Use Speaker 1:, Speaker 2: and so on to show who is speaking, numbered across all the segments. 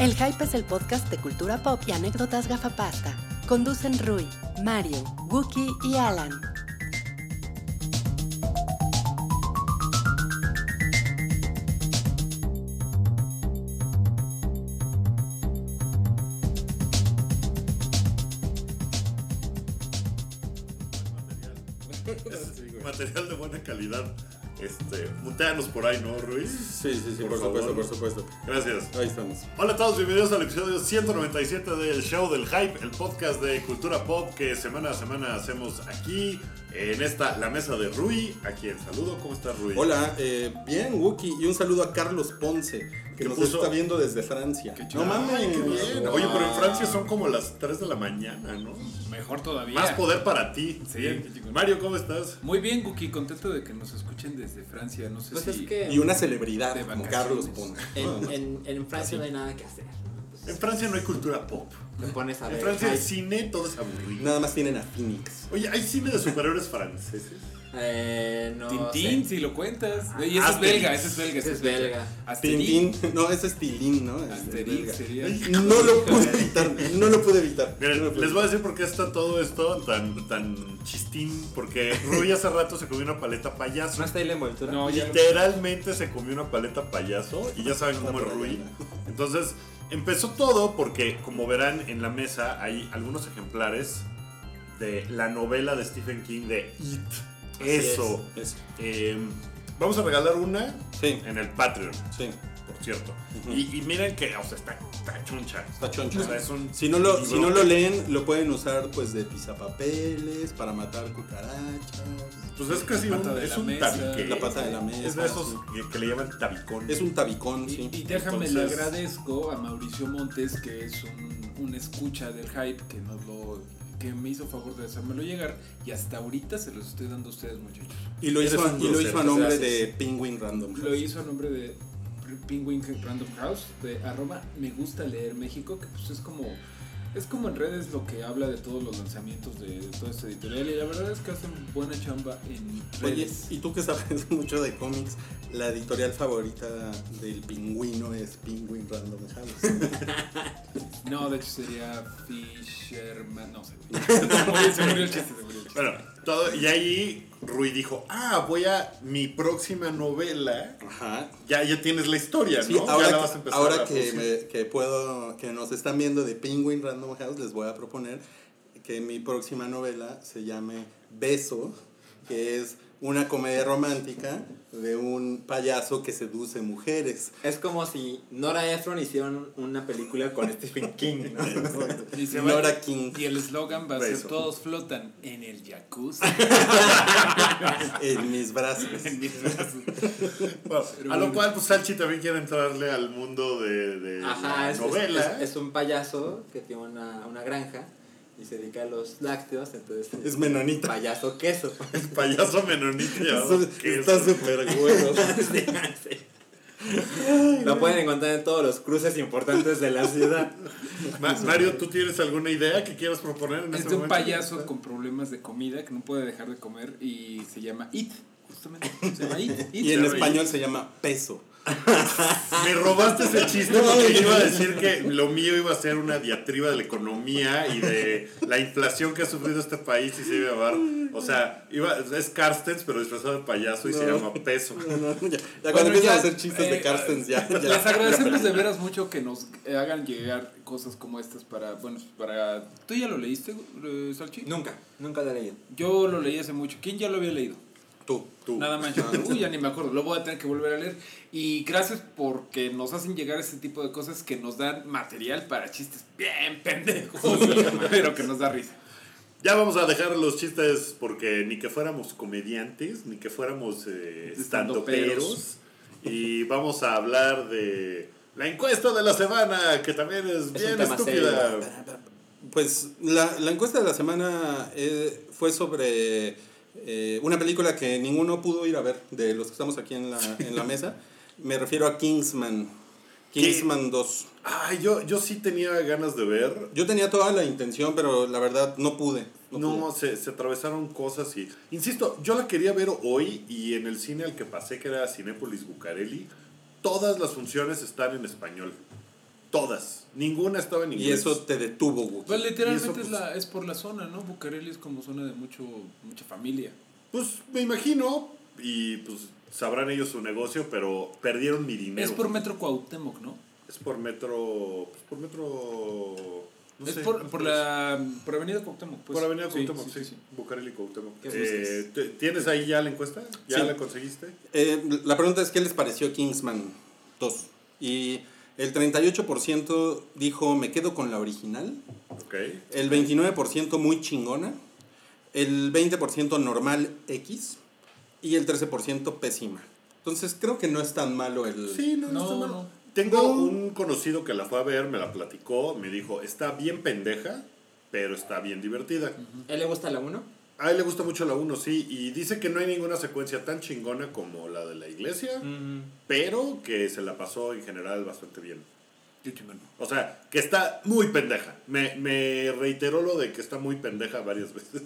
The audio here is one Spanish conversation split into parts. Speaker 1: El Hype es el podcast de cultura pop y anécdotas gafapasta. Conducen Rui, Mario, Wookie y Alan.
Speaker 2: Sí, güey. material de buena calidad. Este, muteanos por ahí, ¿no, Ruiz?
Speaker 3: Sí, sí, sí, por,
Speaker 2: Por
Speaker 3: supuesto,
Speaker 2: favor.
Speaker 3: por supuesto.
Speaker 2: Gracias.
Speaker 3: Ahí estamos.
Speaker 2: Hola a todos, bienvenidos al episodio 197 del Show del Hype, el podcast de cultura pop que semana a semana hacemos aquí en esta la mesa de Rui, a quien saludo. ¿Cómo estás, Rui?
Speaker 3: Hola, eh, bien, Wookie, y un saludo a Carlos Ponce, que
Speaker 2: ¿Qué
Speaker 3: nos
Speaker 2: puso?
Speaker 3: está viendo desde Francia.
Speaker 2: No mames, qué bien. Oye, pero en Francia son como las 3 de la mañana, ¿no?
Speaker 4: Mejor todavía.
Speaker 2: Más poder para ti.
Speaker 4: Sí, qué
Speaker 2: Bien.
Speaker 4: chingón.
Speaker 2: Mario, ¿cómo estás?
Speaker 4: Muy bien, Guki, contento de que nos escuchen desde Francia. No sé
Speaker 5: Pues
Speaker 4: si.
Speaker 5: es que
Speaker 3: Y una celebridad
Speaker 4: De
Speaker 3: como
Speaker 4: vacaciones.
Speaker 3: Carlos Ponce.
Speaker 5: en, en, en Francia no hay nada que hacer.
Speaker 2: En Francia no hay cultura pop.
Speaker 5: Te pones a
Speaker 2: En
Speaker 5: ver.
Speaker 2: Francia el
Speaker 5: ay,
Speaker 2: cine todo es aburrido.
Speaker 3: Nada más tienen a Phoenix.
Speaker 2: Oye, ¿hay cine de superhéroes franceses?
Speaker 5: eh, no
Speaker 4: Tintín,
Speaker 5: sé.
Speaker 4: si lo cuentas. Y ese es
Speaker 2: Asterix.
Speaker 4: belga, ese es belga.
Speaker 5: Ese es
Speaker 4: ese
Speaker 5: belga.
Speaker 4: Asterix.
Speaker 3: Tintín, no, ese es Tilín, ¿no? Este, Es- es
Speaker 4: Asterix
Speaker 3: belga.
Speaker 4: sería.
Speaker 3: No lo pude evitar, no lo pude evitar.
Speaker 2: Miren,
Speaker 3: No lo pude
Speaker 2: les voy a decir por qué está todo esto tan, tan chistín. Porque Rubí hace rato se comió una paleta payaso.
Speaker 5: ¿No está ahí la envoltura?
Speaker 4: No, ya.
Speaker 2: Literalmente se comió una paleta payaso. Y ya saben cómo es Rui. Entonces, empezó todo porque, como verán en la mesa, hay algunos ejemplares de la novela de Stephen King de It.
Speaker 5: Así es.
Speaker 2: Eso.
Speaker 3: evitar. Eso,
Speaker 2: Eh, vamos a regalar una
Speaker 3: Sí,
Speaker 2: en el Patreon,
Speaker 3: sí,
Speaker 2: por cierto.
Speaker 3: Ujú.
Speaker 2: y, y miren que, o sea, está, está chuncha.
Speaker 3: está choncho.
Speaker 2: O sea, es un
Speaker 3: Si no, lo,
Speaker 2: libro
Speaker 3: si no lo leen, lo pueden usar pues de pisapapeles, para matar cucarachas.
Speaker 2: Pues es casi
Speaker 4: La
Speaker 2: un,
Speaker 4: pata de
Speaker 2: es
Speaker 4: la
Speaker 2: un
Speaker 4: mesa.
Speaker 2: tabique.
Speaker 3: La pata de la mesa.
Speaker 2: Es de esos que, que le llaman tabicón.
Speaker 3: Es un tabicón,
Speaker 4: Y,
Speaker 3: sí.
Speaker 4: y déjame le
Speaker 2: Entonces-
Speaker 4: agradezco a Mauricio Montes, que es un, un escucha del hype que nos lo que me hizo favor de hacérmelo llegar y hasta ahorita se los estoy dando a ustedes muchachos.
Speaker 3: Y lo hizo,
Speaker 2: Eres un
Speaker 3: y lo hizo
Speaker 2: grosero.
Speaker 3: a nombre
Speaker 5: Gracias.
Speaker 3: de Penguin Random. House.
Speaker 4: Lo hizo a nombre de Penguin Random House, de arroba me gusta leer México, que pues es como, es como en redes lo que habla de todos los lanzamientos de, de toda esta editorial y la verdad es que hacen buena chamba en
Speaker 3: Oye,
Speaker 4: redes.
Speaker 3: y tú que sabes mucho de cómics, la editorial favorita del pingüino es Penguin Random House.
Speaker 4: No, de hecho sería Fisherman, no sé. Se murió, se murió el chiste, se murió el chiste.
Speaker 2: Bueno, todo, y ahí Rui dijo, ah, voy a mi próxima novela.
Speaker 3: Ajá.
Speaker 2: Ya, ya tienes la historia,
Speaker 3: Sí,
Speaker 2: ¿no?
Speaker 3: ahora
Speaker 2: ya la
Speaker 3: que-
Speaker 2: vas a empezar
Speaker 3: ahora
Speaker 2: a
Speaker 3: que,
Speaker 2: producir.
Speaker 3: me- que puedo, que nos están viendo de Penguin Random House, les voy a proponer que mi próxima novela se llame Beso, que es una comedia romántica de un payaso que seduce mujeres.
Speaker 5: Es como si Nora Ephron hicieran una película con Stephen King, ¿no?
Speaker 4: Y se va-
Speaker 3: Nora King.
Speaker 4: Y el eslogan va a ser
Speaker 2: Beso.
Speaker 4: todos flotan en el jacuzzi.
Speaker 3: en mis brazos.
Speaker 4: En mis brazos.
Speaker 2: Bueno, a lo cual, pues Salchi también quiere entrarle al mundo de, de la
Speaker 5: Ajá, es, es-
Speaker 2: novela.
Speaker 5: es- es un payaso que tiene una, una granja y se dedica a los lácteos, entonces
Speaker 3: Es menonita.
Speaker 5: payaso queso.
Speaker 2: El payaso menonita.
Speaker 3: Eso
Speaker 2: llamado
Speaker 3: Está
Speaker 2: queso.
Speaker 3: súper bueno.
Speaker 5: Sí, sí. Lo pueden encontrar en todos los cruces importantes de la ciudad.
Speaker 2: Ma- Mario, ¿tú tienes alguna idea que quieras proponer en
Speaker 4: Es
Speaker 2: este
Speaker 4: de un
Speaker 2: momento?
Speaker 4: payaso con problemas de comida que no puede dejar de comer y se llama It, justamente. Se llama It. It.
Speaker 3: Y en
Speaker 2: Se reí.
Speaker 3: español se llama peso.
Speaker 2: Me robaste ese chiste
Speaker 3: No,
Speaker 2: porque
Speaker 3: no,
Speaker 2: iba a
Speaker 3: no.
Speaker 2: decir que lo mío iba a ser una diatriba de la economía y de la inflación que ha sufrido este país y se iba a llevar. O sea, iba, es Carstens, pero disfrazado de payaso y se
Speaker 3: No.
Speaker 2: llama peso.
Speaker 3: No, no, ya, ya cuando
Speaker 4: Bueno,
Speaker 3: empiezan
Speaker 4: ya,
Speaker 3: a hacer chistes de
Speaker 4: eh,
Speaker 3: Carstens, ya. ya.
Speaker 4: Les agradecemos de veras mucho que nos eh, hagan llegar cosas como estas para, bueno, para... ¿Tú ya lo leíste, eh, Salchi?
Speaker 5: Nunca, nunca lo he leído.
Speaker 4: Yo lo leí hace mucho. ¿Quién ya lo había leído?
Speaker 3: Tú,
Speaker 2: Uh.
Speaker 3: tú.
Speaker 4: Nada más yo. Uy, ya ni me acuerdo. Lo voy a tener que volver a leer. Y gracias porque nos hacen llegar este tipo de cosas que nos dan material para chistes bien pendejos, pero que nos da risa.
Speaker 2: Ya vamos a dejar los chistes porque ni que fuéramos comediantes, ni que fuéramos eh,
Speaker 4: Estandoperos.
Speaker 2: estandoperos. Y vamos a hablar de la encuesta de la semana, que también es, bien
Speaker 5: tema
Speaker 2: estúpida.
Speaker 5: serio.
Speaker 3: Pues la, la encuesta de la semana eh, fue sobre eh, una película que ninguno pudo ir a ver de los que estamos aquí en la, en la mesa. Me refiero a Kingsman.
Speaker 2: ¿Qué?
Speaker 3: Kingsman 2.
Speaker 2: Ay, yo, yo sí tenía ganas de ver.
Speaker 3: Yo tenía toda la intención, pero la verdad no pude.
Speaker 2: No,
Speaker 3: pude.
Speaker 2: se, se atravesaron cosas y... Insisto, yo la quería ver hoy y en el cine al que pasé, que era Cinépolis Bucareli, todas las funciones están en español. Todas. Ninguna estaba en inglés.
Speaker 3: Y eso te detuvo, Wookie.
Speaker 4: Pues literalmente
Speaker 2: Y eso,
Speaker 4: es, la, es por la zona, ¿no? Bucareli es como zona de mucho, mucha familia.
Speaker 2: Pues me imagino, y pues sabrán ellos su negocio, pero perdieron mi dinero.
Speaker 4: Es por Metro Cuauhtémoc, ¿no?
Speaker 2: Es por metro. pues, por metro. no
Speaker 4: es
Speaker 2: sé,
Speaker 4: por, por la por Avenida Cuauhtémoc. Pues.
Speaker 2: por Avenida
Speaker 4: Sí,
Speaker 2: Cuauhtémoc, sí,
Speaker 4: sí, sí.
Speaker 2: Bucareli Cuauhtémoc.
Speaker 5: ¿Qué
Speaker 2: Eh,
Speaker 5: busques?
Speaker 2: ¿te- ¿Tienes ahí ya la encuesta? ¿Ya
Speaker 3: Sí.
Speaker 2: la conseguiste?
Speaker 3: Eh, la pregunta es, ¿qué les pareció Kingsman 2? Y el 38% dijo, me quedo con la original.
Speaker 2: Ok.
Speaker 3: El 29% muy chingona. El 20% normal X. Y el 13% pésima. Entonces creo que no es tan malo el...
Speaker 2: Sí, no, no,
Speaker 4: No,
Speaker 2: está mal.
Speaker 4: no.
Speaker 2: Tengo
Speaker 3: No.
Speaker 2: un conocido que la fue a ver, me la platicó, me dijo, está bien pendeja, pero está bien divertida.
Speaker 5: ¿A él le gusta la 1?
Speaker 2: A él le gusta mucho la 1, sí, y dice que no hay ninguna secuencia tan chingona como la de la iglesia, pero que se la pasó en general bastante bien. O sea, que está muy pendeja. Me, me reiteró lo de que está muy pendeja varias veces.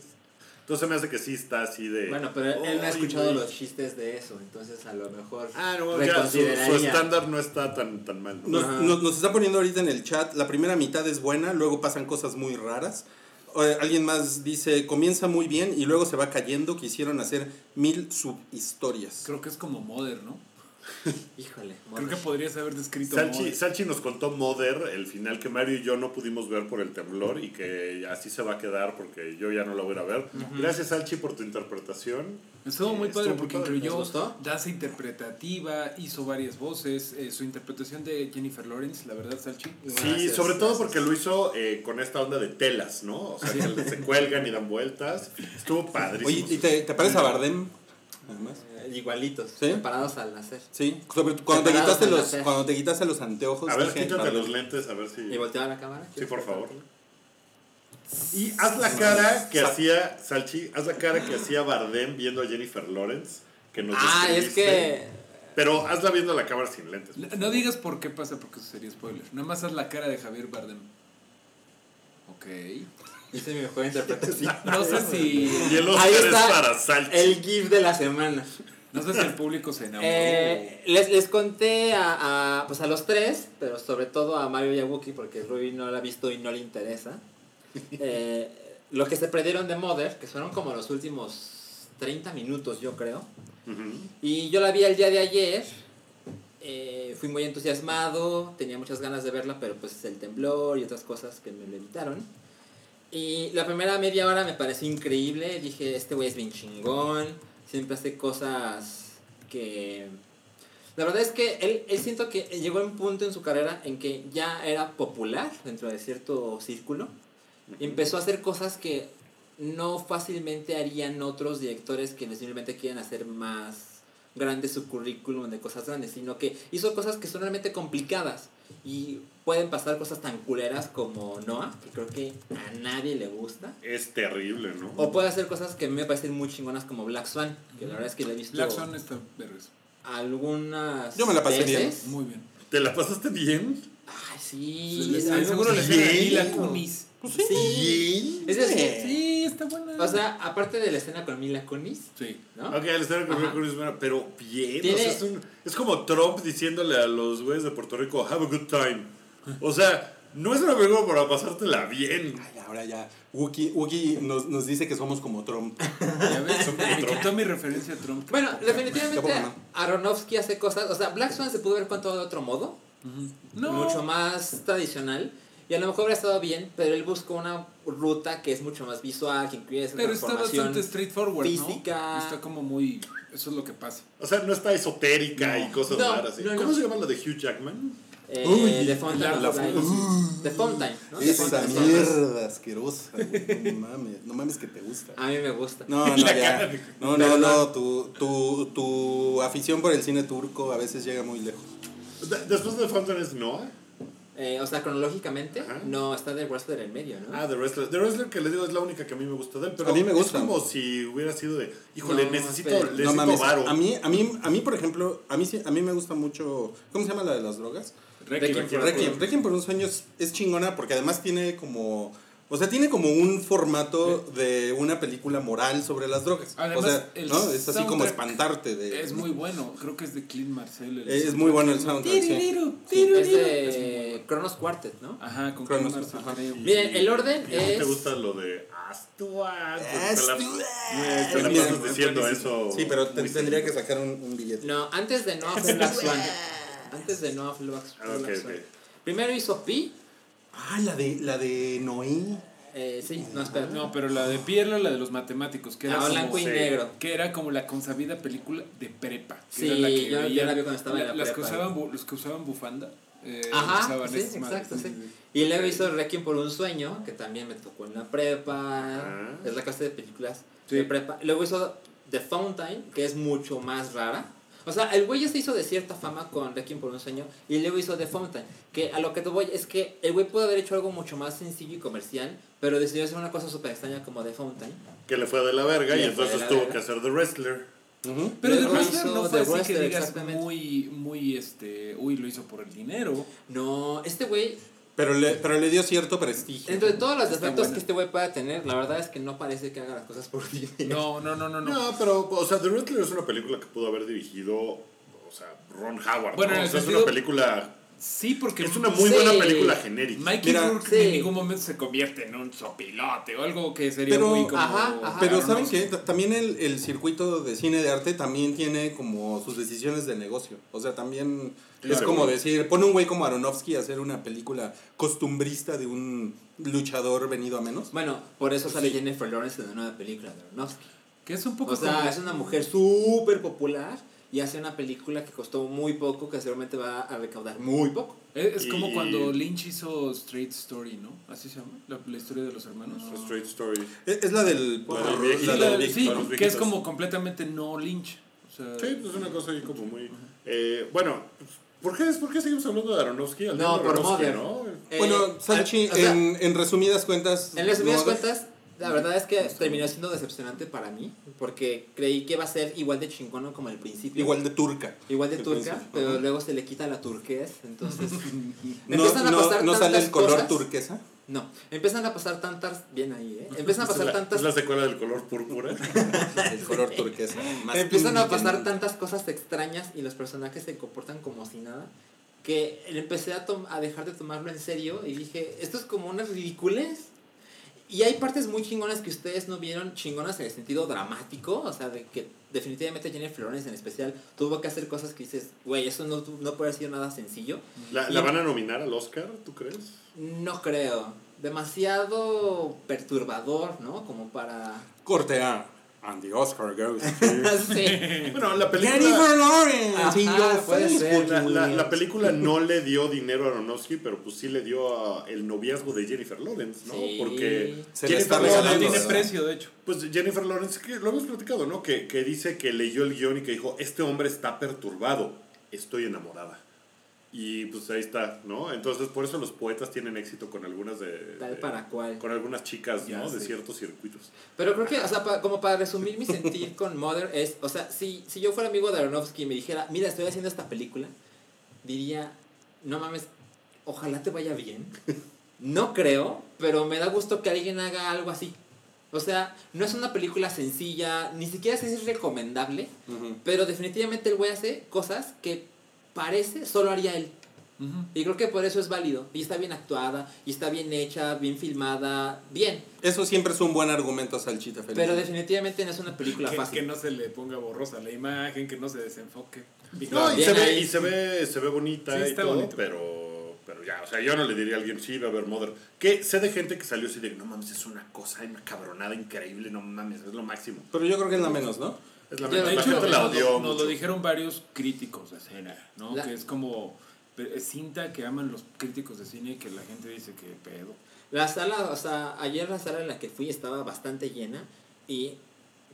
Speaker 2: Entonces me hace que sí está así de...
Speaker 5: Bueno, pero él no ha
Speaker 2: "Ay,
Speaker 5: escuchado
Speaker 2: güey".
Speaker 5: los chistes de eso, entonces a lo mejor
Speaker 2: Ah, no, ya, su,
Speaker 5: reconsideraría.
Speaker 2: su estándar no está tan, tan mal. ¿no?
Speaker 3: Nos, nos- nos está poniendo ahorita en el chat, la primera mitad es buena, luego pasan cosas muy raras. Eh, alguien más dice, comienza muy bien y luego se va cayendo, quisieron hacer mil subhistorias.
Speaker 4: Creo que es como Mother, ¿no?
Speaker 5: Híjole,
Speaker 4: Creo que podrías haber descrito
Speaker 2: Salchi,
Speaker 4: Mother.
Speaker 2: Salchi nos contó Mother, el final que Mario y yo no pudimos ver por el temblor y que así se va a quedar porque yo ya no la voy a ir a ver. Gracias Salchi por tu interpretación.
Speaker 4: Estuvo muy
Speaker 2: Eh,
Speaker 4: padre
Speaker 2: estuvo muy
Speaker 4: porque
Speaker 2: padre.
Speaker 5: ¿Les
Speaker 4: incluyó
Speaker 5: gustó?
Speaker 4: danza interpretativa, hizo varias voces, eh, su interpretación de Jennifer Lawrence, la verdad, Salchi.
Speaker 2: sí,
Speaker 5: Gracias,
Speaker 2: sobre todo
Speaker 5: gracias.
Speaker 2: porque lo hizo eh, con esta onda de telas, ¿no? O sea, que se cuelgan y dan vueltas. Estuvo
Speaker 3: Oye,
Speaker 2: padrísimo.
Speaker 3: ¿y te, te parece a Bardem? Además.
Speaker 5: Eh, igualitos,
Speaker 3: ¿Sí?
Speaker 5: separados al nacer.
Speaker 3: Sí, sobre- cuando, te
Speaker 5: Separados
Speaker 3: quitaste
Speaker 5: al
Speaker 3: los,
Speaker 5: nacer.
Speaker 3: cuando te quitaste los anteojos.
Speaker 2: a ver,
Speaker 3: dije,
Speaker 2: quítate
Speaker 3: Bardem.
Speaker 2: los lentes, a ver si...
Speaker 5: ¿Y volteaba la cámara?
Speaker 2: Sí, por favor.
Speaker 4: Y
Speaker 2: Haz la cara que hacía, Salchi, haz la cara que hacía Bardem viendo a Jennifer Lawrence, que nos
Speaker 5: Ah, es
Speaker 2: describiste.
Speaker 5: que...
Speaker 2: Pero hazla viendo la cámara sin lentes.
Speaker 4: No no digas por qué pasa, porque eso sería spoiler. Nada más haz la cara de Javier Bardem. Ok.
Speaker 5: Hice mi mejor interpretación.
Speaker 4: No sé si,
Speaker 2: Y el Oscar
Speaker 5: Ahí
Speaker 2: es
Speaker 5: está
Speaker 2: para Salchi.
Speaker 5: el GIF de la semana.
Speaker 4: no sé si el público se enamoró.
Speaker 5: Eh, les, les conté a, a, pues a los tres, pero sobre todo a Mario y a Wookie, porque Ruby no la ha visto y no le interesa. Eh, lo que se perdieron de Mother, que fueron como los últimos 30 minutos, yo creo.
Speaker 2: Ujú.
Speaker 5: Y yo la vi el día de ayer. eh, fui muy entusiasmado, tenía muchas ganas de verla, pero pues el temblor y otras cosas que me lo evitaron. Y la primera media hora me pareció increíble. Dije, este güey es bien chingón. Siempre hace cosas que... La verdad es que él, él siento que llegó a un punto en su carrera en que ya era popular dentro de cierto círculo. Y empezó a hacer cosas que no fácilmente harían otros directores que simplemente quieren hacer más grande su currículum de cosas grandes, sino que hizo cosas que son realmente complicadas y pueden pasar cosas tan culeras como Noah, que creo que a nadie le gusta.
Speaker 2: Es terrible, ¿no?
Speaker 5: O puede hacer cosas que a mí me parecen muy chingonas como Black Swan, que la verdad es que le he visto
Speaker 4: Black Swan está vergas.
Speaker 5: algunas
Speaker 3: Yo me la pasé bien.
Speaker 5: veces.
Speaker 4: Muy bien.
Speaker 2: ¿Te la pasaste bien?
Speaker 5: Ay,
Speaker 4: Sí,
Speaker 5: sí.
Speaker 4: les-
Speaker 5: a mí me
Speaker 4: seguro
Speaker 5: gusta
Speaker 4: les
Speaker 5: mucho.
Speaker 4: dan ahí la cumis. Pues
Speaker 5: Sí. Es decir,
Speaker 4: Sí, está buena.
Speaker 5: o sea, aparte de la escena con Mila Kunis,
Speaker 4: sí.
Speaker 5: ¿no?
Speaker 2: Ok, el escenario con
Speaker 5: Ajá.
Speaker 2: Rick Cruz, bueno, pero bien.
Speaker 5: Tiene-
Speaker 2: o sea, es, un- es como Trump diciéndole a los güeyes de Puerto Rico, have a good time. O sea, no es una película para pasártela bien.
Speaker 3: Ay, ahora ya. Wookie, Wookie nos, nos dice que somos como Trump.
Speaker 4: Ya ves, me quitó mi referencia a Trump.
Speaker 5: Bueno,
Speaker 3: Tampoco
Speaker 5: definitivamente
Speaker 3: no.
Speaker 5: Aronofsky hace cosas, o sea, Black Swan se pudo ver contado de otro modo,
Speaker 4: No.
Speaker 5: mucho más tradicional, y a lo mejor hubiera estado bien, pero él buscó una ruta que es mucho más visual, que incluye esa
Speaker 4: Pero está
Speaker 5: transformación.
Speaker 4: bastante straightforward,
Speaker 5: física.
Speaker 4: ¿no? Está como muy... Eso es lo que pasa.
Speaker 2: O sea, no está esotérica y cosas
Speaker 5: No,
Speaker 2: raras. ¿sí?
Speaker 5: no,
Speaker 2: ¿Cómo
Speaker 5: no.
Speaker 2: se llama la de Hugh Jackman?
Speaker 5: Eh,
Speaker 3: Uy,
Speaker 5: The Fountain
Speaker 3: la-
Speaker 5: of
Speaker 3: la-
Speaker 5: Light. The Fountain, ¿no? The
Speaker 3: Esa
Speaker 5: Fountain of Light.
Speaker 3: mierda asquerosa. güey. No mames, no mames que te gusta.
Speaker 5: A mí me gusta.
Speaker 3: No, no,
Speaker 2: Ah, La
Speaker 3: ya.
Speaker 2: cara de-
Speaker 3: No, no, no. Tu, tu, tu afición por el cine turco a veces llega muy lejos.
Speaker 2: De- Después de Fountain es Noah.
Speaker 5: Eh, o sea, cronológicamente,
Speaker 2: Ajá.
Speaker 5: no, está The Wrestler en medio, ¿no?
Speaker 2: Ah, The Wrestler. The Wrestler que les digo es la única que a mí me gusta de él. Pero
Speaker 3: A mí me gusta.
Speaker 2: Es como si hubiera sido de, híjole,
Speaker 5: No,
Speaker 2: necesito,
Speaker 5: espera.
Speaker 2: necesito varo.
Speaker 3: A mí, a mí, a mí, por ejemplo, a mí sí, a mí me gusta mucho. ¿Cómo se llama la de las drogas?
Speaker 4: Requiem.
Speaker 5: Requiem.
Speaker 3: Requiem. Requiem por un sueño es, es chingona porque además tiene como O sea, tiene como un formato de una película moral sobre las drogas.
Speaker 4: Además,
Speaker 3: o sea,
Speaker 4: el
Speaker 3: ¿no? Es así como
Speaker 4: soundtrack
Speaker 3: espantarte de...
Speaker 4: Es muy bueno, creo que es de Clint Marcel. el
Speaker 3: Es- es muy bueno el
Speaker 4: soundtrack.
Speaker 3: soundtrack, sí.
Speaker 5: Es de Cronos Quartet, ¿no?
Speaker 4: Ajá, con
Speaker 3: Cronos,
Speaker 4: Clint Marcel.
Speaker 3: ajá.
Speaker 4: creo.
Speaker 5: Miren, el orden
Speaker 2: Ah, ¿Y a ti
Speaker 5: es-
Speaker 2: te gusta lo de Astua? Pues, te la-
Speaker 3: Astuaz.
Speaker 2: Te la
Speaker 3: Mira,
Speaker 2: pasas Este, diciendo eso.
Speaker 3: Sí, pero te-
Speaker 2: muy
Speaker 3: tendría que
Speaker 2: seguido.
Speaker 3: sacar un, un billete.
Speaker 5: No, antes de Noah Black Swan. Antes de Noah Black
Speaker 2: Ah, ok,
Speaker 5: Black
Speaker 2: ok.
Speaker 5: Swan. Primero hizo Pi.
Speaker 3: Ah, la de, la de Noé.
Speaker 5: eh, sí, no, espera.
Speaker 4: No, pero la de Pierre, la de los matemáticos, que era,
Speaker 5: Ah,
Speaker 4: como,
Speaker 5: blanco y
Speaker 2: sí.
Speaker 5: negro.
Speaker 4: que era como la consabida película de prepa. Que
Speaker 5: Sí,
Speaker 4: era la que
Speaker 5: yo- yo
Speaker 4: veían
Speaker 5: la vi cuando estaba en la
Speaker 4: las
Speaker 5: prepa.
Speaker 4: Que usaban, bu- los que usaban bufanda. eh,
Speaker 5: Ajá,
Speaker 4: usaban
Speaker 5: sí,
Speaker 4: esas madres.
Speaker 5: exacto, sí. Y luego hizo Requiem por un sueño, que también me tocó en la prepa.
Speaker 2: Ah.
Speaker 5: Es la clase de películas
Speaker 4: Sí.
Speaker 5: de prepa. Luego hizo The Fountain, que es mucho más rara. O sea, el güey ya se hizo de cierta fama con Requiem por un sueño. Y luego hizo The Fountain. Que a lo que te voy es que el güey pudo haber hecho algo mucho más sencillo y comercial. Pero decidió hacer una cosa súper extraña como The Fountain.
Speaker 2: Que le fue de la verga
Speaker 5: Le
Speaker 2: y
Speaker 5: fue de
Speaker 2: entonces
Speaker 5: la
Speaker 2: tuvo
Speaker 5: verga.
Speaker 2: que hacer The Wrestler.
Speaker 4: Pero The
Speaker 5: Luego
Speaker 4: Wrestler
Speaker 5: hizo
Speaker 4: no fue
Speaker 5: The
Speaker 4: así
Speaker 5: Wrestler,
Speaker 4: que digas
Speaker 5: exactamente.
Speaker 4: muy, muy, este, uy, lo hizo por el dinero.
Speaker 5: No, este güey,
Speaker 3: Pero le, pero le dio cierto prestigio.
Speaker 5: entre todos los defectos
Speaker 4: buena.
Speaker 5: que este güey pueda tener, la verdad es que no parece que haga las cosas por
Speaker 4: No,
Speaker 5: dinero.
Speaker 4: no, no, no, no.
Speaker 2: No, pero, o sea, The Wrestler es una película que pudo haber dirigido, o sea, Ron Howard.
Speaker 4: Bueno,
Speaker 2: ¿no?
Speaker 4: en
Speaker 2: O
Speaker 4: el
Speaker 2: sea, es
Speaker 4: sentido-
Speaker 2: una película.
Speaker 4: Sí, porque
Speaker 2: Es una muy buena
Speaker 5: Sí.
Speaker 2: película genérica.
Speaker 4: Mikey
Speaker 3: Mira,
Speaker 4: Rourke
Speaker 5: sí.
Speaker 4: en ningún momento se convierte en un sopilote o algo que sería
Speaker 3: Pero-
Speaker 4: muy como...
Speaker 5: Ajá, ajá.
Speaker 3: Pero
Speaker 4: Aaron
Speaker 3: ¿saben
Speaker 4: Osborne.
Speaker 3: qué? Ta- También el, el circuito de cine de arte también tiene como sus decisiones de negocio. O sea, también es
Speaker 2: Claro.
Speaker 3: como decir, pone un güey como Aronofsky a hacer una película costumbrista de un luchador venido a menos.
Speaker 5: Bueno, por eso sale Jennifer Lawrence en una nueva película de Aronofsky.
Speaker 4: Que es un poco
Speaker 5: O sea,
Speaker 4: como-
Speaker 5: es una mujer súper popular y hace una película que costó muy poco, que seguramente va a recaudar muy poco.
Speaker 4: Es, es como
Speaker 2: Y-
Speaker 4: cuando Lynch hizo Straight Story, ¿no? Así se llama, la, la historia de los hermanos.
Speaker 2: Straight Story.
Speaker 3: E, Es, es la del...
Speaker 2: Bueno,
Speaker 3: la-
Speaker 2: el viejito.
Speaker 3: la
Speaker 4: Sí,
Speaker 3: del
Speaker 4: la-
Speaker 3: viejito. Eh,
Speaker 4: sí,
Speaker 2: para los
Speaker 4: que es
Speaker 2: viejitos.
Speaker 4: como completamente no Lynch. O sea,
Speaker 2: Sí, pues es una cosa ahí como muy. eh, bueno, ¿por qué, ¿por qué seguimos hablando de Aronofsky? Al
Speaker 5: No,
Speaker 2: de
Speaker 5: por
Speaker 2: Aronofsky,
Speaker 5: Mother.
Speaker 2: ¿no?
Speaker 5: Eh,
Speaker 3: Bueno,
Speaker 5: al-
Speaker 3: Sanchi,
Speaker 5: o sea,
Speaker 3: en, en resumidas cuentas...
Speaker 5: en resumidas
Speaker 3: no-
Speaker 5: cuentas, la verdad es que terminó siendo decepcionante para mí, porque creí que iba a ser igual de chingón como el principio.
Speaker 3: Igual de turca.
Speaker 5: Igual de
Speaker 3: Al
Speaker 5: turca,
Speaker 3: principio,
Speaker 5: pero
Speaker 3: ajá.
Speaker 5: luego se le quita la turquez, entonces...
Speaker 3: No,
Speaker 5: Empiezan a
Speaker 3: no-
Speaker 5: pasar
Speaker 3: no sale
Speaker 5: tantas
Speaker 3: el color
Speaker 5: cosas.
Speaker 3: turquesa.
Speaker 5: No, empiezan a pasar tantas... Bien ahí, ¿eh? Empiezan a
Speaker 2: Es
Speaker 5: pasar
Speaker 2: la,
Speaker 5: tantas
Speaker 2: es la secuela del color púrpura.
Speaker 3: El color turquesa. Más
Speaker 5: Empiezan a pasar
Speaker 3: pintante.
Speaker 5: tantas cosas extrañas y los personajes se comportan como si nada que empecé a, tom- a dejar de tomarlo en serio y dije, esto es como unas ridicules. Y hay partes muy chingonas que ustedes no vieron, chingonas en el sentido dramático, o sea, de que definitivamente Jennifer Lawrence en especial tuvo que hacer cosas que dices, güey, eso no, tu- no puede haber sido nada sencillo.
Speaker 2: ¿La, la van a nominar al Oscar, tú crees?
Speaker 5: No creo. Demasiado perturbador, ¿no? Como para...
Speaker 3: Corte A. And the Oscar goes to-
Speaker 5: Sí.
Speaker 2: Bueno, la película.
Speaker 3: Jennifer Lawrence.
Speaker 5: Ajá,
Speaker 3: y yo
Speaker 5: puede
Speaker 3: feliz
Speaker 5: ser,
Speaker 3: por
Speaker 2: Pues, La,
Speaker 3: tu
Speaker 2: la- la
Speaker 3: Williams.
Speaker 2: película no le dio dinero a Aronofsky, pero pues sí le dio a- el noviazgo de Jennifer Lawrence, ¿no?
Speaker 5: Sí.
Speaker 2: Porque
Speaker 3: Se la
Speaker 2: Jennifer
Speaker 3: está
Speaker 2: Lawrence
Speaker 4: No, no
Speaker 3: regalando,
Speaker 4: tiene
Speaker 2: tiene
Speaker 3: ¿verdad?
Speaker 4: precio, de hecho.
Speaker 2: Pues Jennifer Lawrence, que lo hemos platicado, ¿no? Que, que dice que leyó el guión y que dijo, este hombre está perturbado, estoy enamorada. Y pues ahí está, ¿no? Entonces por eso los poetas tienen éxito con algunas de...
Speaker 5: Tal
Speaker 2: de-
Speaker 5: para cual.
Speaker 2: Con algunas chicas,
Speaker 4: Ya
Speaker 2: ¿no? De
Speaker 4: sé.
Speaker 2: ciertos circuitos.
Speaker 5: Pero creo que, o sea, pa- como para resumir mi sentir con Mother es, o sea, si, si yo fuera amigo de Aronofsky y me dijera, mira, estoy haciendo esta película, diría, no mames, ojalá te vaya bien. No creo, pero me da gusto que alguien haga algo así. O sea, no es una película sencilla, ni siquiera sé si es recomendable,
Speaker 3: Ujú.
Speaker 5: pero definitivamente el güey hace cosas que parece solo haría él.
Speaker 4: Ujú.
Speaker 5: Y creo que por eso es válido. Y está bien actuada, y está bien hecha, bien filmada, bien.
Speaker 3: Eso siempre es un buen argumento, Salchita Feliz.
Speaker 5: Pero definitivamente no es una película
Speaker 4: Que,
Speaker 5: fácil.
Speaker 4: que no se le ponga borrosa la imagen, que no se desenfoque.
Speaker 2: No, y
Speaker 5: Bien
Speaker 2: se, ve,
Speaker 5: ahí.
Speaker 2: y se ve se ve bonita
Speaker 4: Sí,
Speaker 2: y
Speaker 4: está
Speaker 2: todo,
Speaker 4: bonito.
Speaker 2: pero pero ya, o sea, yo no le diría a alguien, sí, va a ver Mother. Que sé de gente que salió así de, no mames, es una cosa, una cabronada increíble, no mames, es lo máximo.
Speaker 3: Pero yo creo que es la menos, ¿no?
Speaker 2: Es la,
Speaker 5: Yo-
Speaker 2: la
Speaker 4: De hecho,
Speaker 2: gente la
Speaker 4: nos,
Speaker 2: odió
Speaker 4: lo, nos lo
Speaker 2: mucho.
Speaker 4: dijeron varios críticos de cine, ¿no?
Speaker 5: La-
Speaker 4: Que es como eh, cinta que aman los críticos de cine y que la gente dice que pedo.
Speaker 5: La sala, o sea, ayer la sala en la que fui estaba bastante llena y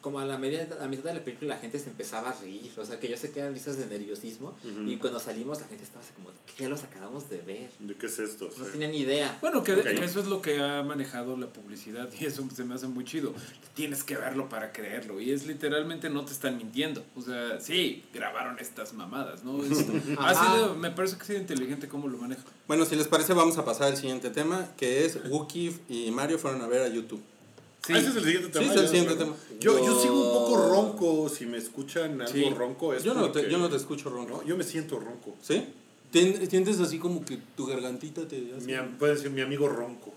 Speaker 5: como a la, media, a la mitad de la película la gente se empezaba a reír, o sea que yo sé que eran risas de nerviosismo
Speaker 2: Ujú.
Speaker 5: y cuando salimos la gente estaba así como, ¿qué los acabamos de ver?
Speaker 2: ¿De qué es esto?
Speaker 5: No
Speaker 2: Sí.
Speaker 5: tenían ni idea.
Speaker 4: Bueno, que,
Speaker 2: Ok.
Speaker 4: que eso es lo que ha manejado la publicidad y eso se me hace muy chido. Tienes que verlo para creerlo y es literalmente no te están mintiendo. O sea, sí, grabaron estas mamadas, ¿no? Es- ha
Speaker 5: Ajá.
Speaker 4: sido- me parece que ha sido inteligente cómo lo maneja.
Speaker 3: Bueno, si les parece, vamos a pasar al siguiente tema, que es Wookiee y Mario fueron a ver a YouTube.
Speaker 2: Ah, ese es el siguiente
Speaker 3: Sí,
Speaker 2: tema.
Speaker 3: es el
Speaker 2: ya,
Speaker 3: siguiente
Speaker 2: bueno.
Speaker 3: tema.
Speaker 2: Yo, yo
Speaker 5: Yo-
Speaker 2: sigo un poco ronco. Si me escuchan algo
Speaker 4: Sí.
Speaker 2: ronco, es
Speaker 3: Yo no, te,
Speaker 2: porque-
Speaker 3: yo no te escucho, Ron.
Speaker 2: No, yo me siento ronco.
Speaker 3: ¿Sí? Tien- Sientes así como que tu gargantita te hace-
Speaker 2: Mi, am- puede decir mi amigo ronco.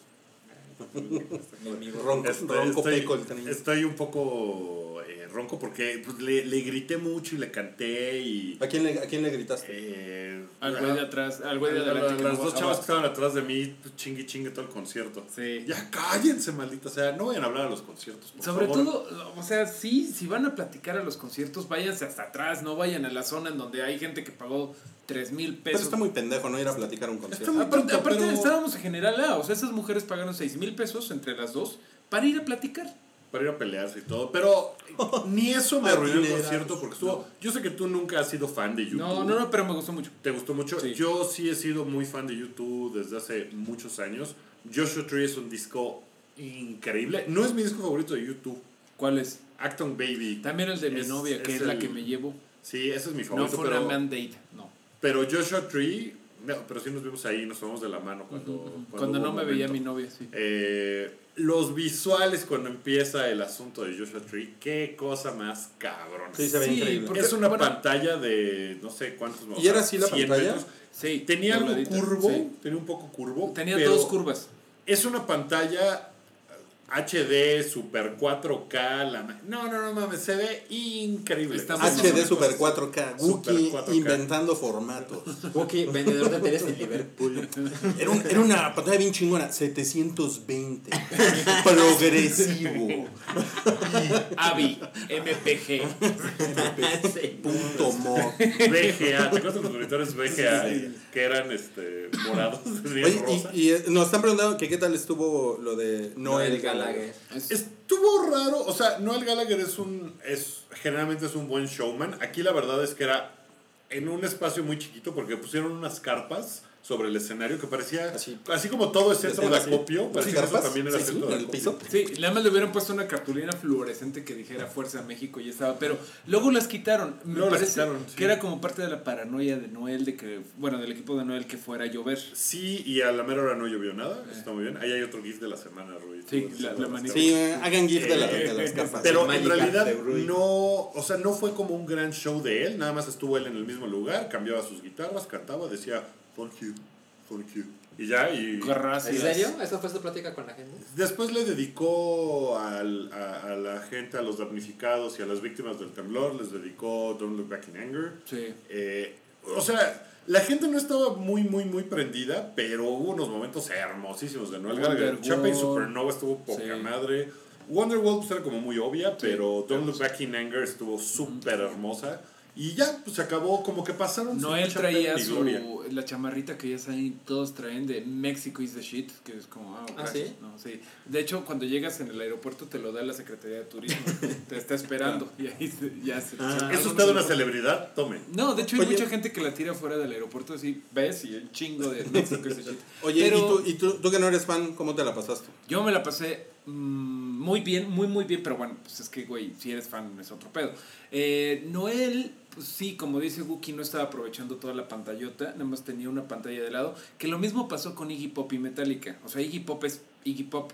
Speaker 5: Mi amigo.
Speaker 3: Ronco,
Speaker 2: Este,
Speaker 3: ronco
Speaker 2: estoy,
Speaker 3: peco el tren.
Speaker 2: estoy un poco eh, ronco porque pues, le, le grité mucho y le canté y...
Speaker 3: ¿A quién le, a quién le gritaste?
Speaker 2: eh,
Speaker 4: Al Ah, güey de
Speaker 2: a-
Speaker 4: atrás, al güey de
Speaker 2: a- a-
Speaker 4: adelante.
Speaker 2: a-
Speaker 4: que
Speaker 2: las
Speaker 4: no
Speaker 2: dos
Speaker 4: bajaba.
Speaker 2: chavas que estaban atrás de mí, pues, chingui chingue todo el concierto.
Speaker 4: Sí.
Speaker 2: Ya cállense, maldita sea. No vayan a hablar a los conciertos. por
Speaker 4: Sobre
Speaker 2: favor.
Speaker 4: todo, o sea, sí, si van a platicar a los conciertos, váyanse hasta atrás, no vayan a la zona en donde hay gente que pagó 3 mil
Speaker 3: Pero
Speaker 4: pesos.
Speaker 3: Pues está muy pendejo, ¿no? Ir a platicar a un concierto.
Speaker 2: muy
Speaker 4: Pues, Aparte,
Speaker 2: tonto,
Speaker 4: aparte
Speaker 2: pero-
Speaker 4: estábamos en general A, o sea, esas mujeres pagaron 6 mil pesos entre las dos para ir a platicar.
Speaker 2: Para ir a pelearse y todo. Pero ni eso me arruinó el
Speaker 3: Adinerados.
Speaker 2: concierto porque estuvo... Yo sé que tú nunca has sido fan de YouTube.
Speaker 4: No, no, no, pero me gustó mucho.
Speaker 2: ¿Te gustó mucho?
Speaker 4: Sí.
Speaker 2: Yo sí he sido muy fan de YouTube desde hace muchos años. Joshua Tree es un disco increíble. No es mi disco favorito de YouTube.
Speaker 4: ¿Cuál es?
Speaker 2: Act on Baby.
Speaker 4: También el de mi
Speaker 2: Es-
Speaker 4: novia, que es, la
Speaker 2: el-
Speaker 4: que me llevo.
Speaker 2: Sí, ese es mi
Speaker 4: No
Speaker 2: favorito.
Speaker 4: fue
Speaker 2: pero,
Speaker 4: una mandate, no.
Speaker 2: pero Joshua Tree. no, pero sí nos vimos ahí, nos tomamos de la mano cuando.
Speaker 4: Cuando, no
Speaker 2: hubo
Speaker 4: me veía mi
Speaker 2: momento.
Speaker 4: novia, sí.
Speaker 2: Eh, los visuales cuando empieza el asunto de Joshua Tree. Qué cosa más cabrón.
Speaker 3: Sí, se ve
Speaker 4: Sí,
Speaker 3: increíble.
Speaker 4: porque-
Speaker 2: es una
Speaker 4: bueno.
Speaker 2: pantalla de no sé cuántos. o
Speaker 3: ¿Y
Speaker 2: sea,
Speaker 3: era así la
Speaker 2: 100
Speaker 3: pantalla?
Speaker 2: metros.
Speaker 4: Sí,
Speaker 2: Tenía algo
Speaker 4: dobladita,
Speaker 2: curvo,
Speaker 4: sí.
Speaker 2: tenía un poco curvo.
Speaker 4: Tenía
Speaker 2: pero
Speaker 4: dos curvas.
Speaker 2: Es una pantalla HD, super 4K. La ma- no, no, no mames, se ve increíble.
Speaker 4: Está muy
Speaker 2: HD.
Speaker 4: mamón.
Speaker 3: HD Super 4K, Wookiee
Speaker 2: 4K.
Speaker 3: inventando formatos.
Speaker 5: Wookie, vendedor de teles en Liverpool.
Speaker 3: Era, un- era una pantalla bien chingona, 720. progresivo.
Speaker 4: Avi, MPG.
Speaker 5: Sí.
Speaker 3: Punto mo.
Speaker 2: VGA, ¿te acuerdas de los monitores VGA que eran este, morados? Tenían
Speaker 3: Oye,
Speaker 2: rosa.
Speaker 3: y, y, eh, nos están preguntando que qué tal estuvo lo de Noel
Speaker 5: Noel Gallagher.
Speaker 2: Estuvo raro, o sea, Noel Gallagher es un, es, generalmente es un buen showman. Aquí la verdad es que era en un espacio muy chiquito porque pusieron unas carpas sobre el escenario que parecía, así,
Speaker 3: Así.
Speaker 2: como todo es centro de
Speaker 3: Era Ah, así.
Speaker 2: acopio,
Speaker 3: ¿Las
Speaker 2: parecía que eso
Speaker 3: carpas?
Speaker 2: también era
Speaker 3: Sí, sí,
Speaker 2: centro de
Speaker 3: en el
Speaker 2: acopio.
Speaker 3: piso.
Speaker 4: Sí, nada más le hubieran puesto una cartulina fluorescente que dijera Fuerza México y estaba, pero luego las quitaron. Me
Speaker 2: Luego las
Speaker 4: parece
Speaker 2: quitaron, sí.
Speaker 4: que era como parte de la paranoia de Noel, de que, bueno, del equipo de Noel que fuera a llover.
Speaker 2: Sí, y a la mera hora no llovió nada, eso está muy bien. Ahí hay otro GIF de la semana, Rui.
Speaker 4: Sí,
Speaker 2: Tú,
Speaker 4: la-
Speaker 2: tú,
Speaker 4: la
Speaker 2: tú,
Speaker 4: manita.
Speaker 2: tú.
Speaker 3: Eh. Sí, eh, hagan gif de, la- de las capas.
Speaker 2: Pero en
Speaker 5: Mágica
Speaker 2: realidad
Speaker 5: de Rui.
Speaker 2: no, o sea, no fue como un gran show de él, nada más estuvo él en el mismo lugar, cambiaba sus guitarras, cantaba, decía, fuck you, fuck you. Y ya, y...
Speaker 4: Gracias.
Speaker 5: ¿En serio? ¿Esa fue su plática con la gente?
Speaker 2: Después le dedicó al- a, a la gente, a los damnificados y a las víctimas del temblor, les dedicó Don't Look Back in Anger.
Speaker 4: Sí.
Speaker 2: Eh, o sea, la gente no estaba muy, muy, muy prendida, pero hubo unos momentos hermosísimos de Noel Gallagher.
Speaker 4: Wonderwall.
Speaker 2: Champagne Supernova estuvo poca
Speaker 4: Sí.
Speaker 2: madre. Wonderwall pues, era como muy obvia, pero
Speaker 4: pero
Speaker 2: Don't Look Back in Anger estuvo súper hermosa. Y ya, pues se acabó, como que pasaron. sin
Speaker 4: Noel
Speaker 2: mucha
Speaker 4: traía
Speaker 2: pena ni gloria.
Speaker 4: su, la chamarrita que ya saben, todos traen de Mexico is the shit, que es como, ah, gracias.
Speaker 5: ¿sí?
Speaker 4: No, sí. De hecho, cuando llegas en el aeropuerto te lo da la Secretaría de Turismo, te está esperando. Y ahí se- ya se,
Speaker 3: Ah.
Speaker 2: ¿Es usted una celebridad? Tome.
Speaker 4: No, de hecho hay
Speaker 3: Oye.
Speaker 4: mucha gente que la tira fuera del aeropuerto, así ves y el chingo de Mexico is the shit.
Speaker 3: Oye,
Speaker 4: Pero-
Speaker 3: ¿y, tú, y tú, tú que no eres fan, cómo te la pasaste?
Speaker 4: Yo me la pasé mm, muy bien, muy, muy bien, pero bueno, pues es que, güey, si eres fan es otro pedo. Eh, Noel, pues sí, como dice Wookie, no estaba aprovechando toda la pantallota, nada más tenía una pantalla de lado, que lo mismo pasó con Iggy Pop y Metallica. O sea, Iggy Pop es Iggy Pop,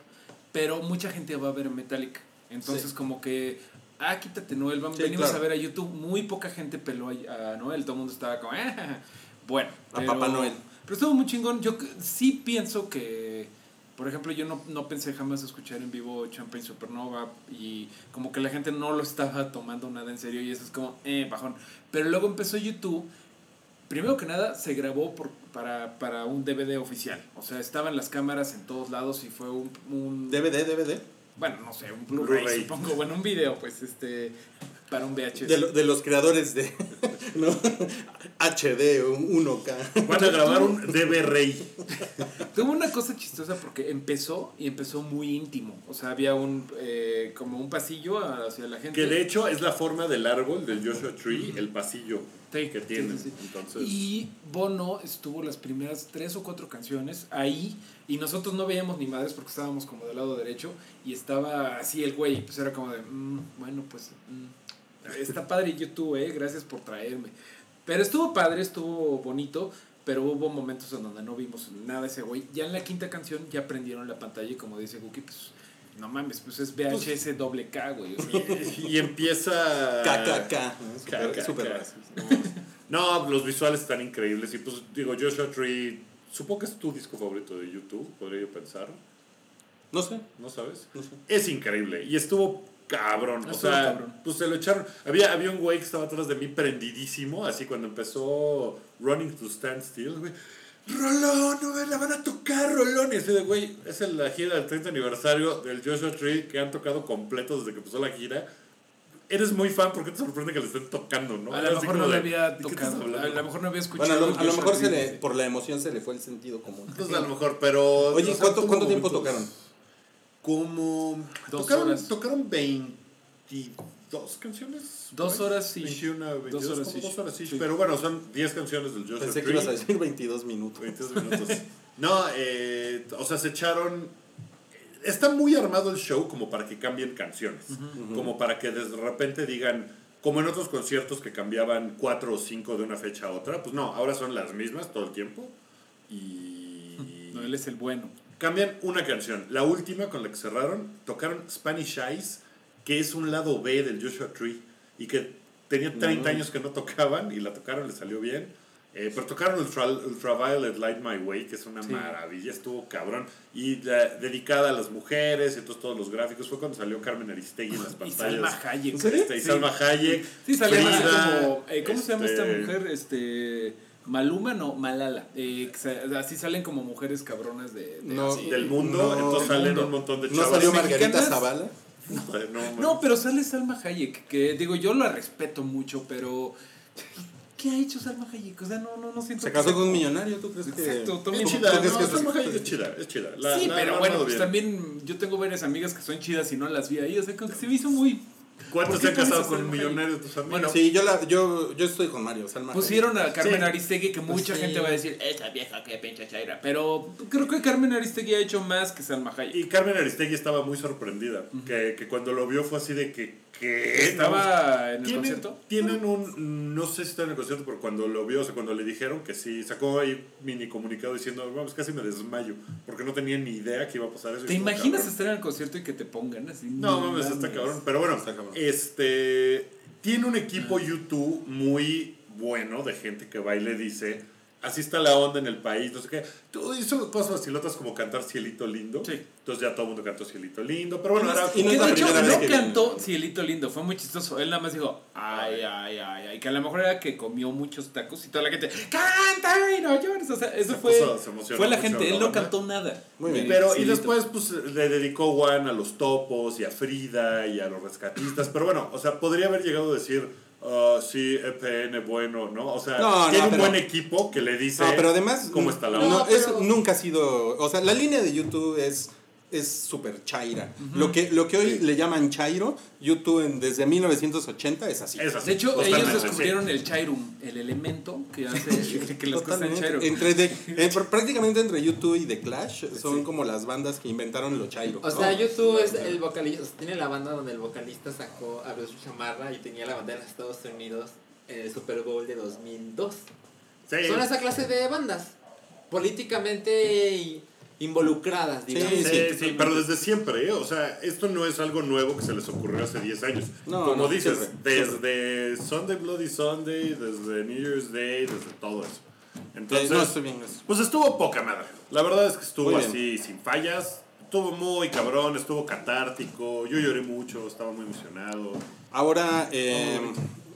Speaker 4: pero mucha gente va a ver a Metallica. Entonces,
Speaker 3: Sí.
Speaker 4: como que, ah, quítate Noel, vamos,
Speaker 3: Sí,
Speaker 4: venimos
Speaker 3: claro.
Speaker 4: a ver a YouTube. Muy poca gente peló a, a Noel, todo el mundo estaba como, "Ah". bueno.
Speaker 3: A Papá Noel.
Speaker 4: Pero estuvo muy chingón. Yo c- sí pienso que, por ejemplo, yo no, no pensé jamás escuchar en vivo Champagne Supernova y como que la gente no lo estaba tomando nada en serio y eso es como, eh, bajón. Pero luego empezó YouTube. Primero que nada, se grabó por, para, para un DVD oficial. O sea, estaban las cámaras en todos lados y fue un... un
Speaker 3: DVD, DVD.
Speaker 4: Bueno, no sé, un Blu-ray,
Speaker 2: Blu-ray.
Speaker 4: supongo. Bueno, un video, pues, este. Para un VHS.
Speaker 3: De, lo- de los creadores de ¿no? HD, un 1K.
Speaker 2: Van a grabar un DB Rey.
Speaker 4: Tuvo una cosa chistosa porque empezó y empezó muy íntimo. O sea, había un eh, como un pasillo hacia la gente.
Speaker 2: Que de hecho es la forma del árbol del Joshua Tree, el pasillo
Speaker 4: Sí,
Speaker 2: que tiene.
Speaker 4: sí, sí, sí.
Speaker 2: Entonces,
Speaker 4: Y Bono estuvo las primeras tres o cuatro canciones ahí y nosotros no veíamos ni madres porque estábamos como del lado derecho y estaba así el güey, pues era como de, "Mm, bueno, pues mm, está padre YouTube, eh, gracias por traerme. Pero estuvo padre, estuvo bonito, pero hubo momentos en donde no vimos nada de ese güey. Ya en la quinta canción ya prendieron la pantalla y como dice Guki, pues no mames, pues es VHS doble K, güey. o sea,
Speaker 2: y empieza.
Speaker 3: KKK. ¿no?
Speaker 2: KKK.
Speaker 3: Super, super racista.
Speaker 2: No, los visuales están increíbles. Y pues digo, Joshua Tree, supongo que es tu disco favorito de YouTube, podría yo pensar.
Speaker 3: No sé.
Speaker 2: ¿No sabes?
Speaker 3: No sé.
Speaker 2: Es increíble. Y estuvo cabrón. O
Speaker 4: Estuvo
Speaker 2: sea,
Speaker 4: cabrón.
Speaker 2: pues se lo echaron. Había, había un güey que estaba atrás de mí prendidísimo, así cuando empezó Running to Stand Still, güey. Rolón, no güey, la van a tocar, Rolón. Y así de, güey, es el- la gira del 30 aniversario del Joshua Tree que han tocado completo desde que empezó la gira. Eres muy fan, ¿por qué te sorprende que le estén tocando, no?
Speaker 4: a
Speaker 2: Era
Speaker 4: lo
Speaker 2: así
Speaker 4: mejor no
Speaker 2: como
Speaker 4: le
Speaker 2: de,
Speaker 4: había
Speaker 2: ¿de qué estás
Speaker 4: tocado, a
Speaker 2: hablando?
Speaker 4: lo mejor no había escuchado.
Speaker 3: Bueno, a lo, a lo
Speaker 4: Joshua
Speaker 3: mejor se
Speaker 4: Tree,
Speaker 3: le,
Speaker 4: sí.
Speaker 3: por la emoción se le fue el sentido común.
Speaker 2: Entonces, Pues, a lo mejor, pero.
Speaker 3: Oye,
Speaker 2: o sea,
Speaker 3: ¿cuánto,
Speaker 2: tuvo
Speaker 3: cuánto tiempo
Speaker 2: momentos-
Speaker 3: tocaron?
Speaker 2: Como.
Speaker 4: Dos
Speaker 2: tocaron,
Speaker 4: horas.
Speaker 2: Tocaron 22 canciones.
Speaker 4: Dos
Speaker 2: por ahí.
Speaker 4: horas ish.
Speaker 2: 21, 22,
Speaker 4: Dos horas
Speaker 2: como
Speaker 4: ish.
Speaker 2: dos horas ish.
Speaker 4: Sí.
Speaker 2: Pero bueno, son 10 canciones del Joshua
Speaker 3: Pensé que
Speaker 2: Tree.
Speaker 3: ibas a decir 22 minutos.
Speaker 2: 22 minutos. No, eh, o sea, se echaron. Está muy armado el show como para que cambien canciones. Como para que de repente digan, como en otros conciertos que cambiaban cuatro o cinco de una fecha a otra, pues no, ahora son las mismas todo el tiempo. Y.
Speaker 4: No, él es el bueno.
Speaker 2: Cambian una canción. La última con la que cerraron, tocaron Spanish Eyes, que es un lado B del Joshua Tree. Y que
Speaker 4: Mm.
Speaker 2: tenía 30 años que no tocaban y la tocaron, le salió bien. Eh, pero tocaron Ultra, Ultraviolet Light My Way, que es una
Speaker 4: Sí.
Speaker 2: maravilla, estuvo cabrón. Y la- dedicada a las mujeres, entonces todos los gráficos. Fue cuando salió Carmen Aristegui en las
Speaker 4: Y Salma
Speaker 2: pantallas.
Speaker 4: Hayek.
Speaker 2: Este, y Salma Hayek.
Speaker 4: Sí, salía así
Speaker 2: Frida,
Speaker 4: como. eh, ¿Cómo se llama esta
Speaker 2: este,
Speaker 4: mujer? Este. Maluma, no, Malala. Eh, que sa- así salen como mujeres cabronas de. de-
Speaker 3: No.
Speaker 4: así.
Speaker 2: Del mundo,
Speaker 3: No,
Speaker 2: entonces
Speaker 4: del
Speaker 2: salen
Speaker 4: mundo.
Speaker 2: un montón de
Speaker 3: ¿No
Speaker 2: chavas.
Speaker 3: salió Margarita
Speaker 4: mexicanas?
Speaker 3: Zavala?
Speaker 2: No, man.
Speaker 4: No, pero sale Salma Hayek, que digo, yo la respeto mucho, pero. ¿Qué ha hecho Salma Hayek? O sea, no, no, no siento.
Speaker 3: Se
Speaker 4: que-
Speaker 3: casó con un millonario, ¿tú crees que...?
Speaker 4: Exacto, todo
Speaker 2: Bien
Speaker 4: mundo-
Speaker 2: chida,
Speaker 4: ¿tú
Speaker 2: no,
Speaker 4: crees que
Speaker 2: esta
Speaker 4: eso-
Speaker 2: mujer es chida, es chida. La- la-
Speaker 4: sí,
Speaker 2: la
Speaker 4: pero
Speaker 2: han
Speaker 4: bueno,
Speaker 2: armado
Speaker 4: pues
Speaker 2: bien.
Speaker 4: también yo tengo varias amigas que son chidas y no las vi ahí. O sea, como que se me hizo muy.
Speaker 2: ¿Cuántos
Speaker 4: ¿Por qué
Speaker 2: se han casado
Speaker 4: pones a
Speaker 2: con un
Speaker 4: Salma
Speaker 2: millonario tus amigos?
Speaker 3: Sí, yo, la, yo, yo estoy con Mario, Salma.
Speaker 4: Pusieron a Carmen
Speaker 2: Sí.
Speaker 4: Aristegui que mucha
Speaker 5: Pues sí.
Speaker 4: gente va a decir, esa vieja que pinche chaira. Pero creo que Carmen Aristegui ha hecho más que Salma Hayek.
Speaker 2: Y Carmen Aristegui estaba muy sorprendida, que, que cuando lo vio fue así de que...
Speaker 4: Eh,
Speaker 2: ¿qué?
Speaker 4: Estaba en el
Speaker 2: ¿Tienen,
Speaker 4: concierto.
Speaker 2: tienen un, no sé si está en el concierto, pero cuando lo vio, o sea, cuando le dijeron que sí, sacó ahí mini comunicado diciendo, vamos, casi me desmayo, porque no tenía ni idea que iba a pasar eso.
Speaker 4: ¿Te
Speaker 2: Y estuvo
Speaker 4: imaginas
Speaker 2: cabrón.
Speaker 4: estar en el concierto y que te pongan así?
Speaker 2: No, mames, está cabrón. Pero bueno,
Speaker 3: Está cabrón.
Speaker 2: este. Tiene un equipo YouTube muy bueno de gente que va y le dice. Así está la onda en el país, no sé qué. Todo hizo cosas facilotas como cantar Cielito Lindo.
Speaker 4: Sí.
Speaker 2: Entonces ya todo el mundo cantó Cielito Lindo. Pero bueno, era.
Speaker 3: Y
Speaker 4: Y
Speaker 3: no
Speaker 4: que
Speaker 3: es la
Speaker 4: de hecho
Speaker 3: primera vez
Speaker 4: no
Speaker 3: que
Speaker 4: cantó
Speaker 3: viene.
Speaker 4: Cielito Lindo, fue muy chistoso. Él nada más dijo, ay, ay, ay, ay. Que a lo mejor era que comió muchos tacos y toda la gente, canta y no llores. O sea, eso
Speaker 2: Se
Speaker 4: fue.
Speaker 2: puso- se emocionó
Speaker 4: fue la
Speaker 2: mucho,
Speaker 4: gente, él
Speaker 2: ¿no?
Speaker 4: no cantó nada.
Speaker 3: Muy bien.
Speaker 2: Pero, y
Speaker 4: Cielito.
Speaker 2: después, pues, le dedicó Juan a los topos y a Frida y a los rescatistas. Pero bueno, o sea, podría haber llegado a decir, ah, sí, EPN, bueno, ¿no? O sea,
Speaker 3: No, no,
Speaker 2: tiene un
Speaker 3: pero-
Speaker 2: buen equipo que le dice
Speaker 3: No, pero además...
Speaker 2: cómo está la
Speaker 3: no,
Speaker 2: onda.
Speaker 3: es-
Speaker 5: pero-
Speaker 3: Nunca ha sido... O sea, la línea de YouTube es es súper chaira. lo, que, lo que hoy le llaman chairo, YouTube en- desde 1980 es así.
Speaker 2: Es así,
Speaker 4: De hecho, ellos
Speaker 2: totalmente, sí.
Speaker 4: descubrieron el chairum, el elemento que hace que las cosas en chairo.
Speaker 3: Totalmente. Entre de- eh, pr- prácticamente entre YouTube y The Clash son como las bandas que inventaron lo chairo.
Speaker 5: O sea,
Speaker 3: ¿no?
Speaker 5: YouTube es el vocalista, o sea, tiene la banda donde el vocalista sacó, abrió su chamarra y tenía la bandera de Estados Unidos en el Super Bowl de 2002.
Speaker 2: Sí.
Speaker 5: Son esa clase de bandas, políticamente i- involucradas, digamos.
Speaker 2: Sí,
Speaker 3: Sí,
Speaker 2: sí, pero desde siempre, ¿eh? O sea, esto no es algo nuevo que se les ocurrió hace 10 años.
Speaker 3: No,
Speaker 2: Como
Speaker 3: no,
Speaker 2: dices,
Speaker 3: siempre,
Speaker 2: desde Sunday Bloody Sunday, desde New Year's Day, desde todo eso. Entonces,
Speaker 3: Eh, no, estoy bien, gracias.
Speaker 2: pues estuvo poca madre. La verdad es que estuvo
Speaker 3: Muy bien.
Speaker 2: así, sin fallas. Estuvo muy cabrón, estuvo catártico. Yo lloré mucho, estaba muy emocionado.
Speaker 3: Ahora, eh,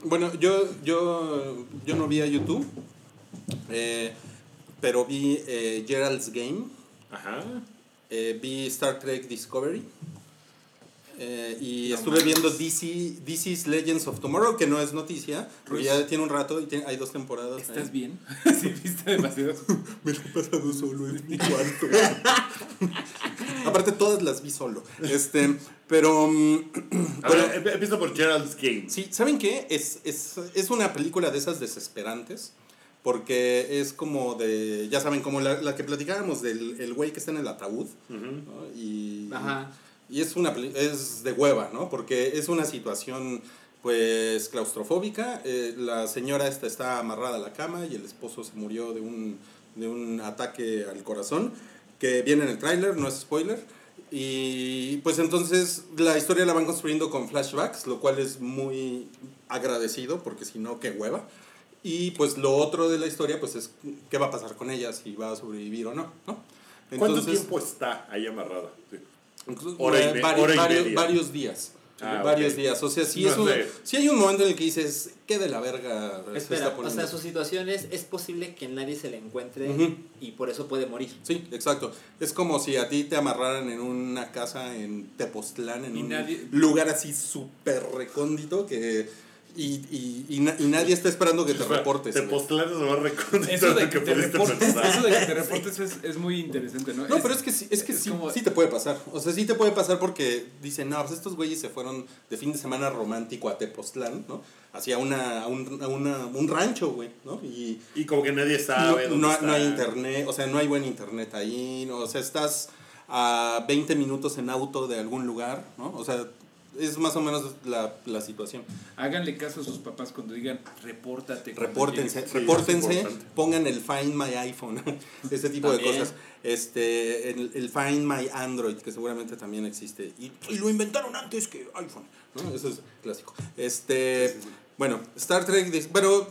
Speaker 3: bueno, yo, yo, yo no vi a YouTube, eh, pero vi eh, Gerald's Game,
Speaker 2: Ajá.
Speaker 3: eh, vi Star Trek Discovery, eh, y
Speaker 5: No
Speaker 3: estuve
Speaker 5: mames.
Speaker 3: viendo DC, DC's Legends of Tomorrow, que no es noticia, porque
Speaker 4: Ruiz.
Speaker 3: ya tiene un rato y tiene- hay dos temporadas.
Speaker 4: ¿Estás
Speaker 3: ahí.
Speaker 4: bien? sí, viste demasiado.
Speaker 3: Me lo he pasado solo en mi cuarto. Aparte, todas las vi solo. Este, pero. mm,
Speaker 2: A
Speaker 3: bueno,
Speaker 2: ver, emp- empiezo por Gerald's Game.
Speaker 3: Sí, ¿saben qué? Es, es, es una película de esas desesperantes. Porque es como de. Ya saben, como la, la que platicábamos del el güey que está en el ataúd.
Speaker 2: Ujú.
Speaker 3: ¿no? Y,
Speaker 5: Ajá.
Speaker 3: y es una peli- es de hueva, ¿no? Porque es una situación pues claustrofóbica. Eh, la señora esta está amarrada a la cama y el esposo se murió de un, de un ataque al corazón, que viene en el tráiler, no es spoiler. Y pues entonces la historia la van construyendo con flashbacks, lo cual es muy agradecido, porque si no, qué hueva. Y pues lo otro de la historia pues es qué va a pasar con ella, si va a sobrevivir o no, ¿no?
Speaker 2: ¿Cuánto
Speaker 3: Entonces-
Speaker 2: tiempo está ahí amarrada? Sí.
Speaker 3: Incluso,
Speaker 2: Hora y
Speaker 3: eh,
Speaker 2: me-
Speaker 3: varios,
Speaker 2: hora y
Speaker 3: varios-
Speaker 2: media.
Speaker 3: varios días.
Speaker 2: Ah,
Speaker 3: varios
Speaker 2: ok.
Speaker 3: días. O sea, sí,
Speaker 2: No
Speaker 3: es una-
Speaker 2: sé.
Speaker 3: sí hay un momento en el que dices, ¿qué de la verga se
Speaker 5: Espera,
Speaker 3: está
Speaker 5: o
Speaker 3: poniendo?
Speaker 5: sea, su situación es, es posible que nadie se le encuentre
Speaker 3: Ujú.
Speaker 5: y por eso puede morir.
Speaker 3: Sí, exacto. Es como si a ti te amarraran en una casa en Tepoztlán, en
Speaker 4: Y
Speaker 3: un
Speaker 4: nadie-
Speaker 3: lugar así súper recóndito que... Y, y- y na- y nadie está esperando que te reportes.
Speaker 2: Te
Speaker 3: güey.
Speaker 2: postulares lo más
Speaker 4: Eso
Speaker 2: recóndito
Speaker 4: de
Speaker 2: de
Speaker 4: que
Speaker 2: que
Speaker 4: te
Speaker 2: pudiste
Speaker 4: reportes, eso
Speaker 2: pensar.
Speaker 4: de que te reportes es, es muy interesante, ¿no?
Speaker 3: No, pero es que sí, es que
Speaker 4: es
Speaker 3: sí,
Speaker 4: como-
Speaker 3: sí te puede pasar. O sea, sí te puede pasar porque dicen, no, pues estos güeyes se fueron de fin de semana romántico a Tepoztlán, ¿no? Hacia una, a un, a una- un rancho, güey, ¿no? Y
Speaker 2: Y como que nadie sabe.
Speaker 3: no,
Speaker 2: dónde
Speaker 3: no-
Speaker 2: está.
Speaker 3: no hay internet, o sea, no hay buen internet ahí, no, o sea, estás a 20 minutos en auto de algún lugar, ¿no? O sea, es más o menos la, la situación.
Speaker 4: Háganle caso a sus papás cuando digan, repórtate. cuando
Speaker 3: Repórtense,
Speaker 4: llegues".
Speaker 2: sí, es
Speaker 3: repórtense,
Speaker 2: importante.
Speaker 3: pongan el Find My iPhone, ese tipo de
Speaker 5: También.
Speaker 3: cosas. Este, el, el Find My Android, que seguramente también existe. Y, y lo inventaron antes que iPhone. ¿no? Eso es clásico. Este, bueno, Star Trek, dis- pero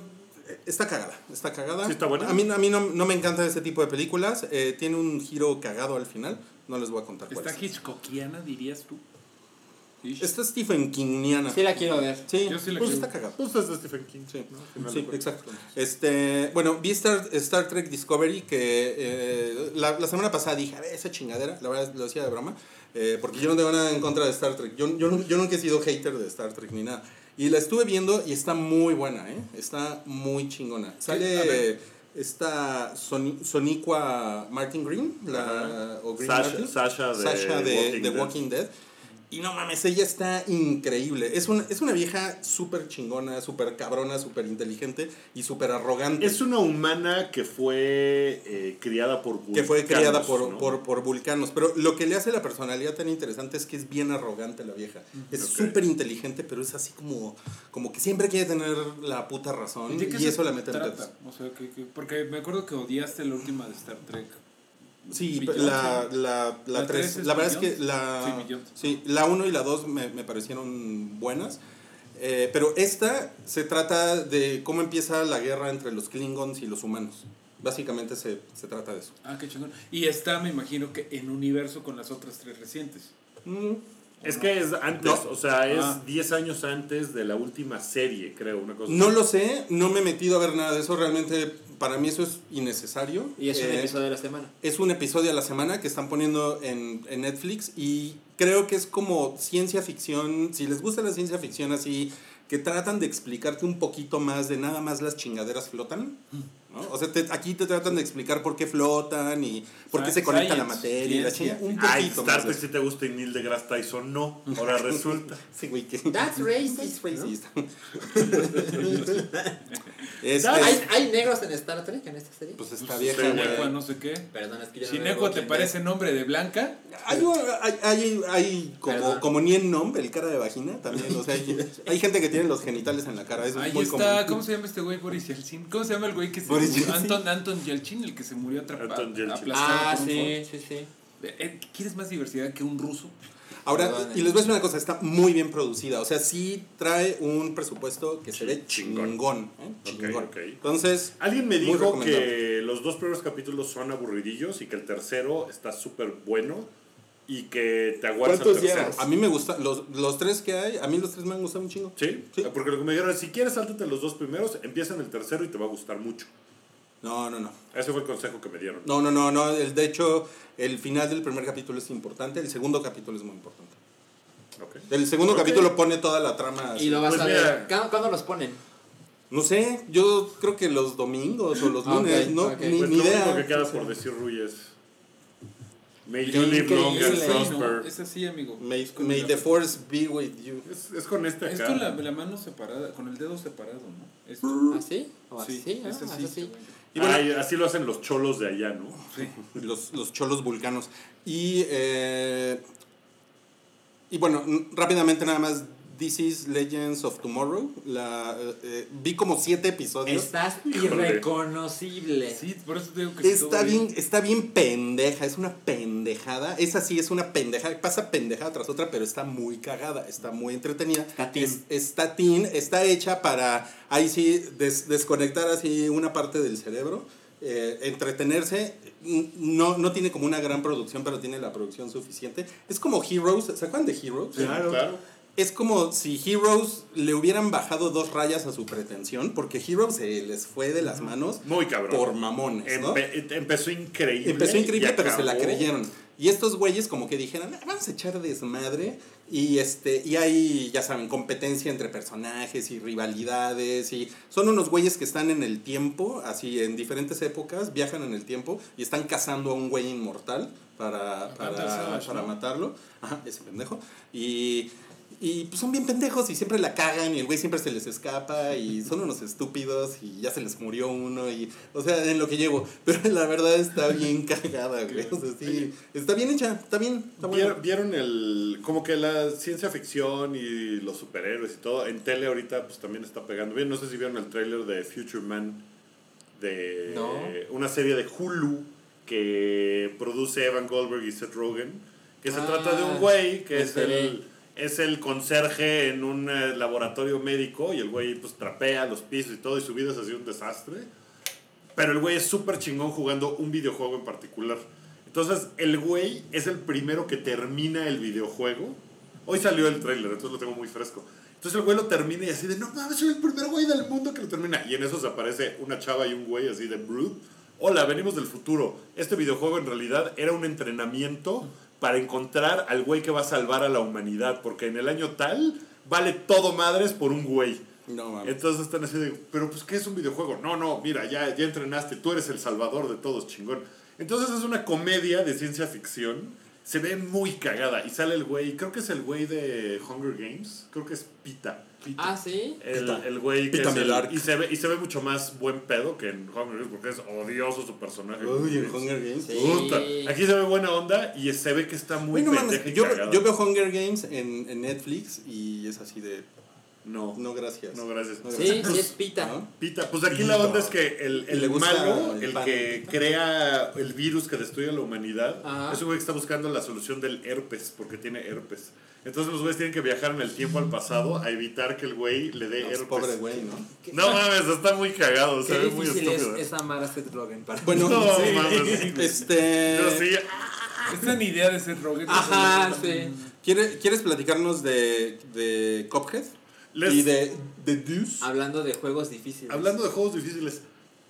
Speaker 3: eh, está cagada, está cagada.
Speaker 2: ¿Sí está buena?
Speaker 3: A mí, a mí no, no me encanta ese tipo de películas. eh, tiene un giro cagado al final. No les voy a contar cuál
Speaker 4: ¿Está
Speaker 3: es.
Speaker 4: Hitchcockiana, dirías tú? Ish.
Speaker 3: Está Stephen Kingiana.
Speaker 5: Sí la quiero ver.
Speaker 3: Sí,
Speaker 4: Yo sí la
Speaker 3: pues
Speaker 4: quiero.
Speaker 3: está cagada.
Speaker 2: Pues es de Stephen King.
Speaker 3: Sí,
Speaker 2: ¿no? Al final
Speaker 3: sí,
Speaker 2: de cuentas.
Speaker 3: exacto. Este, bueno, vi Star, Star Trek Discovery que eh, la, la semana pasada dije, a ver, esa chingadera, la verdad lo decía de broma, eh, porque yo no tengo nada en contra de Star Trek. Yo, yo, nu- yo nunca he sido hater de Star Trek ni nada. Y la estuve viendo y está muy buena, ¿eh? Está muy chingona.
Speaker 4: A
Speaker 3: Sale
Speaker 4: ver.
Speaker 3: eh, esta Soni- Soniqua Martin Green, la, o Green
Speaker 2: Sasha-
Speaker 3: Martin.
Speaker 2: Sasha de
Speaker 3: Sasha
Speaker 2: Walking
Speaker 3: de
Speaker 2: Dead.
Speaker 3: Walking Dead. Y no mames, ella está increíble. Es una, es una vieja súper chingona, súper cabrona, súper inteligente y súper arrogante.
Speaker 2: Es una humana que fue eh, criada por
Speaker 3: que fue
Speaker 2: vulcanos,
Speaker 3: criada por,
Speaker 2: ¿no?
Speaker 3: por, por vulcanos. Pero lo que le hace la personalidad tan interesante es que es bien arrogante la vieja. Es
Speaker 2: Ok.
Speaker 3: súper inteligente, pero es así como, como que siempre quiere tener la puta razón.
Speaker 4: ¿De qué
Speaker 3: Y
Speaker 4: se
Speaker 3: eso la mete en
Speaker 4: trata?
Speaker 3: pedos.
Speaker 4: O sea, que- que- porque me acuerdo que odiaste la última de Star Trek.
Speaker 3: Sí,
Speaker 4: Beyond,
Speaker 3: la, la,
Speaker 4: La
Speaker 3: la,
Speaker 4: tres
Speaker 3: 3.
Speaker 4: es
Speaker 3: la verdad es que
Speaker 4: Beyond. Sí,
Speaker 3: la.
Speaker 4: Beyond.
Speaker 3: Sí, la 1 y la 2 me, me parecieron buenas. Eh, pero esta se trata de cómo empieza la guerra entre los Klingons y los humanos. Básicamente se, se trata de eso.
Speaker 4: Ah, qué chingón. Y está, me imagino, que en universo con las otras tres recientes.
Speaker 5: Mm.
Speaker 2: Es que es antes,
Speaker 3: No.
Speaker 2: o sea,
Speaker 4: Ah.
Speaker 2: es 10 años antes de la última serie, creo, una cosa
Speaker 3: No
Speaker 2: así.
Speaker 3: lo sé, no me he metido a ver nada de eso. Realmente para mí eso es innecesario.
Speaker 5: Y es un
Speaker 3: Eh,
Speaker 5: episodio de la semana.
Speaker 3: es un episodio a la semana que están poniendo en, en Netflix y creo que es como ciencia ficción, si les gusta la ciencia ficción así, que tratan de explicarte un poquito más de nada más las chingaderas flotan. ¿no? O sea, te- aquí te tratan de explicar por qué flotan y por qué
Speaker 4: Sci-
Speaker 3: se conecta la
Speaker 4: Ah, science,
Speaker 3: materia. y la
Speaker 4: ciencia.
Speaker 3: chinga- un
Speaker 2: Ay,
Speaker 3: poquito
Speaker 2: Star
Speaker 3: más.
Speaker 2: Trek
Speaker 3: de-
Speaker 2: sí te gusta y Neil deGrasse Tyson no. Ahora resulta.
Speaker 3: Sí, güey, que-
Speaker 5: That's racist.
Speaker 3: racist. Este,
Speaker 5: ¿Hay, hay negros en Star Trek en esta serie?
Speaker 3: pues
Speaker 4: Pues,
Speaker 3: esta vieja,
Speaker 2: sí,
Speaker 3: güey.
Speaker 4: Sinecua, no sé qué.
Speaker 5: Perdón, es que yo no veo
Speaker 4: Sinecua, ¿te
Speaker 5: Walking
Speaker 4: parece nombre de Blanca?
Speaker 3: Hay, hay, hay- hay como,
Speaker 5: Perdón.
Speaker 3: como ni en nombre, el cara de vagina también. O sea, hay, hay gente que tiene los genitales en la cara. Eso es
Speaker 4: Ahí
Speaker 3: muy
Speaker 4: está,
Speaker 3: común.
Speaker 4: ¿cómo se llama este güey? Boris Yeltsin. ¿Cómo se llama el güey que se
Speaker 3: Boris
Speaker 4: murió?
Speaker 3: Yeltsin.
Speaker 4: Anton, Anton Yeltsin, el que se murió atrapado.
Speaker 2: Anton Yeltsin.
Speaker 5: Dead.
Speaker 4: aplastado
Speaker 5: Ah,
Speaker 4: por un
Speaker 5: sí, sí, sí.
Speaker 4: foro. Eh, ¿Quieres más diversidad que un ruso?
Speaker 3: Ahora,
Speaker 5: Perdón,
Speaker 3: y les voy a decir una cosa, está muy bien producida. O sea, sí trae un presupuesto que se ve
Speaker 2: Chingón.
Speaker 3: chingón. ¿eh? Chingón.
Speaker 2: ok.
Speaker 3: Entonces,
Speaker 2: Alguien me
Speaker 3: Muy
Speaker 2: dijo
Speaker 3: recomendable.
Speaker 2: que los dos primeros capítulos son aburridillos y que el tercero está súper bueno y que te aguantas
Speaker 5: ¿Cuántos
Speaker 2: al tercero.
Speaker 5: llevas?
Speaker 3: a mí me gusta, los, los tres que hay, a mí los tres me han gustado un chingo.
Speaker 2: ¿Sí? Ah, porque lo que me dijeron es, si quieres, sáltate los dos primeros, empieza en el tercero y te va a gustar mucho.
Speaker 3: No, no, no.
Speaker 2: Ese fue el consejo que me dieron.
Speaker 3: No, no, no, no. El, de hecho, el final del primer capítulo es importante, el segundo capítulo es muy importante.
Speaker 2: Ok.
Speaker 3: El segundo
Speaker 2: Ok.
Speaker 3: capítulo pone toda la trama. así.
Speaker 5: Y lo vas
Speaker 2: Pues
Speaker 5: a ver.
Speaker 2: mira.
Speaker 5: ¿Cuándo, cuándo los ponen?
Speaker 3: No sé, yo creo que los domingos o los
Speaker 5: Ah, ok,
Speaker 3: lunes, no,
Speaker 5: ok.
Speaker 3: ni,
Speaker 2: Pues
Speaker 3: ni
Speaker 2: lo
Speaker 3: idea.
Speaker 2: único que queda por decir Rui es. May you
Speaker 5: Increíble.
Speaker 2: live long
Speaker 5: Es
Speaker 2: and
Speaker 5: la-
Speaker 2: prosper.
Speaker 4: Es así, amigo.
Speaker 3: May,
Speaker 4: Con
Speaker 3: may
Speaker 4: la-
Speaker 3: the force be with you.
Speaker 2: Es, es con este
Speaker 4: Es
Speaker 2: acá.
Speaker 4: con la, la mano separada, con el dedo separado, ¿no? Esto.
Speaker 5: ¿Así? ¿O
Speaker 4: Sí,
Speaker 5: así? Ah,
Speaker 2: este
Speaker 4: es así,
Speaker 5: es así.
Speaker 4: según yo.
Speaker 3: Y bueno-
Speaker 2: Ay, así lo hacen los cholos de allá, ¿no?
Speaker 4: Sí.
Speaker 3: Los, los cholos vulcanos. Y, eh, y bueno, n- rápidamente nada más. This is Legends of Tomorrow. La, eh, eh, vi como siete episodios.
Speaker 5: Estás
Speaker 2: Híjole.
Speaker 5: irreconocible.
Speaker 4: Sí, por eso te digo que
Speaker 3: Está
Speaker 4: todo
Speaker 3: bien, está bien pendeja, es una pendejada. Esa sí es una pendejada, pasa pendejada tras otra, pero está muy cagada, está muy entretenida.
Speaker 5: Está teen.
Speaker 3: Es- está teen, está hecha para ahí sí des- desconectar así una parte del cerebro, eh, entretenerse. N- No, no tiene como una gran producción, pero tiene la producción suficiente. Es como Heroes, ¿se acuerdan de Heroes?
Speaker 2: Claro.
Speaker 3: Es como si Heroes le hubieran bajado dos rayas a su pretensión, porque Heroes se les fue de las manos
Speaker 2: Muy cabrón.
Speaker 3: por mamones, ¿no?
Speaker 2: Empe- empezó increíble.
Speaker 3: Empezó increíble,
Speaker 2: y
Speaker 3: pero se la
Speaker 2: acabó.
Speaker 3: creyeron. Y estos güeyes como que dijeron, "Ah, vamos a echar desmadre. Y este, y hay, ya saben, competencia entre personajes y rivalidades. Y son unos güeyes que están en el tiempo, así en diferentes épocas, viajan en el tiempo y están cazando a un güey inmortal para, para,
Speaker 4: Panther Savage,
Speaker 3: para
Speaker 4: ¿no?
Speaker 3: matarlo. Ajá, ese pendejo. Y. Y pues, son bien pendejos y siempre la cagan y el güey siempre se les escapa y son unos estúpidos y ya se les murió uno y, o sea, en lo que llevo. Pero la verdad está bien cagada, güey. O sea, sí, está bien hecha, está bien, está bueno.
Speaker 2: Vier- Vieron el. Como que la ciencia ficción y los superhéroes y todo. En tele ahorita pues también está pegando bien. No sé si vieron el tráiler de Future Man. De
Speaker 5: No.
Speaker 2: una serie de Hulu que produce Evan Goldberg y Seth Rogen. Que se
Speaker 5: Ah,
Speaker 2: trata de un güey que
Speaker 5: me
Speaker 2: es el,
Speaker 5: enteré.
Speaker 2: es el conserje en un eh, laboratorio médico. Y el güey pues trapea los pisos y todo. Y su vida es así un desastre. Pero el güey es súper chingón jugando un videojuego en particular. Entonces, el güey es el primero que termina el videojuego. Hoy salió el tráiler, entonces lo tengo muy fresco. Entonces el güey lo termina y así de, no mames, soy el primer güey del mundo que lo termina. Y en eso se aparece una chava y un güey así de, brood. Hola, venimos del futuro. Este videojuego en realidad era un entrenamiento para encontrar al güey que va a salvar a la humanidad. Porque en el año tal vale todo madres por un güey.
Speaker 3: No mames.
Speaker 2: Entonces están así de, pero pues, ¿qué es un videojuego? No, no, mira, ya, ya entrenaste, tú eres el salvador de todos, chingón. Entonces es una comedia de ciencia ficción, se ve muy cagada y sale el güey, creo que es el güey de Hunger Games, creo que es Pita.
Speaker 5: Ah, sí.
Speaker 2: El,
Speaker 3: Pita.
Speaker 2: el güey que
Speaker 3: Pita
Speaker 2: es el-
Speaker 3: Mellark.
Speaker 2: y, se ve, y se ve mucho más buen pedo que en Hunger Games porque es odioso su personaje.
Speaker 3: Uy, en Hunger Games.
Speaker 5: Sí.
Speaker 2: Puta. Aquí se ve buena onda y se ve que está muy
Speaker 3: Uy, no mames,
Speaker 2: pendeja y
Speaker 3: yo,
Speaker 2: cagada.
Speaker 3: yo veo Hunger Games en, en Netflix y es así de,
Speaker 2: no, no,
Speaker 3: no gracias.
Speaker 2: gracias.
Speaker 3: No,
Speaker 5: Sí, sí es pita.
Speaker 3: ¿No?
Speaker 2: Pita, pues aquí
Speaker 3: Pita.
Speaker 2: la onda es que el, el
Speaker 3: Le gusta
Speaker 2: malo,
Speaker 3: el
Speaker 2: el
Speaker 3: pan.
Speaker 2: que crea el virus que destruye a la humanidad,
Speaker 5: Ajá.
Speaker 2: es un güey que está buscando la solución del herpes, porque tiene herpes. Entonces los güeyes tienen que viajar en el tiempo al pasado a evitar que el güey le dé
Speaker 3: No, pues,
Speaker 2: herpes.
Speaker 3: pobre güey, ¿no?
Speaker 2: No mames, está muy cagado, se
Speaker 5: Qué
Speaker 2: ve muy
Speaker 5: difícil es,
Speaker 2: estúpido. ¿eh?
Speaker 5: es amar a Seth Rogen para
Speaker 3: Bueno,
Speaker 2: No,
Speaker 3: sí,
Speaker 2: mames.
Speaker 3: este...
Speaker 2: Pero sí,
Speaker 4: Es tan idea de ser Rogen.
Speaker 5: Ajá, sí.
Speaker 2: mm.
Speaker 3: ¿quiere- ¿Quieres platicarnos de, de Cuphead?
Speaker 2: les-
Speaker 3: Y de, de Deuce.
Speaker 5: Hablando de juegos difíciles.
Speaker 2: Hablando de juegos difíciles,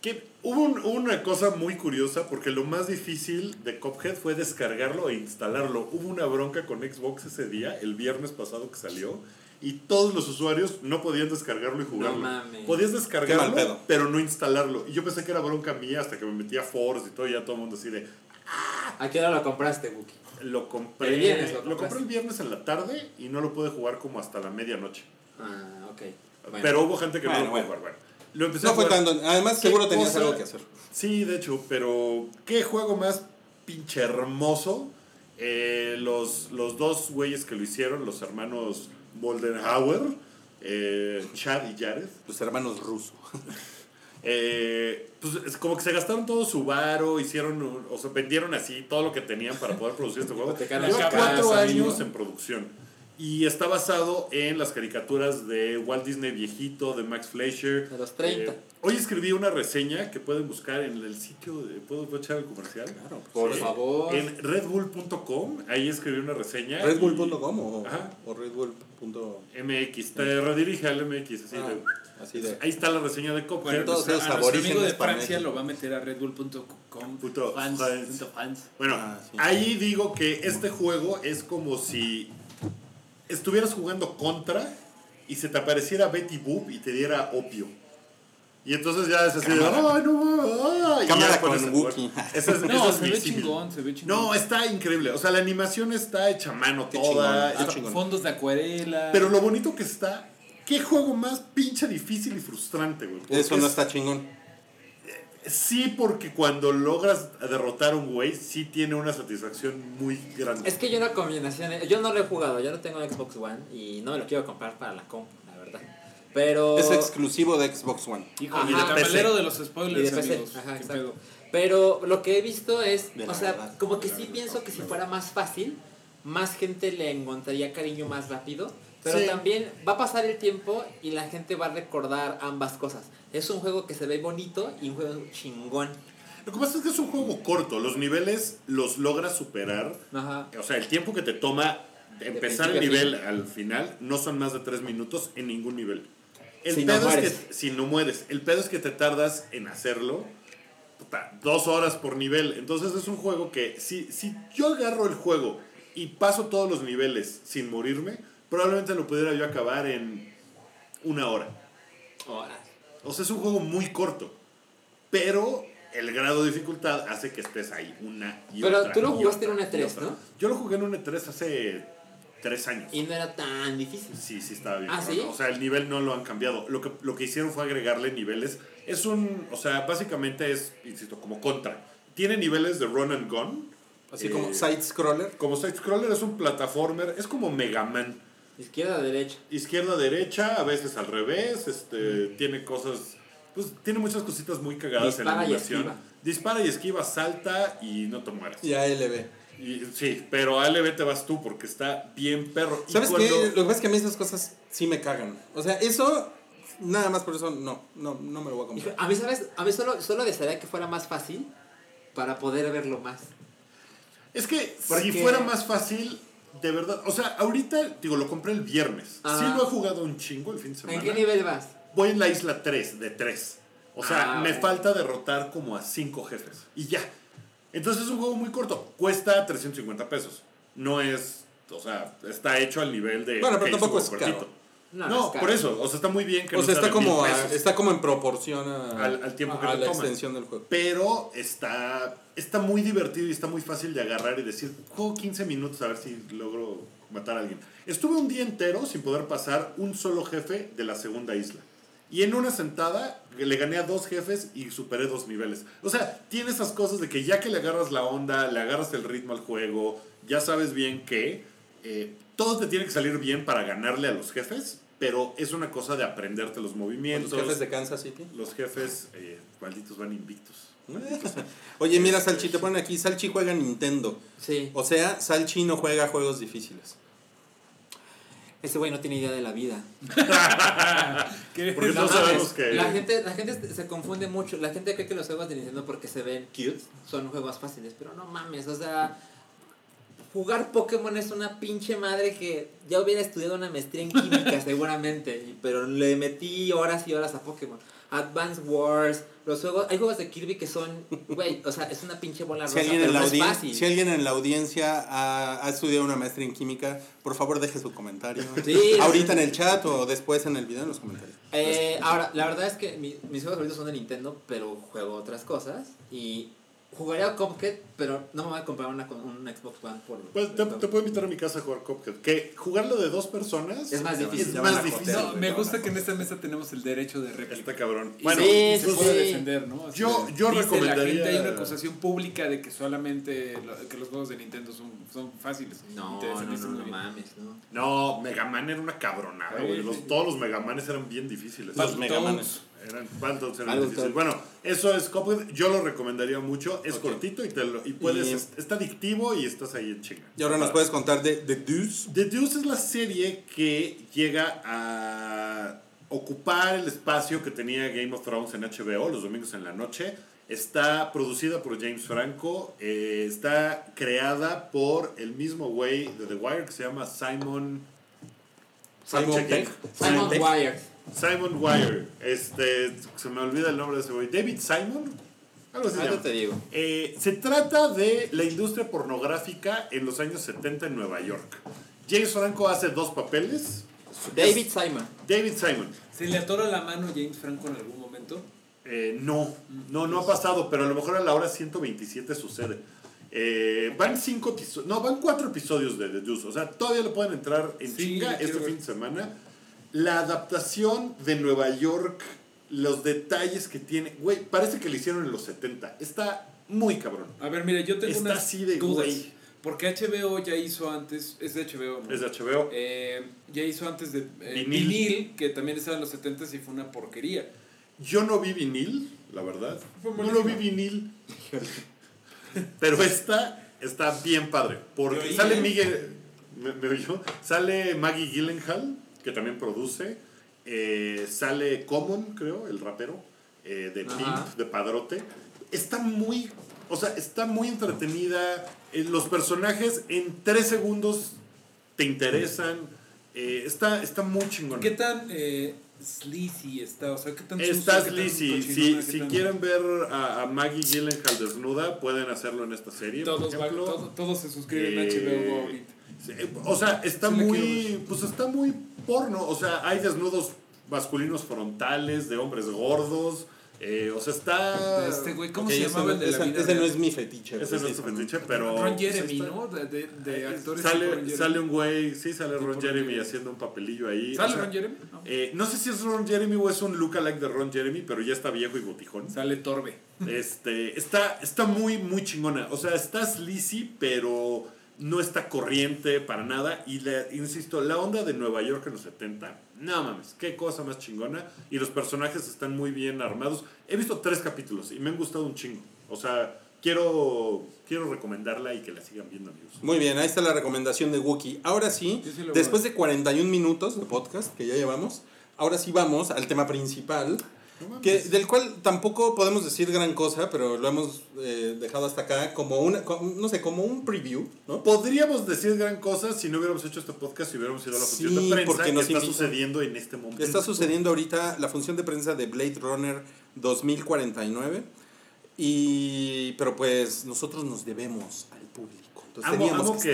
Speaker 2: que hubo, un- hubo una cosa muy curiosa porque lo más difícil de Cuphead fue descargarlo e instalarlo. Hubo una bronca con Xbox ese día, el viernes pasado que salió, y todos los usuarios no podían descargarlo y jugarlo.
Speaker 5: mames.
Speaker 2: Podías
Speaker 3: Qué mal pedo.
Speaker 2: descargarlo, pero no instalarlo. Y yo pensé que era bronca mía hasta que me metí a Force y todo, y ya todo el mundo así de,
Speaker 5: ¿A qué hora lo compraste, Wookie?
Speaker 2: lo compré,
Speaker 5: El viernes
Speaker 2: lo
Speaker 5: lo
Speaker 2: compré
Speaker 5: compraste.
Speaker 2: el viernes en la tarde y no lo pude jugar como hasta la medianoche.
Speaker 5: Ah, ok. Bueno.
Speaker 2: Pero hubo gente que
Speaker 3: Bueno,
Speaker 2: no lo pudo
Speaker 3: bueno.
Speaker 2: jugar. Bueno, lo empecé a
Speaker 3: No fue
Speaker 2: jugar.
Speaker 3: tanto. Además,
Speaker 2: ¿Qué
Speaker 3: seguro tenías
Speaker 2: cosa?
Speaker 3: algo que hacer.
Speaker 2: Sí, de hecho, pero qué juego más pinche hermoso. Eh, los, los dos güeyes que lo hicieron, los hermanos Moldenhauer, eh, Chad y Jared,
Speaker 3: Los hermanos rusos.
Speaker 2: eh, pues es como que se gastaron todo su varo, hicieron, un- o sea, vendieron así todo lo que tenían para poder producir este juego.
Speaker 5: Hipotecaron
Speaker 2: Lleva
Speaker 5: las
Speaker 2: cuatro
Speaker 5: casas,
Speaker 2: años
Speaker 5: amigo.
Speaker 2: en producción. Y está basado en las caricaturas de Walt Disney viejito, de Max Fleischer.
Speaker 5: De los 30.
Speaker 2: Eh, hoy escribí una reseña que pueden buscar en el sitio de... ¿Puedo echar el comercial?
Speaker 5: Por
Speaker 2: Sí.
Speaker 5: favor.
Speaker 2: eh, En redbull.com, ahí escribí una reseña. y-
Speaker 3: Redbull.com o,
Speaker 2: Eh, Ajá.
Speaker 3: o Redbull.com.
Speaker 2: MX, te redirige al MX, así
Speaker 5: Ah,
Speaker 2: de-
Speaker 3: ah, Así de.
Speaker 2: Ahí está la reseña de Cophead.
Speaker 3: Bueno, todos
Speaker 4: Entonces,
Speaker 3: esos
Speaker 4: a nuestro amigo de
Speaker 3: aborígenes para
Speaker 4: Francia
Speaker 3: México.
Speaker 4: lo va a meter a redbull.com.
Speaker 2: Punto
Speaker 4: fans.
Speaker 2: fans.
Speaker 4: punto fans.
Speaker 2: Bueno,
Speaker 3: Ah, sí.
Speaker 2: ahí digo que este juego es como si estuvieras jugando contra y se te apareciera Betty Boop y te diera opio. Y entonces ya es así de,
Speaker 3: Cámara.
Speaker 2: "Ay, no, mames, ay", y
Speaker 3: Cámara
Speaker 2: ya pones
Speaker 3: con
Speaker 2: a jugar.
Speaker 3: Wookiee.
Speaker 2: Ese es,
Speaker 4: No,
Speaker 2: ese es
Speaker 4: se
Speaker 2: mi
Speaker 4: ve
Speaker 2: símil.
Speaker 4: chingón, se ve chingón.
Speaker 2: No, está increíble. O sea, la animación está hecha a mano
Speaker 3: Qué
Speaker 2: toda.
Speaker 3: chingón.
Speaker 2: Ah, Está-
Speaker 3: chingón.
Speaker 4: Fondos de acuarela.
Speaker 2: Pero lo bonito que está, qué juego más pinche difícil y frustrante, güey. Porque
Speaker 3: Eso no
Speaker 2: es-
Speaker 3: está chingón.
Speaker 2: Sí, porque cuando logras derrotar a un güey, sí tiene una satisfacción muy grande.
Speaker 5: Es que yo una combinación, yo no lo he jugado, yo no tengo Xbox One y no me lo quiero comprar para la compu, la verdad. Pero
Speaker 3: Es exclusivo de Xbox One.
Speaker 4: Hijo, y
Speaker 5: Ajá.
Speaker 4: el
Speaker 5: Y de
Speaker 4: tablero
Speaker 2: PC.
Speaker 4: de los
Speaker 5: y
Speaker 4: spoilers,
Speaker 5: de PC,
Speaker 4: amigos.
Speaker 5: ajá,
Speaker 4: Qué
Speaker 5: exacto.
Speaker 4: pedo.
Speaker 5: Pero lo que he visto es,
Speaker 3: De la
Speaker 5: o sea,
Speaker 3: verdad.
Speaker 5: como que sí pienso que si fuera más fácil, más gente le encontraría cariño más rápido. Pero
Speaker 2: Sí.
Speaker 5: también va a pasar el tiempo y la gente va a recordar ambas cosas. Es un juego que se ve bonito y un juego chingón.
Speaker 2: Lo que pasa es que es un juego corto. Los niveles los logras superar.
Speaker 5: Ajá.
Speaker 2: O sea, el tiempo que te toma de
Speaker 5: De
Speaker 2: empezar el
Speaker 5: principio a
Speaker 2: nivel al final no son más de tres minutos en ningún nivel. El
Speaker 5: Si no
Speaker 2: pedo es
Speaker 5: mueres.
Speaker 2: que si no mueres, el pedo es que te tardas en hacerlo puta, dos horas por nivel. Entonces es un juego que si, si yo agarro el juego y paso todos los niveles sin morirme, probablemente lo pudiera yo acabar en una hora.
Speaker 5: Ahora,
Speaker 2: O sea, es un juego muy corto, pero el grado de dificultad hace que estés ahí una y
Speaker 5: Pero
Speaker 2: otra.
Speaker 5: tú lo
Speaker 2: y
Speaker 5: jugaste en
Speaker 2: otra,
Speaker 5: una E3,
Speaker 2: y otra.
Speaker 5: ¿no?
Speaker 2: Yo lo jugué en una 3 hace tres años.
Speaker 5: Y no era tan difícil.
Speaker 2: Sí, sí estaba bien.
Speaker 5: ¿Ah,
Speaker 2: cabrón.
Speaker 5: sí?
Speaker 2: O sea, el nivel no lo han cambiado. Lo que, lo que hicieron fue agregarle niveles. Es un, o sea, básicamente es, insisto, como contra. Tiene niveles de run and gun.
Speaker 3: Así
Speaker 2: Eh,
Speaker 3: como side scroller.
Speaker 2: Como side scroller es un plataformer, es como Mega Man.
Speaker 5: Izquierda, derecha.
Speaker 2: izquierda derecha, a veces al revés, este
Speaker 5: Mm.
Speaker 2: tiene cosas pues tiene muchas cositas muy cagadas en la
Speaker 5: Dispara y
Speaker 2: animación.
Speaker 5: esquiva.
Speaker 2: Dispara y esquiva, salta y no te mueres.
Speaker 3: Y ALB.
Speaker 2: Y- sí, pero a LB te vas tú porque está bien perro. Y
Speaker 3: ¿Sabes
Speaker 2: cuando-
Speaker 3: qué? Lo que pasa es que a mí esas cosas sí me cagan. O sea, eso, nada más por eso, no, no, no me lo voy a
Speaker 5: Hijo,
Speaker 3: comprar.
Speaker 5: A mí, ¿sabes? A mí solo, solo desearía que fuera más fácil para poder verlo más.
Speaker 2: Es que si
Speaker 5: Porque-
Speaker 2: fuera más fácil, de verdad, o sea, ahorita digo, lo compré el viernes.
Speaker 5: Ah.
Speaker 2: Sí lo he jugado un chingo el fin de semana.
Speaker 5: ¿En qué nivel vas?
Speaker 2: Voy en la isla 3 de 3. O sea,
Speaker 5: Ah,
Speaker 2: me
Speaker 5: bueno.
Speaker 2: falta derrotar como a 5 jefes. Y ya. Entonces es un juego muy corto. Cuesta 350 pesos. No es. O sea, está hecho al nivel de.
Speaker 3: Bueno, pero
Speaker 2: ok,
Speaker 3: tampoco
Speaker 2: un
Speaker 3: es
Speaker 2: juego cortito.
Speaker 3: caro.
Speaker 5: No,
Speaker 2: No,
Speaker 5: no es caro.
Speaker 2: por eso. O sea, está muy bien que
Speaker 3: O
Speaker 2: no
Speaker 3: sea,
Speaker 2: sea
Speaker 3: está
Speaker 2: de mil
Speaker 3: como, a-
Speaker 2: pesos,
Speaker 3: está como en proporción a,
Speaker 2: Al- al tiempo que
Speaker 3: a
Speaker 2: te
Speaker 3: la
Speaker 2: toma.
Speaker 3: extensión del juego.
Speaker 2: Pero está. Está muy divertido y está muy fácil de agarrar y decir, juego 15 minutos a ver si logro matar a alguien. Estuve un día entero sin poder pasar un solo jefe de la segunda isla. Y en una sentada le gané a dos jefes y superé dos niveles. O sea, tiene esas cosas de que ya que le agarras la onda, le agarras el ritmo al juego, ya sabes bien que eh, todo te tiene que salir bien para ganarle a los jefes, pero es una cosa de aprenderte los movimientos.
Speaker 3: Los jefes de Kansas City.
Speaker 2: Los jefes eh, malditos van invictos.
Speaker 3: Oye, mira, Salchi, te ponen aquí, Salchi juega Nintendo.
Speaker 5: Sí.
Speaker 3: O sea, Salchi no juega juegos difíciles.
Speaker 5: Ese güey no tiene idea de la vida.
Speaker 4: ¿Qué?
Speaker 2: Porque no
Speaker 5: mames,
Speaker 2: sabemos que-
Speaker 5: La gente, la gente se confunde mucho. La gente cree que los juegos de Nintendo porque se ven cute son juegos fáciles. Pero no mames, o sea... Jugar Pokémon es una pinche madre que ya hubiera estudiado una maestría en química seguramente, y- pero le metí horas y horas a Pokémon. Advance Wars, los juegos, hay juegos de Kirby que son, güey, o sea, es una pinche bola rosa,
Speaker 3: Si alguien,
Speaker 5: pero
Speaker 3: en la
Speaker 5: no es
Speaker 3: audien-
Speaker 5: fácil.
Speaker 3: si alguien en la audiencia ha, ha estudiado una maestría en química, por favor deje su comentario.
Speaker 5: Sí.
Speaker 3: Ahorita en el chat o después en el video en los comentarios.
Speaker 2: Pues,
Speaker 5: Eh, ahora, la verdad es que mi- mis juegos favoritos son de Nintendo, pero juego otras cosas. Y jugaría a Cuphead, pero no me voy a comprar una, con- un Xbox One por.
Speaker 2: Pues te, te puedo invitar a mi casa a jugar Cuphead. Que jugarlo de dos personas
Speaker 5: Es más difícil.
Speaker 2: Es
Speaker 3: Ya van
Speaker 2: más
Speaker 3: a
Speaker 2: difícil.
Speaker 3: jotear.
Speaker 4: No, me gusta que en esta mesa tenemos el derecho de réplica.
Speaker 2: Está cabrón.
Speaker 4: Y
Speaker 2: Bueno, pues,
Speaker 4: se-
Speaker 5: sí,
Speaker 4: y se
Speaker 5: sí,
Speaker 4: puede
Speaker 5: sí.
Speaker 4: defender, ¿no? Así
Speaker 2: Yo-
Speaker 4: de,
Speaker 2: yo
Speaker 4: dice
Speaker 2: recomendaría-
Speaker 4: La gente hay una acusación pública de que solamente lo- que los juegos de Nintendo son, son fáciles.
Speaker 5: No,
Speaker 4: Y te
Speaker 5: no, no,
Speaker 4: defendiste
Speaker 5: no,
Speaker 4: muy bien.
Speaker 5: mames, no.
Speaker 2: no, Mega Man era una cabronada, güey.
Speaker 4: Sí,
Speaker 2: Los-
Speaker 4: sí.
Speaker 2: todos los Mega Manes eran bien difíciles.
Speaker 3: Los
Speaker 2: Eran-
Speaker 3: Mega
Speaker 4: Battletoads.
Speaker 2: eran Battletoads eran
Speaker 5: Battletoads.
Speaker 2: difíciles. Bueno, eso es Cuphead. Yo lo recomendaría mucho. Es
Speaker 3: Ok.
Speaker 2: cortito y, te lo- y puedes.
Speaker 3: Y-
Speaker 2: es- está adictivo y estás ahí en chinga.
Speaker 3: Y
Speaker 5: Ah.
Speaker 3: ahora nos puedes contar de The Deuce.
Speaker 2: The Deuce es la serie que llega a ocupar el espacio que tenía Game of Thrones en HBO los domingos en la noche. Está producida por James Franco. eh, está creada por el mismo güey de The Wire que se llama Simon.
Speaker 3: Simon
Speaker 2: Check it.
Speaker 3: Pegg.
Speaker 5: Simon
Speaker 3: Pegg.
Speaker 5: Wires.
Speaker 2: Simon Wire. Este, se me olvida el nombre de ese güey. David Simon. Algo así
Speaker 3: Ah,
Speaker 2: se
Speaker 5: Ahorita
Speaker 2: llama.
Speaker 5: te digo.
Speaker 2: Eh, se trata de la industria pornográfica en los años 70 en Nueva York. James Franco hace dos papeles.
Speaker 5: David
Speaker 2: Es-
Speaker 5: Simon.
Speaker 2: David Simon.
Speaker 4: ¿Se le atora la mano a James Franco en algún momento?
Speaker 2: Eh, no, no, no ha pasado, pero a lo mejor a la hora 127 sucede. Eh, van cinco tiso- no, van cuatro episodios de The Deuce, o sea, todavía le pueden entrar en
Speaker 4: Sí,
Speaker 2: chinga
Speaker 4: quiero
Speaker 2: este
Speaker 4: ver.
Speaker 2: fin de semana. La adaptación de Nueva York, los detalles que tiene, güey, parece que lo hicieron en los 70, está muy cabrón.
Speaker 4: A ver, mire, yo tengo
Speaker 2: Está
Speaker 4: unas
Speaker 2: así de
Speaker 4: dudas.
Speaker 2: güey.
Speaker 4: Porque HBO ya hizo antes, es de HBO, ¿no?
Speaker 2: Es de HBO.
Speaker 4: Eh, ya hizo antes de eh, vinil.
Speaker 2: Vinil.
Speaker 4: que también estaba en los 70s y fue una porquería.
Speaker 2: Yo no vi vinil, la verdad.
Speaker 4: Fue
Speaker 2: No lo vi
Speaker 4: buenísimo.
Speaker 2: vinil. Pero esta está bien padre. Porque
Speaker 6: Yo
Speaker 2: sale
Speaker 6: oí,
Speaker 2: Miguel. ¿Me, me oyó? Sale Maggie Gyllenhaal, que también produce. eh, sale Common, creo, el rapero. eh, de
Speaker 5: Ajá.
Speaker 2: Pimp, de Padrote. Está muy. O sea, está muy entretenida. eh, los personajes en tres segundos te interesan. eh, está, está muy chingón.
Speaker 4: ¿Qué tan eh, sleazy está? O sea, ¿qué tan
Speaker 2: Estás
Speaker 4: sucio, qué tan
Speaker 2: Lizzy. Si,
Speaker 4: cochinona, qué
Speaker 2: si
Speaker 4: tan-
Speaker 2: quieren ver a, a Maggie Gyllenhaal desnuda, pueden hacerlo en esta serie. por
Speaker 4: Todos, van-
Speaker 2: ejemplo.
Speaker 4: todo- todos se suscriben
Speaker 2: Eh,
Speaker 4: a HBO ahorita.
Speaker 2: sí, O sea, está
Speaker 4: Sí la quiero
Speaker 2: muy. Pues está muy porno. O sea, hay desnudos masculinos frontales, de hombres gordos. eh, o sea, está.
Speaker 4: Este güey, ¿cómo
Speaker 3: Ok,
Speaker 4: se
Speaker 3: ese
Speaker 4: llamaba el
Speaker 3: no-
Speaker 4: de la
Speaker 3: esa-
Speaker 4: vida
Speaker 3: Ese no
Speaker 4: real?
Speaker 3: es mi
Speaker 2: Ese
Speaker 3: fetiche.
Speaker 2: no es
Speaker 3: preciso,
Speaker 2: su fetiche, pero.
Speaker 4: Ron Jeremy,
Speaker 2: está-
Speaker 4: ¿no? De, de, de actores.
Speaker 2: Sale,
Speaker 4: tipo Ron Jeremy.
Speaker 2: sale un güey, sí, sale Ron
Speaker 4: Ron
Speaker 2: Jeremy
Speaker 4: Jeremy.
Speaker 2: haciendo un papelillo ahí.
Speaker 4: ¿Sale
Speaker 2: o sea,
Speaker 4: Ron Jeremy? No.
Speaker 2: eh, no sé si es Ron Jeremy o es un lookalike de Ron Jeremy, pero ya está viejo y botijón.
Speaker 4: Sale Torbe.
Speaker 2: Este, está, está muy, muy chingona. O sea, está sleazy, pero no está corriente para nada. Y le, insisto, la onda de Nueva York en los 70, no mames, qué cosa más chingona. Y los personajes están muy bien armados. He visto tres capítulos y me han gustado un chingo. O sea, quiero, quiero recomendarla y que la sigan viendo, amigos.
Speaker 3: Muy bien, ahí está la recomendación de Wookiee. Ahora sí,
Speaker 4: Yo sí lo
Speaker 3: después de 41 minutos de podcast que ya llevamos, ahora sí vamos al tema principal, que, del cual tampoco podemos decir gran cosa, pero lo hemos eh, dejado hasta acá como una, como- no sé, como un preview, ¿no?
Speaker 2: Podríamos decir gran cosa si no hubiéramos hecho este podcast y hubiéramos ido a la función
Speaker 3: Sí,
Speaker 2: de prensa
Speaker 3: porque
Speaker 2: que
Speaker 3: nos
Speaker 2: está
Speaker 3: invitan.
Speaker 2: sucediendo en este momento.
Speaker 3: Está sucediendo ahorita la función de prensa de Blade Runner 2049, y, pero pues nosotros nos debemos al público. Entonces
Speaker 2: Amo,
Speaker 3: Pues teníamos
Speaker 2: amo que,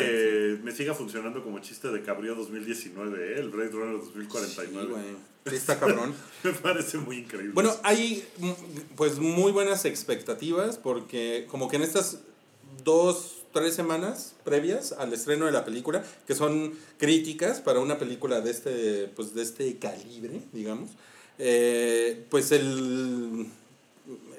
Speaker 3: estar aquí.
Speaker 2: me siga funcionando como chiste de Cabrío 2019, ¿eh? el Blade Runner 2049.
Speaker 3: Sí, güey. Sí, está cabrón.
Speaker 2: me parece muy increíble.
Speaker 3: Bueno, hay mm, pues muy buenas expectativas porque como que en estas dos, tres semanas previas al estreno de la película, que son críticas para una película de este, pues, de este calibre, digamos, eh, pues el...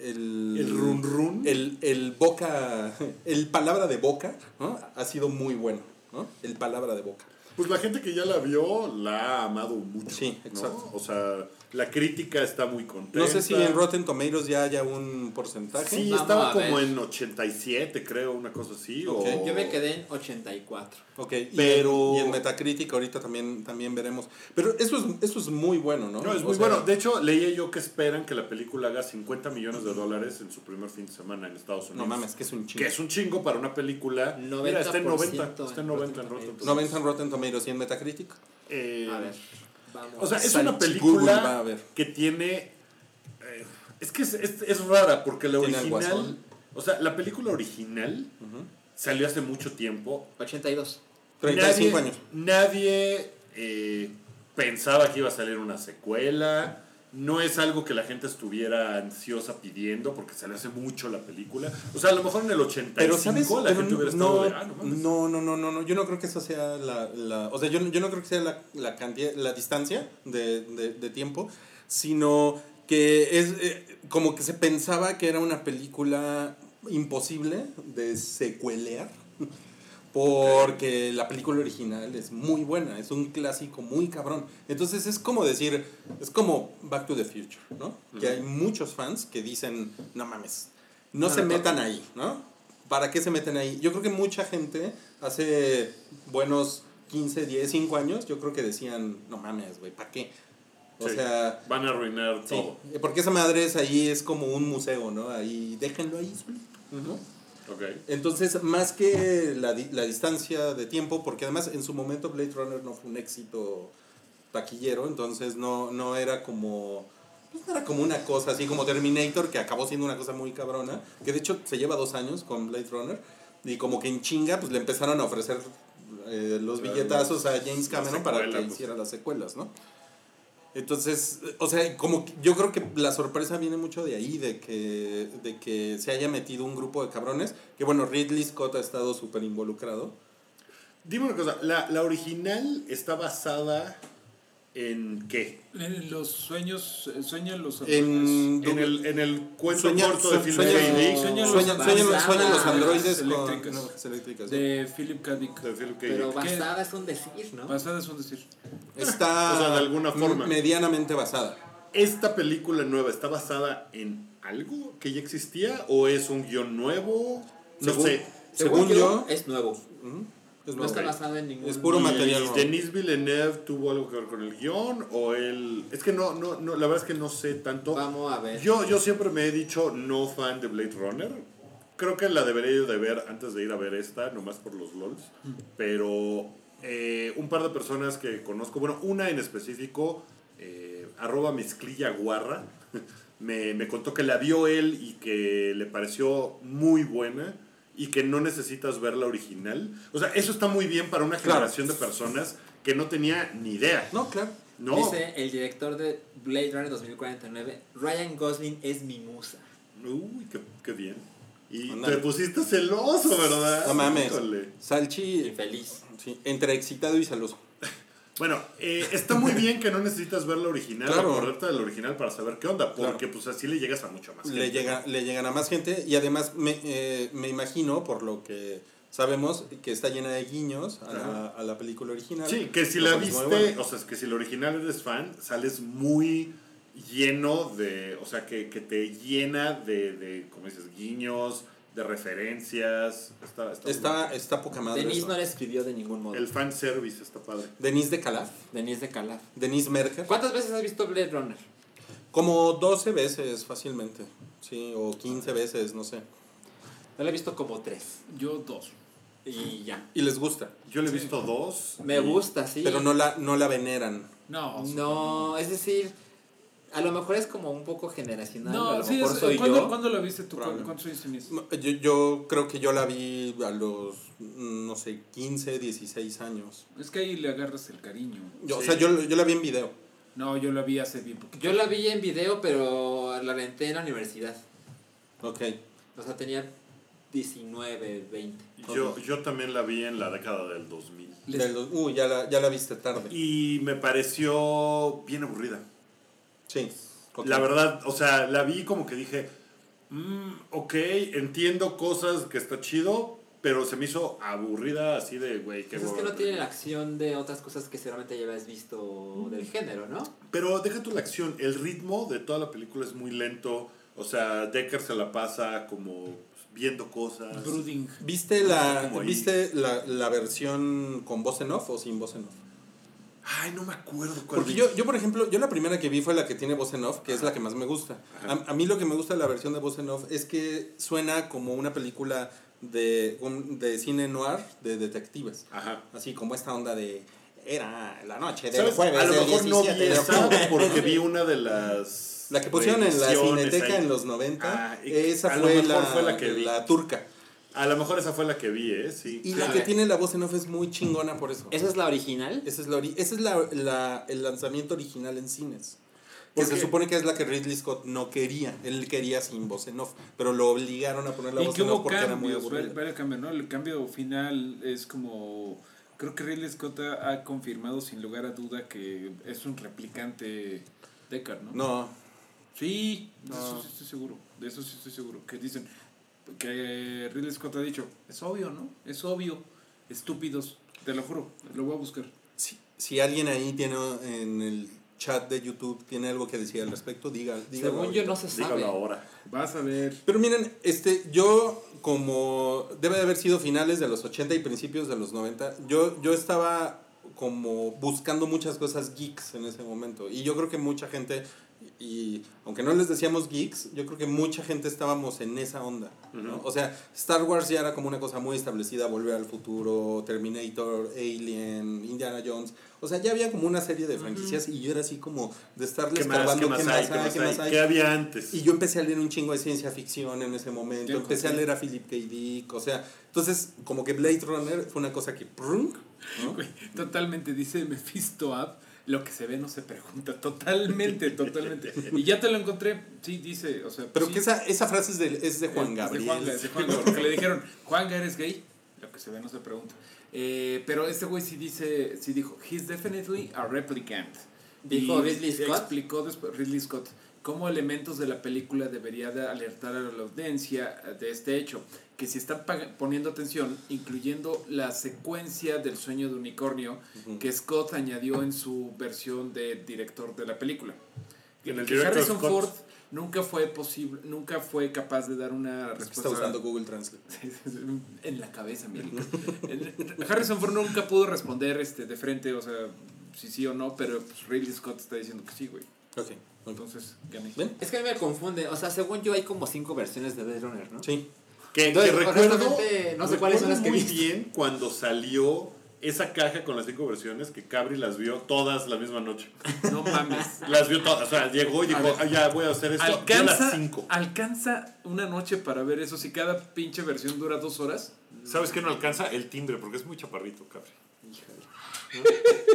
Speaker 3: El,
Speaker 2: El run run.
Speaker 3: El, el boca, el palabra de boca, ¿no? Ha sido muy bueno, ¿no? El palabra de boca.
Speaker 2: pues la gente que ya la vio la ha amado mucho.
Speaker 3: Sí,
Speaker 2: ¿no?
Speaker 3: exacto.
Speaker 2: O sea, la crítica está muy contenta.
Speaker 3: No sé si en Rotten Tomatoes ya haya un porcentaje.
Speaker 2: Sí,
Speaker 5: Vamos
Speaker 2: estaba
Speaker 5: a
Speaker 2: como
Speaker 5: ver.
Speaker 2: en 87, creo, una cosa así.
Speaker 3: Ok.
Speaker 2: o-
Speaker 5: Yo me quedé en 84.
Speaker 3: Ok, pero...
Speaker 2: Pero-
Speaker 3: y en Metacritic ahorita también, también veremos. Pero eso es, eso es muy bueno, ¿no?
Speaker 2: No, es
Speaker 3: O
Speaker 2: muy
Speaker 3: sea,
Speaker 2: bueno. De hecho, leía yo que esperan que la película haga 50 millones de dólares en su primer fin de semana en Estados Unidos.
Speaker 3: No mames, que es un chingo.
Speaker 2: Que es un chingo para una película. Mira, está en 90.
Speaker 5: 90%,
Speaker 2: Está en 90 en Rotten Tomatoes.
Speaker 3: 90 en Rotten Tomatoes y en Metacritic.
Speaker 2: Eh,
Speaker 5: A ver, vamos.
Speaker 2: O sea, es
Speaker 3: Salchigurri
Speaker 2: una
Speaker 3: va a
Speaker 2: película
Speaker 3: haber.
Speaker 2: que tiene. eh, es que es, es- es rara, porque la
Speaker 3: Tiene al
Speaker 2: original.
Speaker 3: Guasón.
Speaker 2: O sea, la película original salió hace mucho tiempo.
Speaker 5: 82.
Speaker 3: 35
Speaker 2: Nadie-
Speaker 3: años.
Speaker 2: Nadie eh, pensaba que iba a salir una secuela. No es algo que la gente estuviera ansiosa pidiendo porque salió hace mucho la película. O sea, a lo mejor en el 85
Speaker 3: Pero sabes,
Speaker 2: la
Speaker 3: Pero
Speaker 2: gente hubiera estado
Speaker 3: no,
Speaker 2: de, "Ah, no mames".
Speaker 3: no, no, no, no, no, yo no creo que esa sea la, la- o sea, yo, no- yo no creo que sea la, la cantidad, la distancia de, de- de tiempo, sino que es eh, como que se pensaba que era una película imposible de secuelear, porque la película original es muy buena, es un clásico muy cabrón. Entonces es como decir, es como Back to the Future, ¿no? Que hay muchos fans que dicen, no mames, no, se metan ahí, ¿no? ¿Para qué se meten ahí? Yo creo que mucha gente hace buenos 15, 10, 5 años, yo creo que decían, no mames, güey, ¿para qué? O
Speaker 2: Sí,
Speaker 3: sea,
Speaker 2: van a arruinar
Speaker 3: Sí,
Speaker 2: todo.
Speaker 3: porque esa madre es ahí, es como un museo, ¿no? Ahí, déjenlo ahí solito, ¿no?
Speaker 2: Ok.
Speaker 3: Entonces, más que la, di- la distancia de tiempo, porque además en su momento Blade Runner no fue un éxito taquillero, entonces no, no era como... pues, no era como una cosa así como Terminator, que acabó siendo una cosa muy cabrona, que de hecho se lleva dos años con Blade Runner, y como que en chinga, pues le empezaron a ofrecer eh, los
Speaker 2: Claro,
Speaker 3: billetazos a James
Speaker 2: la
Speaker 3: Cameron para
Speaker 2: secuela,
Speaker 3: que
Speaker 2: pues.
Speaker 3: hiciera las secuelas, ¿no? Entonces, o sea, como que- yo creo que la sorpresa viene mucho de ahí, de que, de que se haya metido un grupo de cabrones, que bueno, Ridley Scott ha estado súper involucrado.
Speaker 2: Dime una cosa, ¿la, la original está basada en qué?
Speaker 4: En los sueños, eh, sueñan los
Speaker 3: En,
Speaker 2: En el, en el cuento
Speaker 3: Sueña-
Speaker 2: corto de
Speaker 3: sue-
Speaker 2: Philip
Speaker 3: sueña-
Speaker 2: K. Dick.
Speaker 4: sueña-
Speaker 3: sueñan,
Speaker 4: los
Speaker 3: sueñan-
Speaker 5: fantasmas.
Speaker 3: sueñan los androides con
Speaker 4: Eléctricas.
Speaker 3: no, pues, eléctricas. ¿no?
Speaker 4: de Philip K. Dick.
Speaker 2: de Philip K.
Speaker 5: Pero
Speaker 2: Dick.
Speaker 5: basada es un decir, ¿no?
Speaker 2: Pues,
Speaker 4: Basada es un decir.
Speaker 3: Está
Speaker 2: O sea, de alguna forma.
Speaker 3: medianamente basada.
Speaker 2: ¿Esta película nueva está basada en algo que ya existía o es un guión nuevo? No
Speaker 3: Según-
Speaker 2: sé.
Speaker 3: Según yo,
Speaker 5: es nuevo.
Speaker 3: Ujú, es
Speaker 5: No está
Speaker 3: nuevo.
Speaker 5: basada en ningún.
Speaker 3: Es puro
Speaker 2: ¿Y
Speaker 3: material nuevo.
Speaker 2: Denis Villeneuve tuvo algo que ver con el guión o él... Es que no, no, no, la verdad es que no sé tanto.
Speaker 5: Vamos a ver.
Speaker 2: Yo, yo siempre me he dicho no fan de Blade Runner. Creo que la debería yo de ver antes de ir a ver esta, nomás por los LOLs. Pero eh, un par de personas que conozco, bueno, una en específico, eh, arroba mezclilla guarra, me, me contó que la vio él y que le pareció muy buena y que no necesitas ver la original. O sea, eso está muy bien para una
Speaker 3: Claro.
Speaker 2: generación de personas que no tenía ni idea.
Speaker 3: No, claro.
Speaker 2: No.
Speaker 5: Dice el director de Blade Runner 2049, Ryan Gosling es mi musa.
Speaker 2: Uy, qué, qué bien. Y
Speaker 3: Ándale.
Speaker 2: te pusiste celoso, ¿verdad?
Speaker 3: No mames.
Speaker 2: Híjole.
Speaker 3: Salchi.
Speaker 5: Infeliz.
Speaker 3: sí, entre excitado y celoso.
Speaker 2: Bueno, eh, está muy bien que no necesitas ver la original,
Speaker 3: Claro.
Speaker 2: acordarte de la original para saber qué onda, porque pues así le llegas a mucho más.
Speaker 3: Le,
Speaker 2: gente.
Speaker 3: llega, le llegan a más gente y además me, eh, me imagino, por lo que sabemos, que está llena de guiños a, la, a la película original.
Speaker 2: Sí, que si la
Speaker 3: Lo cual es muy
Speaker 2: viste,
Speaker 3: bueno.
Speaker 2: o sea, es que si la original eres fan, sales muy lleno de, o sea, que, que te llena de, de, como dices, guiños, de referencias. Está, está muy
Speaker 3: Está, está poca madre.
Speaker 5: Denise
Speaker 3: eso.
Speaker 5: no la escribió de ningún modo.
Speaker 2: bueno. El fan service está padre.
Speaker 3: Denise de Calaf,
Speaker 5: Denise de Calaf.
Speaker 3: Denise Merker.
Speaker 5: ¿Cuántas veces has visto Blade Runner?
Speaker 3: Como 12 veces fácilmente, sí, o 15 veces, no sé.
Speaker 5: Yo la he visto como tres.
Speaker 4: Yo dos.
Speaker 5: Y ya.
Speaker 3: Y les gusta,
Speaker 2: Yo le he visto dos.
Speaker 5: Me
Speaker 2: y-
Speaker 5: gusta, sí.
Speaker 3: pero no la, no la veneran.
Speaker 4: No.
Speaker 5: No, es decir, a lo mejor es como un poco generacional. a
Speaker 4: No,
Speaker 5: lo
Speaker 4: sí,
Speaker 5: mejor
Speaker 4: es-
Speaker 5: soy
Speaker 4: ¿cuándo,
Speaker 5: yo.
Speaker 4: ¿cuándo la viste tú? ¿Cuándo-
Speaker 3: Probable.
Speaker 4: ¿Cuántos años tenías?
Speaker 3: Yo, yo creo que yo la vi a los, no sé, 15, 16 años.
Speaker 4: Es que ahí le agarras el cariño.
Speaker 3: Yo, O
Speaker 2: Sí.
Speaker 3: sea, yo, yo la vi en video.
Speaker 4: No, yo la vi hace bien poquito.
Speaker 5: Yo la vi en video, pero la renté en la universidad.
Speaker 3: Ok.
Speaker 5: O sea, tenía 19, 20.
Speaker 2: Yo, yo también la vi en la década del 2000.
Speaker 4: Les-
Speaker 3: Del- uh, ya la, ya la viste tarde.
Speaker 2: Y me pareció bien aburrida.
Speaker 3: Sí. ok.
Speaker 2: La verdad, o sea, la vi como que dije, "Mm, ok, entiendo cosas que está chido, pero se me hizo aburrida así de, güey, qué
Speaker 5: Pues es que
Speaker 2: hueva".
Speaker 5: no tiene la acción de otras cosas que seguramente ya habías visto
Speaker 4: Mm.
Speaker 5: del género, ¿no?
Speaker 2: Pero deja tú la acción, el ritmo de toda la película es muy lento, o sea, Decker se la pasa como viendo cosas.
Speaker 4: Brooding.
Speaker 3: ¿Viste, la,
Speaker 2: Como ahí.
Speaker 3: ¿viste la, la versión con voz en off o sin voz en off?
Speaker 2: Ay, no me acuerdo cuál
Speaker 3: Porque
Speaker 2: vi.
Speaker 3: yo, yo, por ejemplo, yo la primera que vi fue la que tiene voz en off, que es la que más me gusta. A,
Speaker 2: Ajá.
Speaker 3: a mí lo que me gusta de la versión de voz en off es que suena como una película de, un- de cine noir de detectives.
Speaker 2: Ajá.
Speaker 3: Así como esta onda de... Era la noche del
Speaker 2: ¿Sabes?
Speaker 3: jueves
Speaker 2: A lo
Speaker 3: del
Speaker 2: mejor no vi
Speaker 3: 17 de
Speaker 2: esa
Speaker 3: octubre.
Speaker 2: porque vi una de las...
Speaker 3: La que pusieron en la
Speaker 2: reediciones
Speaker 3: Cineteca
Speaker 2: ahí.
Speaker 3: en los 90,
Speaker 2: Ah, y-
Speaker 3: esa
Speaker 2: a lo
Speaker 3: fue
Speaker 2: mejor
Speaker 3: la,
Speaker 2: fue la que vi.
Speaker 3: la turca.
Speaker 2: A lo mejor esa fue la que vi, ¿eh? Sí.
Speaker 3: Y
Speaker 2: Sí.
Speaker 3: la que tiene la voz en off es muy chingona por eso.
Speaker 5: Esa es la original.
Speaker 3: Esa es, la, ori- esa es la- la- el lanzamiento original en cines. Que
Speaker 2: ¿Por
Speaker 3: se
Speaker 2: qué?
Speaker 3: supone que es la que Ridley Scott no quería. Él quería sin voz en off, pero lo obligaron a poner la
Speaker 4: y
Speaker 3: voz
Speaker 4: que
Speaker 3: en off
Speaker 4: hubo
Speaker 3: porque era muy
Speaker 4: cambios,
Speaker 3: aburrida.
Speaker 4: ver, ver el cambio, ¿no? El cambio final es como... Creo que Ridley Scott ha ha confirmado sin lugar a duda que es un replicante Deckard, ¿no?
Speaker 3: No,
Speaker 4: Sí, de
Speaker 3: No.
Speaker 4: eso sí estoy seguro, de eso sí estoy seguro. Que dicen, que Ridley Scott ha dicho, es obvio, ¿no? Es obvio, estúpidos, te lo juro, lo voy a buscar.
Speaker 3: si, si alguien ahí tiene en el chat de YouTube tiene algo que decir al respecto, diga. dígalo
Speaker 5: Según
Speaker 3: ahorita.
Speaker 5: yo no se sabe.
Speaker 2: Dígalo ahora.
Speaker 4: Vas a ver.
Speaker 3: Pero miren, este, yo como debe de haber sido finales de los 80 y principios de los 90, yo, yo estaba como buscando muchas cosas geeks en ese momento. Y yo creo que mucha gente, y aunque no les decíamos geeks, yo creo que mucha gente estábamos en esa onda. ¿no? O sea, Star Wars ya era como una cosa muy establecida, Volver al Futuro, Terminator, Alien, Indiana Jones. O sea, ya había como una serie de franquicias y yo era así como de estarle
Speaker 2: ¿Qué más,
Speaker 3: escarbando
Speaker 2: qué más hay? ¿Qué más hay? ¿Qué había antes?
Speaker 3: y yo empecé a leer un chingo de ciencia ficción en ese momento.
Speaker 4: Yo
Speaker 3: Empecé a
Speaker 4: también.
Speaker 3: leer a Philip K. Dick. O sea, entonces, como que Blade Runner fue una cosa que prrunk, ¿no?
Speaker 4: Güey, Totalmente, dice Mephisto App, lo que se ve no se pregunta. Totalmente, totalmente. Y ya te lo encontré, sí, dice, o sea...
Speaker 3: Pero
Speaker 4: sí,
Speaker 3: que esa, esa frase es de, es de
Speaker 4: es
Speaker 3: Juan
Speaker 4: de
Speaker 3: Gabriel.
Speaker 4: Juanga, es de Juanga, porque le dijeron, Juanga, ¿eres gay? Lo que se ve no se pregunta. Eh, pero este güey sí dice, sí dijo, he's definitely a replicant.
Speaker 5: Dijo Ridley Scott.
Speaker 4: Explicó después Ridley Scott cómo elementos de la película debería de alertar a la audiencia de este hecho, que si están pag- poniendo atención, incluyendo la secuencia del sueño de unicornio que Scott añadió en su versión de director de la película.
Speaker 2: En el
Speaker 4: Que
Speaker 2: director
Speaker 4: Harrison
Speaker 2: Scott.
Speaker 4: Ford nunca fue posible, nunca fue capaz de dar una respuesta
Speaker 3: Está usando Google Translate.
Speaker 4: en la cabeza, América. Harrison Ford nunca pudo responder este, de frente, o sea, si sí o no, pero pues, Ridley Scott está diciendo que sí, güey.
Speaker 3: Ok, ok.
Speaker 4: Entonces, gané.
Speaker 3: ¿Ven?
Speaker 5: Es que a mí me confunde. O sea, según yo hay como cinco versiones de Blade Runner, ¿no?
Speaker 3: Sí.
Speaker 2: Que,
Speaker 5: Entonces,
Speaker 2: que recuerdo,
Speaker 5: honestamente, no sé cuáles
Speaker 2: recuerdo
Speaker 5: son las que
Speaker 2: muy
Speaker 5: viste.
Speaker 2: bien cuando salió esa caja con las cinco versiones que Cabri las vio todas la misma noche.
Speaker 4: No mames.
Speaker 2: Las vio todas, o sea, llegó y
Speaker 4: A
Speaker 2: dijo,
Speaker 4: ver.
Speaker 2: "Ah, ya voy a hacer esto, vio las
Speaker 4: Alcanza,
Speaker 2: cinco.
Speaker 4: alcanza una noche para ver eso. Si cada pinche versión dura dos horas,
Speaker 2: ¿Sabes qué no alcanza? El timbre, porque es muy chaparrito, Cabri.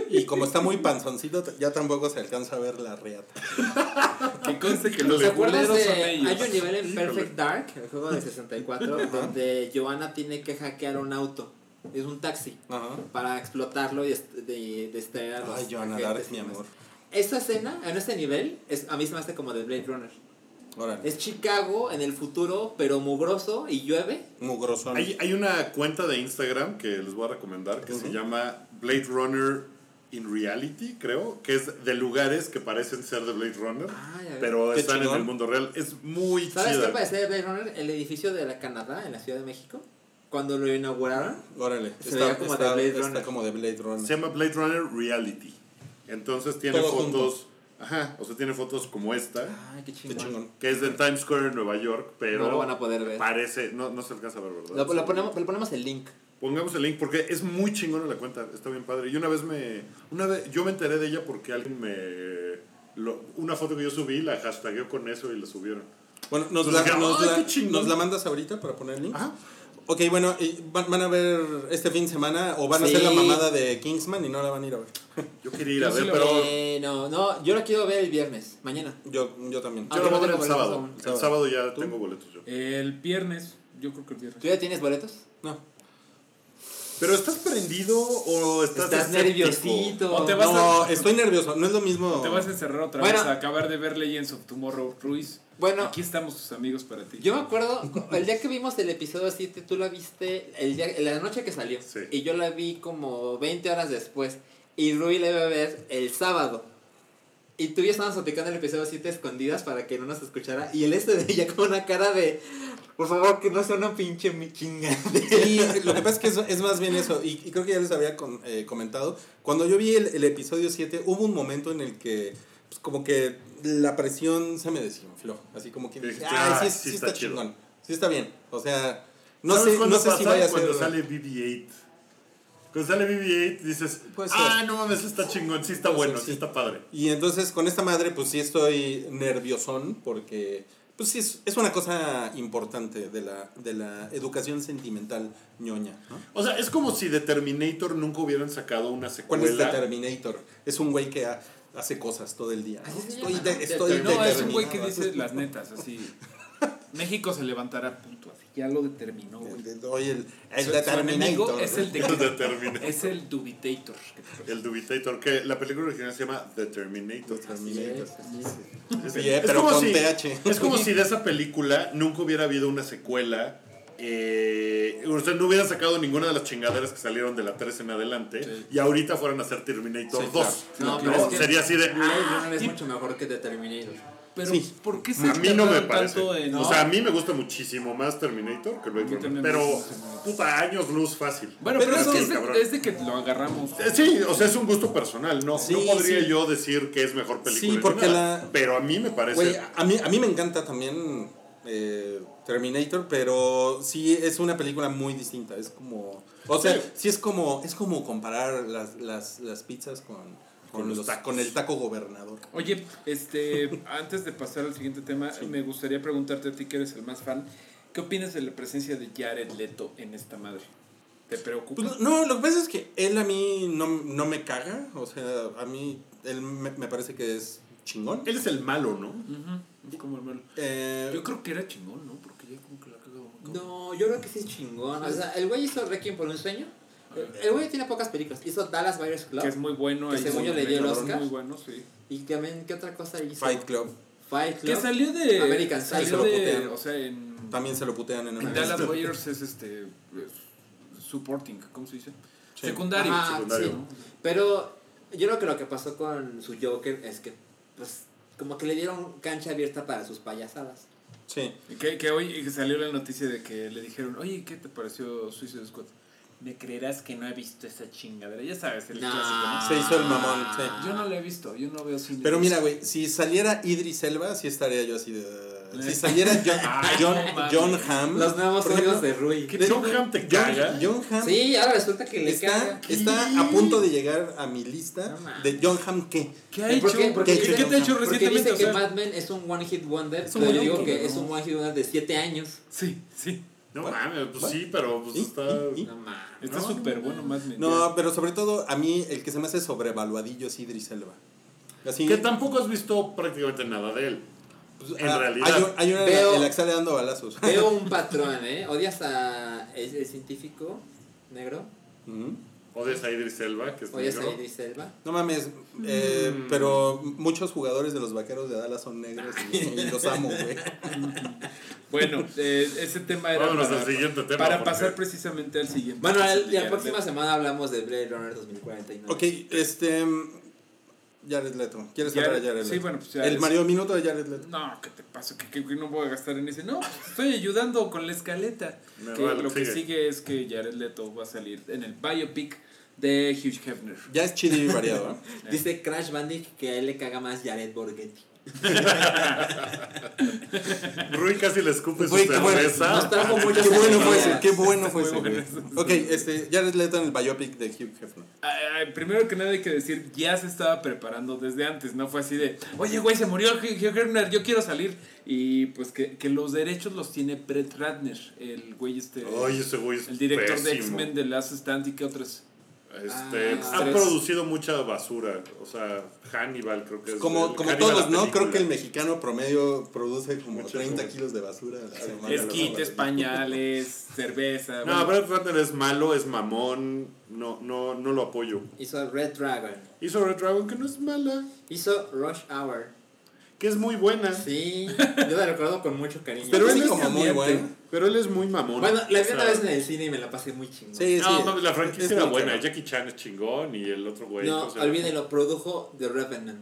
Speaker 3: Y como está muy panzoncito, t- ya tampoco se alcanza a ver la reata.
Speaker 4: que conste que los
Speaker 5: ¿Te acuerdas
Speaker 4: culeros
Speaker 5: de
Speaker 4: son
Speaker 5: hay un
Speaker 4: ellos.
Speaker 5: nivel en Perfect Dark, el juego de 64, donde Joanna tiene que hackear un auto, es un taxi,
Speaker 3: Ajá.
Speaker 5: para explotarlo y est- de, distraer a los
Speaker 3: Ay, Joanna
Speaker 5: agentes
Speaker 3: Dark,
Speaker 5: y
Speaker 3: mi
Speaker 5: demás.
Speaker 3: amor.
Speaker 5: Esa escena, en ese nivel, es, a mí se me hace como de Blade Runner.
Speaker 3: Órale.
Speaker 5: Es Chicago en el futuro, pero mugroso y llueve.
Speaker 3: Mugrosón.
Speaker 2: Hay, hay una cuenta de Instagram que les voy a recomendar que se llama Blade Runner in Reality, creo, que es de lugares que parecen ser de Blade Runner,
Speaker 5: Ah, ya veo.
Speaker 2: pero
Speaker 3: Qué
Speaker 2: están en
Speaker 3: chingón.
Speaker 2: el mundo real. Es muy
Speaker 5: ¿Sabes qué
Speaker 2: chida.
Speaker 5: parece de Blade Runner? El edificio de la Canadá, en la Ciudad de México, cuando lo inauguraron.
Speaker 3: Órale.
Speaker 5: Se veía como de Blade
Speaker 3: está
Speaker 5: Runner.
Speaker 3: como de Blade Runner.
Speaker 2: Se llama Blade Runner Reality. Entonces tiene
Speaker 3: Todo
Speaker 2: fotos, ajá, o sea, tiene fotos como esta,
Speaker 5: Ay, qué
Speaker 3: Qué
Speaker 5: chingón.
Speaker 3: chingón.
Speaker 2: que es de Times Square en Nueva York, pero
Speaker 5: No lo van a poder ver.
Speaker 2: parece, no, no se alcanza a ver, ¿verdad?
Speaker 5: Lo, lo ponemos, le ponemos el link.
Speaker 2: Pongamos el link porque es muy chingona la cuenta, está bien padre. Y una vez me. Una vez, yo me enteré de ella porque alguien me. lo- una foto que yo subí la hashtagueó con eso y la subieron.
Speaker 3: Bueno, nos,
Speaker 2: Nos
Speaker 3: la,
Speaker 2: dijeron,
Speaker 3: nos
Speaker 2: "Ay,
Speaker 3: la-
Speaker 2: qué chingón".
Speaker 3: nos la mandas ahorita para poner el link.
Speaker 2: Ajá.
Speaker 3: Ok, bueno, y van, van a ver este fin de semana o van a
Speaker 5: Sí.
Speaker 3: hacer la mamada de Kingsman y no la van a ir a ver.
Speaker 2: Yo quería ir
Speaker 4: Yo
Speaker 2: a
Speaker 4: sí
Speaker 2: ver,
Speaker 4: lo
Speaker 2: pero.
Speaker 5: Eh, no, no, yo lo quiero ver el viernes, mañana.
Speaker 3: Yo, yo también.
Speaker 5: Ah,
Speaker 2: Yo lo voy a ver
Speaker 5: pero
Speaker 2: el
Speaker 5: bueno,
Speaker 2: sábado.
Speaker 5: vamos.
Speaker 2: El sábado ya
Speaker 3: ¿Tú?
Speaker 2: tengo boletos yo.
Speaker 4: El viernes, yo creo que el
Speaker 5: ¿Tú
Speaker 4: viernes.
Speaker 5: ya tienes boletos?
Speaker 3: No.
Speaker 2: ¿Pero estás prendido o estás,
Speaker 5: Estás
Speaker 2: escéptico?
Speaker 5: nerviosito.
Speaker 4: O te vas
Speaker 3: No, estoy nervioso. No es lo mismo.
Speaker 4: Te vas a encerrar otra
Speaker 5: Bueno.
Speaker 4: vez a acabar de ver Legends of Tomorrow, Ruiz.
Speaker 5: Bueno.
Speaker 4: aquí estamos tus amigos para ti.
Speaker 5: Yo me acuerdo, el día que vimos el episodio 7, tú la viste el día, la noche que salió.
Speaker 2: Sí.
Speaker 5: Y yo la vi como 20 horas después. Y Rui la iba a ver el sábado. Y tú y yo estábamos platicando el episodio 7 escondidas para que no nos escuchara. Y el este de ella con una cara de, por favor, que no sea una pinche mi chingadera.
Speaker 3: Sí, lo que pasa es que es, es más bien eso, y, y creo que ya les había con- eh, comentado, cuando yo vi el, el episodio 7 hubo un momento en el que pues, como que la presión se me desinfló, así como que dije,
Speaker 2: Dijiste,
Speaker 3: "Ay,
Speaker 2: "Ah,
Speaker 3: sí,
Speaker 2: sí
Speaker 3: sí
Speaker 2: está
Speaker 3: está,
Speaker 2: chido".
Speaker 3: chingón, sí está bien, o sea, no
Speaker 2: ¿Sabes
Speaker 3: sé,
Speaker 2: cuándo
Speaker 3: no sé si
Speaker 2: pasa?
Speaker 3: vaya a ser...
Speaker 2: Cuando sale BB-8. Cuando sale BB-8 dices,
Speaker 3: Puede ser.
Speaker 2: ah, no mames, está chingón, sí está
Speaker 3: Puede ser,
Speaker 2: bueno, sí
Speaker 3: sí.
Speaker 2: está padre.
Speaker 3: Y entonces con esta madre pues sí estoy nerviosón porque pues sí es, es una cosa importante de la, de la educación sentimental ñoña, ¿no?
Speaker 2: O sea, es como si de Terminator nunca hubieran sacado una
Speaker 3: ¿Cuál
Speaker 2: secuela.
Speaker 3: es The este Terminator? Es un güey que ha- hace cosas todo el día.
Speaker 5: Así se
Speaker 3: Estoy,
Speaker 5: llama,
Speaker 3: de-
Speaker 5: ¿no?
Speaker 3: estoy
Speaker 5: The
Speaker 4: No, es un
Speaker 3: determinado.
Speaker 4: güey que dice las netas, así. México se levantará, punto. Así ya lo determinó, güey.
Speaker 3: El de- Oye, el, el
Speaker 4: Su- su enemigo
Speaker 3: Determinator.
Speaker 4: es el de-
Speaker 2: The Terminator.
Speaker 4: Es el Dubitator.
Speaker 2: El Dubitator, que la película original se llama The Terminator.
Speaker 3: Terminator.
Speaker 2: Es-
Speaker 3: Sí, eh,
Speaker 2: es
Speaker 3: pero
Speaker 2: como
Speaker 3: con
Speaker 2: si-
Speaker 3: TH.
Speaker 2: Es como si de esa película nunca hubiera habido una secuela. Eh, o sea, no hubieran sacado ninguna de las chingaderas que salieron de la 3 en adelante.
Speaker 4: Sí.
Speaker 2: Y ahorita fueran a hacer Terminator
Speaker 3: Sí,
Speaker 2: 2.
Speaker 5: claro. No,
Speaker 2: No,
Speaker 5: pero es que-
Speaker 2: sería así de. "Ah,
Speaker 5: Blade Runner es mucho mejor que The Terminator.
Speaker 4: Pero,
Speaker 3: Sí.
Speaker 4: ¿por qué se
Speaker 2: A mí no me
Speaker 4: tardaron
Speaker 2: parece.
Speaker 4: tanto en.?
Speaker 2: O sea, a mí me gusta muchísimo más Terminator que Blade
Speaker 4: Yo
Speaker 2: Runner.
Speaker 4: también me
Speaker 2: Pero,
Speaker 4: gusta mucho.
Speaker 2: puta, años luz fácil.
Speaker 4: Bueno, pero,
Speaker 3: Pero
Speaker 4: es,
Speaker 3: eso
Speaker 4: que
Speaker 3: es
Speaker 4: es,
Speaker 2: cabrón.
Speaker 4: de, es de que lo agarramos.
Speaker 2: Eh, Sí, o sea, es un gusto personal, no,
Speaker 3: Sí,
Speaker 2: no podría
Speaker 3: sí.
Speaker 2: yo decir que es mejor película.
Speaker 3: Sí,
Speaker 2: ni
Speaker 3: porque
Speaker 2: nada,
Speaker 3: la-
Speaker 2: Pero a mí me parece...
Speaker 3: Güey, a mí, a mí me encanta también eh, Terminator, pero sí es una película muy distinta. Es como. O sea,
Speaker 2: Sí.
Speaker 3: sí, es como. Es como comparar las, las, las pizzas con, con,
Speaker 2: los
Speaker 3: los-
Speaker 2: tacos.
Speaker 3: con el taco gobernador.
Speaker 4: Oye, este, antes de pasar al siguiente tema, me gustaría preguntarte a ti que eres el más fan. ¿Qué opinas de la presencia de Jared Leto en esta madre? ¿Te preocupa?
Speaker 3: Pues, no, lo que pasa es que él a mí no, no me caga. O sea, a mí él me, me parece que es chingón.
Speaker 2: Él es el malo, ¿no?
Speaker 4: Ujú, como hermano.
Speaker 3: Eh,
Speaker 4: Yo creo que era chingón, ¿no? Porque ya como que la cagaba. como-
Speaker 5: No, yo creo que sí es chingón. O sea, el güey hizo Requiem por un sueño. El- El güey tiene pocas películas. Hizo Dallas Buyers Club.
Speaker 4: Que es muy bueno.
Speaker 5: Que
Speaker 4: ahí
Speaker 5: según
Speaker 4: es
Speaker 5: yo
Speaker 4: muy
Speaker 5: le dio el
Speaker 4: cabrón,
Speaker 5: Oscar.
Speaker 4: Muy bueno, sí.
Speaker 5: Y también, ¿qué otra cosa hizo?
Speaker 3: Eh, Fight Club.
Speaker 5: Fight Club.
Speaker 4: Que salió de.
Speaker 5: American Psycho.
Speaker 4: salió
Speaker 3: Lo
Speaker 4: de.
Speaker 3: putearon.
Speaker 4: O sea, en.
Speaker 3: También se lo putean en
Speaker 4: en
Speaker 3: el
Speaker 4: Dallas Warriors es este. es supporting, ¿cómo se dice?
Speaker 3: Sí.
Speaker 4: Secundario.
Speaker 5: Ajá,
Speaker 2: secundario,
Speaker 5: sí.
Speaker 2: ¿no?
Speaker 5: Pero yo creo que lo que pasó con su Joker es que, pues, como que le dieron cancha abierta para sus payasadas.
Speaker 3: Sí.
Speaker 4: Que, que hoy salió la noticia de que le dijeron, oye, ¿qué te pareció Suicide Squad? Me creerás que no he visto esa chingadera. Ya sabes, el clásico.
Speaker 3: Se hizo el mamón, sí.
Speaker 4: ¿no? Yo no la he visto, yo no veo cine.
Speaker 3: Pero mira, güey, si saliera Idris Elba, sí estaría yo así de... ah, Si saliera John,
Speaker 4: Ay,
Speaker 3: John,
Speaker 4: no mames.
Speaker 3: John Hamm.
Speaker 5: Los nuevos
Speaker 3: por ejemplo,
Speaker 5: odios de Rui.
Speaker 2: ¿Qué John Hamm te caga?
Speaker 3: John Hamm
Speaker 5: Sí, ahora resulta que le
Speaker 3: está,
Speaker 5: caga.
Speaker 3: está a punto de llegar a mi lista
Speaker 5: No mames.
Speaker 3: de John Hamm qué.
Speaker 4: ¿Qué ha
Speaker 5: ¿Y
Speaker 4: hecho?
Speaker 5: por qué? Porque
Speaker 4: ¿Qué-
Speaker 5: dice-
Speaker 4: qué te ha hecho
Speaker 5: porque
Speaker 4: recientemente?
Speaker 5: Dice
Speaker 4: O
Speaker 5: que
Speaker 4: sea,
Speaker 5: Mad Men es un one hit wonder,
Speaker 3: Es un
Speaker 5: pero yo
Speaker 3: one hit
Speaker 5: digo que
Speaker 3: wonder,
Speaker 5: es
Speaker 3: ¿no?
Speaker 5: un one hit wonder de 7 años.
Speaker 4: Sí, sí.
Speaker 2: No
Speaker 3: Bueno,
Speaker 2: mames, pues
Speaker 3: bueno.
Speaker 2: sí, pero pues
Speaker 3: Y-
Speaker 2: está.
Speaker 3: y- y-
Speaker 5: No mames.
Speaker 4: Está súper bueno Mad Men.
Speaker 3: No, pero sobre todo a mí el que se me hace sobrevaluadillo es Idris Elba. Así,
Speaker 2: Que tampoco has visto prácticamente nada de él.
Speaker 3: pues,
Speaker 2: en
Speaker 3: ah,
Speaker 2: realidad.
Speaker 3: Hay, un- hay una en la-
Speaker 5: Veo-
Speaker 3: en la que sale dando balazos.
Speaker 5: Veo un patrón, ¿eh? Odias a. el- el científico negro?
Speaker 3: Ujú.
Speaker 2: Odias a Idris Elba, que es
Speaker 5: ¿Odias a
Speaker 2: negro.
Speaker 5: Idris Elba?
Speaker 3: No mames, eh,
Speaker 5: Mm.
Speaker 3: pero muchos jugadores de los vaqueros de Dallas son negros y, y los amo, güey.
Speaker 4: Bueno, eh, ese tema era
Speaker 2: Vámonos
Speaker 4: para,
Speaker 2: al siguiente tema.
Speaker 4: para
Speaker 2: porque-
Speaker 4: pasar precisamente al siguiente.
Speaker 5: Bueno,
Speaker 4: Que
Speaker 5: el-
Speaker 4: se
Speaker 5: la
Speaker 4: ligera,
Speaker 5: próxima
Speaker 4: ¿no?
Speaker 5: semana hablamos de Blade Runner 2049.
Speaker 3: Ok, este. Jared Leto. ¿Quieres
Speaker 4: Jared-
Speaker 3: hablar de Jared Leto?
Speaker 4: sí, bueno, pues ya
Speaker 3: El
Speaker 4: es-
Speaker 3: Mario Minuto de Jared Leto.
Speaker 4: No, ¿qué te pasa? ¿Que, que- que no voy a gastar en ese. No, estoy ayudando con la escaleta.
Speaker 2: Me
Speaker 4: Que
Speaker 2: vale,
Speaker 4: lo que
Speaker 2: sigue.
Speaker 4: sigue es que Jared Leto va a salir en el biopic de Hugh Hefner.
Speaker 3: Ya es chido y variado. ¿eh?
Speaker 5: Dice Crash Bandic que a él le caga más Jared Borghetti.
Speaker 2: Rui casi le escupe su
Speaker 3: Güey, qué bueno.
Speaker 5: Nos
Speaker 2: cerveza.
Speaker 5: trajo muchas
Speaker 3: Qué bueno fue
Speaker 5: alegrías.
Speaker 3: ese, qué bueno fue
Speaker 4: Muy
Speaker 3: ese.
Speaker 4: bueno
Speaker 3: güey.
Speaker 4: ese, sí.
Speaker 3: Ok, este, Jared Leto en el biopic de Hugh Hefner.
Speaker 4: Ay, ay, primero que nada hay que decir, ya se estaba preparando desde antes, no fue así de, oye, güey, se murió Hugh Hugh Hefner, yo quiero salir. Y pues que, que los derechos los tiene Brett Ratner, el güey este,
Speaker 2: Ay, ese güey es
Speaker 4: el director de
Speaker 2: pésimo.
Speaker 4: X-Men, de Last Stand y que otras.
Speaker 2: Este,
Speaker 5: Ah,
Speaker 2: ha
Speaker 4: tres.
Speaker 2: producido mucha basura. O sea, Hannibal creo que es.
Speaker 3: Pues Como,
Speaker 2: el-
Speaker 3: como
Speaker 2: Hannibal,
Speaker 3: todos,
Speaker 2: la
Speaker 3: ¿no? Creo
Speaker 2: película.
Speaker 3: que el mexicano promedio produce como
Speaker 2: Mucho,
Speaker 3: 30
Speaker 2: güey.
Speaker 3: kilos de basura. a la semana.
Speaker 4: Es kit, es pañales, cerveza.
Speaker 2: No,
Speaker 4: bueno.
Speaker 2: Brad Ratner es malo, es mamón. No, no, no lo apoyo.
Speaker 5: Hizo Red Dragon.
Speaker 2: Hizo Red Dragon que no es mala,
Speaker 5: Hizo Rush Hour.
Speaker 2: que es muy buena.
Speaker 5: Sí, yo la recuerdo con mucho cariño.
Speaker 3: Pero
Speaker 2: él
Speaker 3: es
Speaker 2: es
Speaker 3: como muy
Speaker 2: cambiante.
Speaker 3: bueno. ¿eh?
Speaker 2: Pero él es muy mamón.
Speaker 5: Bueno, la
Speaker 2: O
Speaker 5: vi
Speaker 2: sea,
Speaker 5: una vez en el cine y me la pasé muy chingón.
Speaker 3: Sí, sí.
Speaker 2: No, mames, la
Speaker 3: es
Speaker 2: franquicia era
Speaker 3: muy
Speaker 2: buena.
Speaker 3: bueno.
Speaker 2: Jackie Chan es chingón y el otro güey. pues,
Speaker 5: no,
Speaker 2: ¿cómo se llama?
Speaker 5: olvídenlo, produjo The Revenant.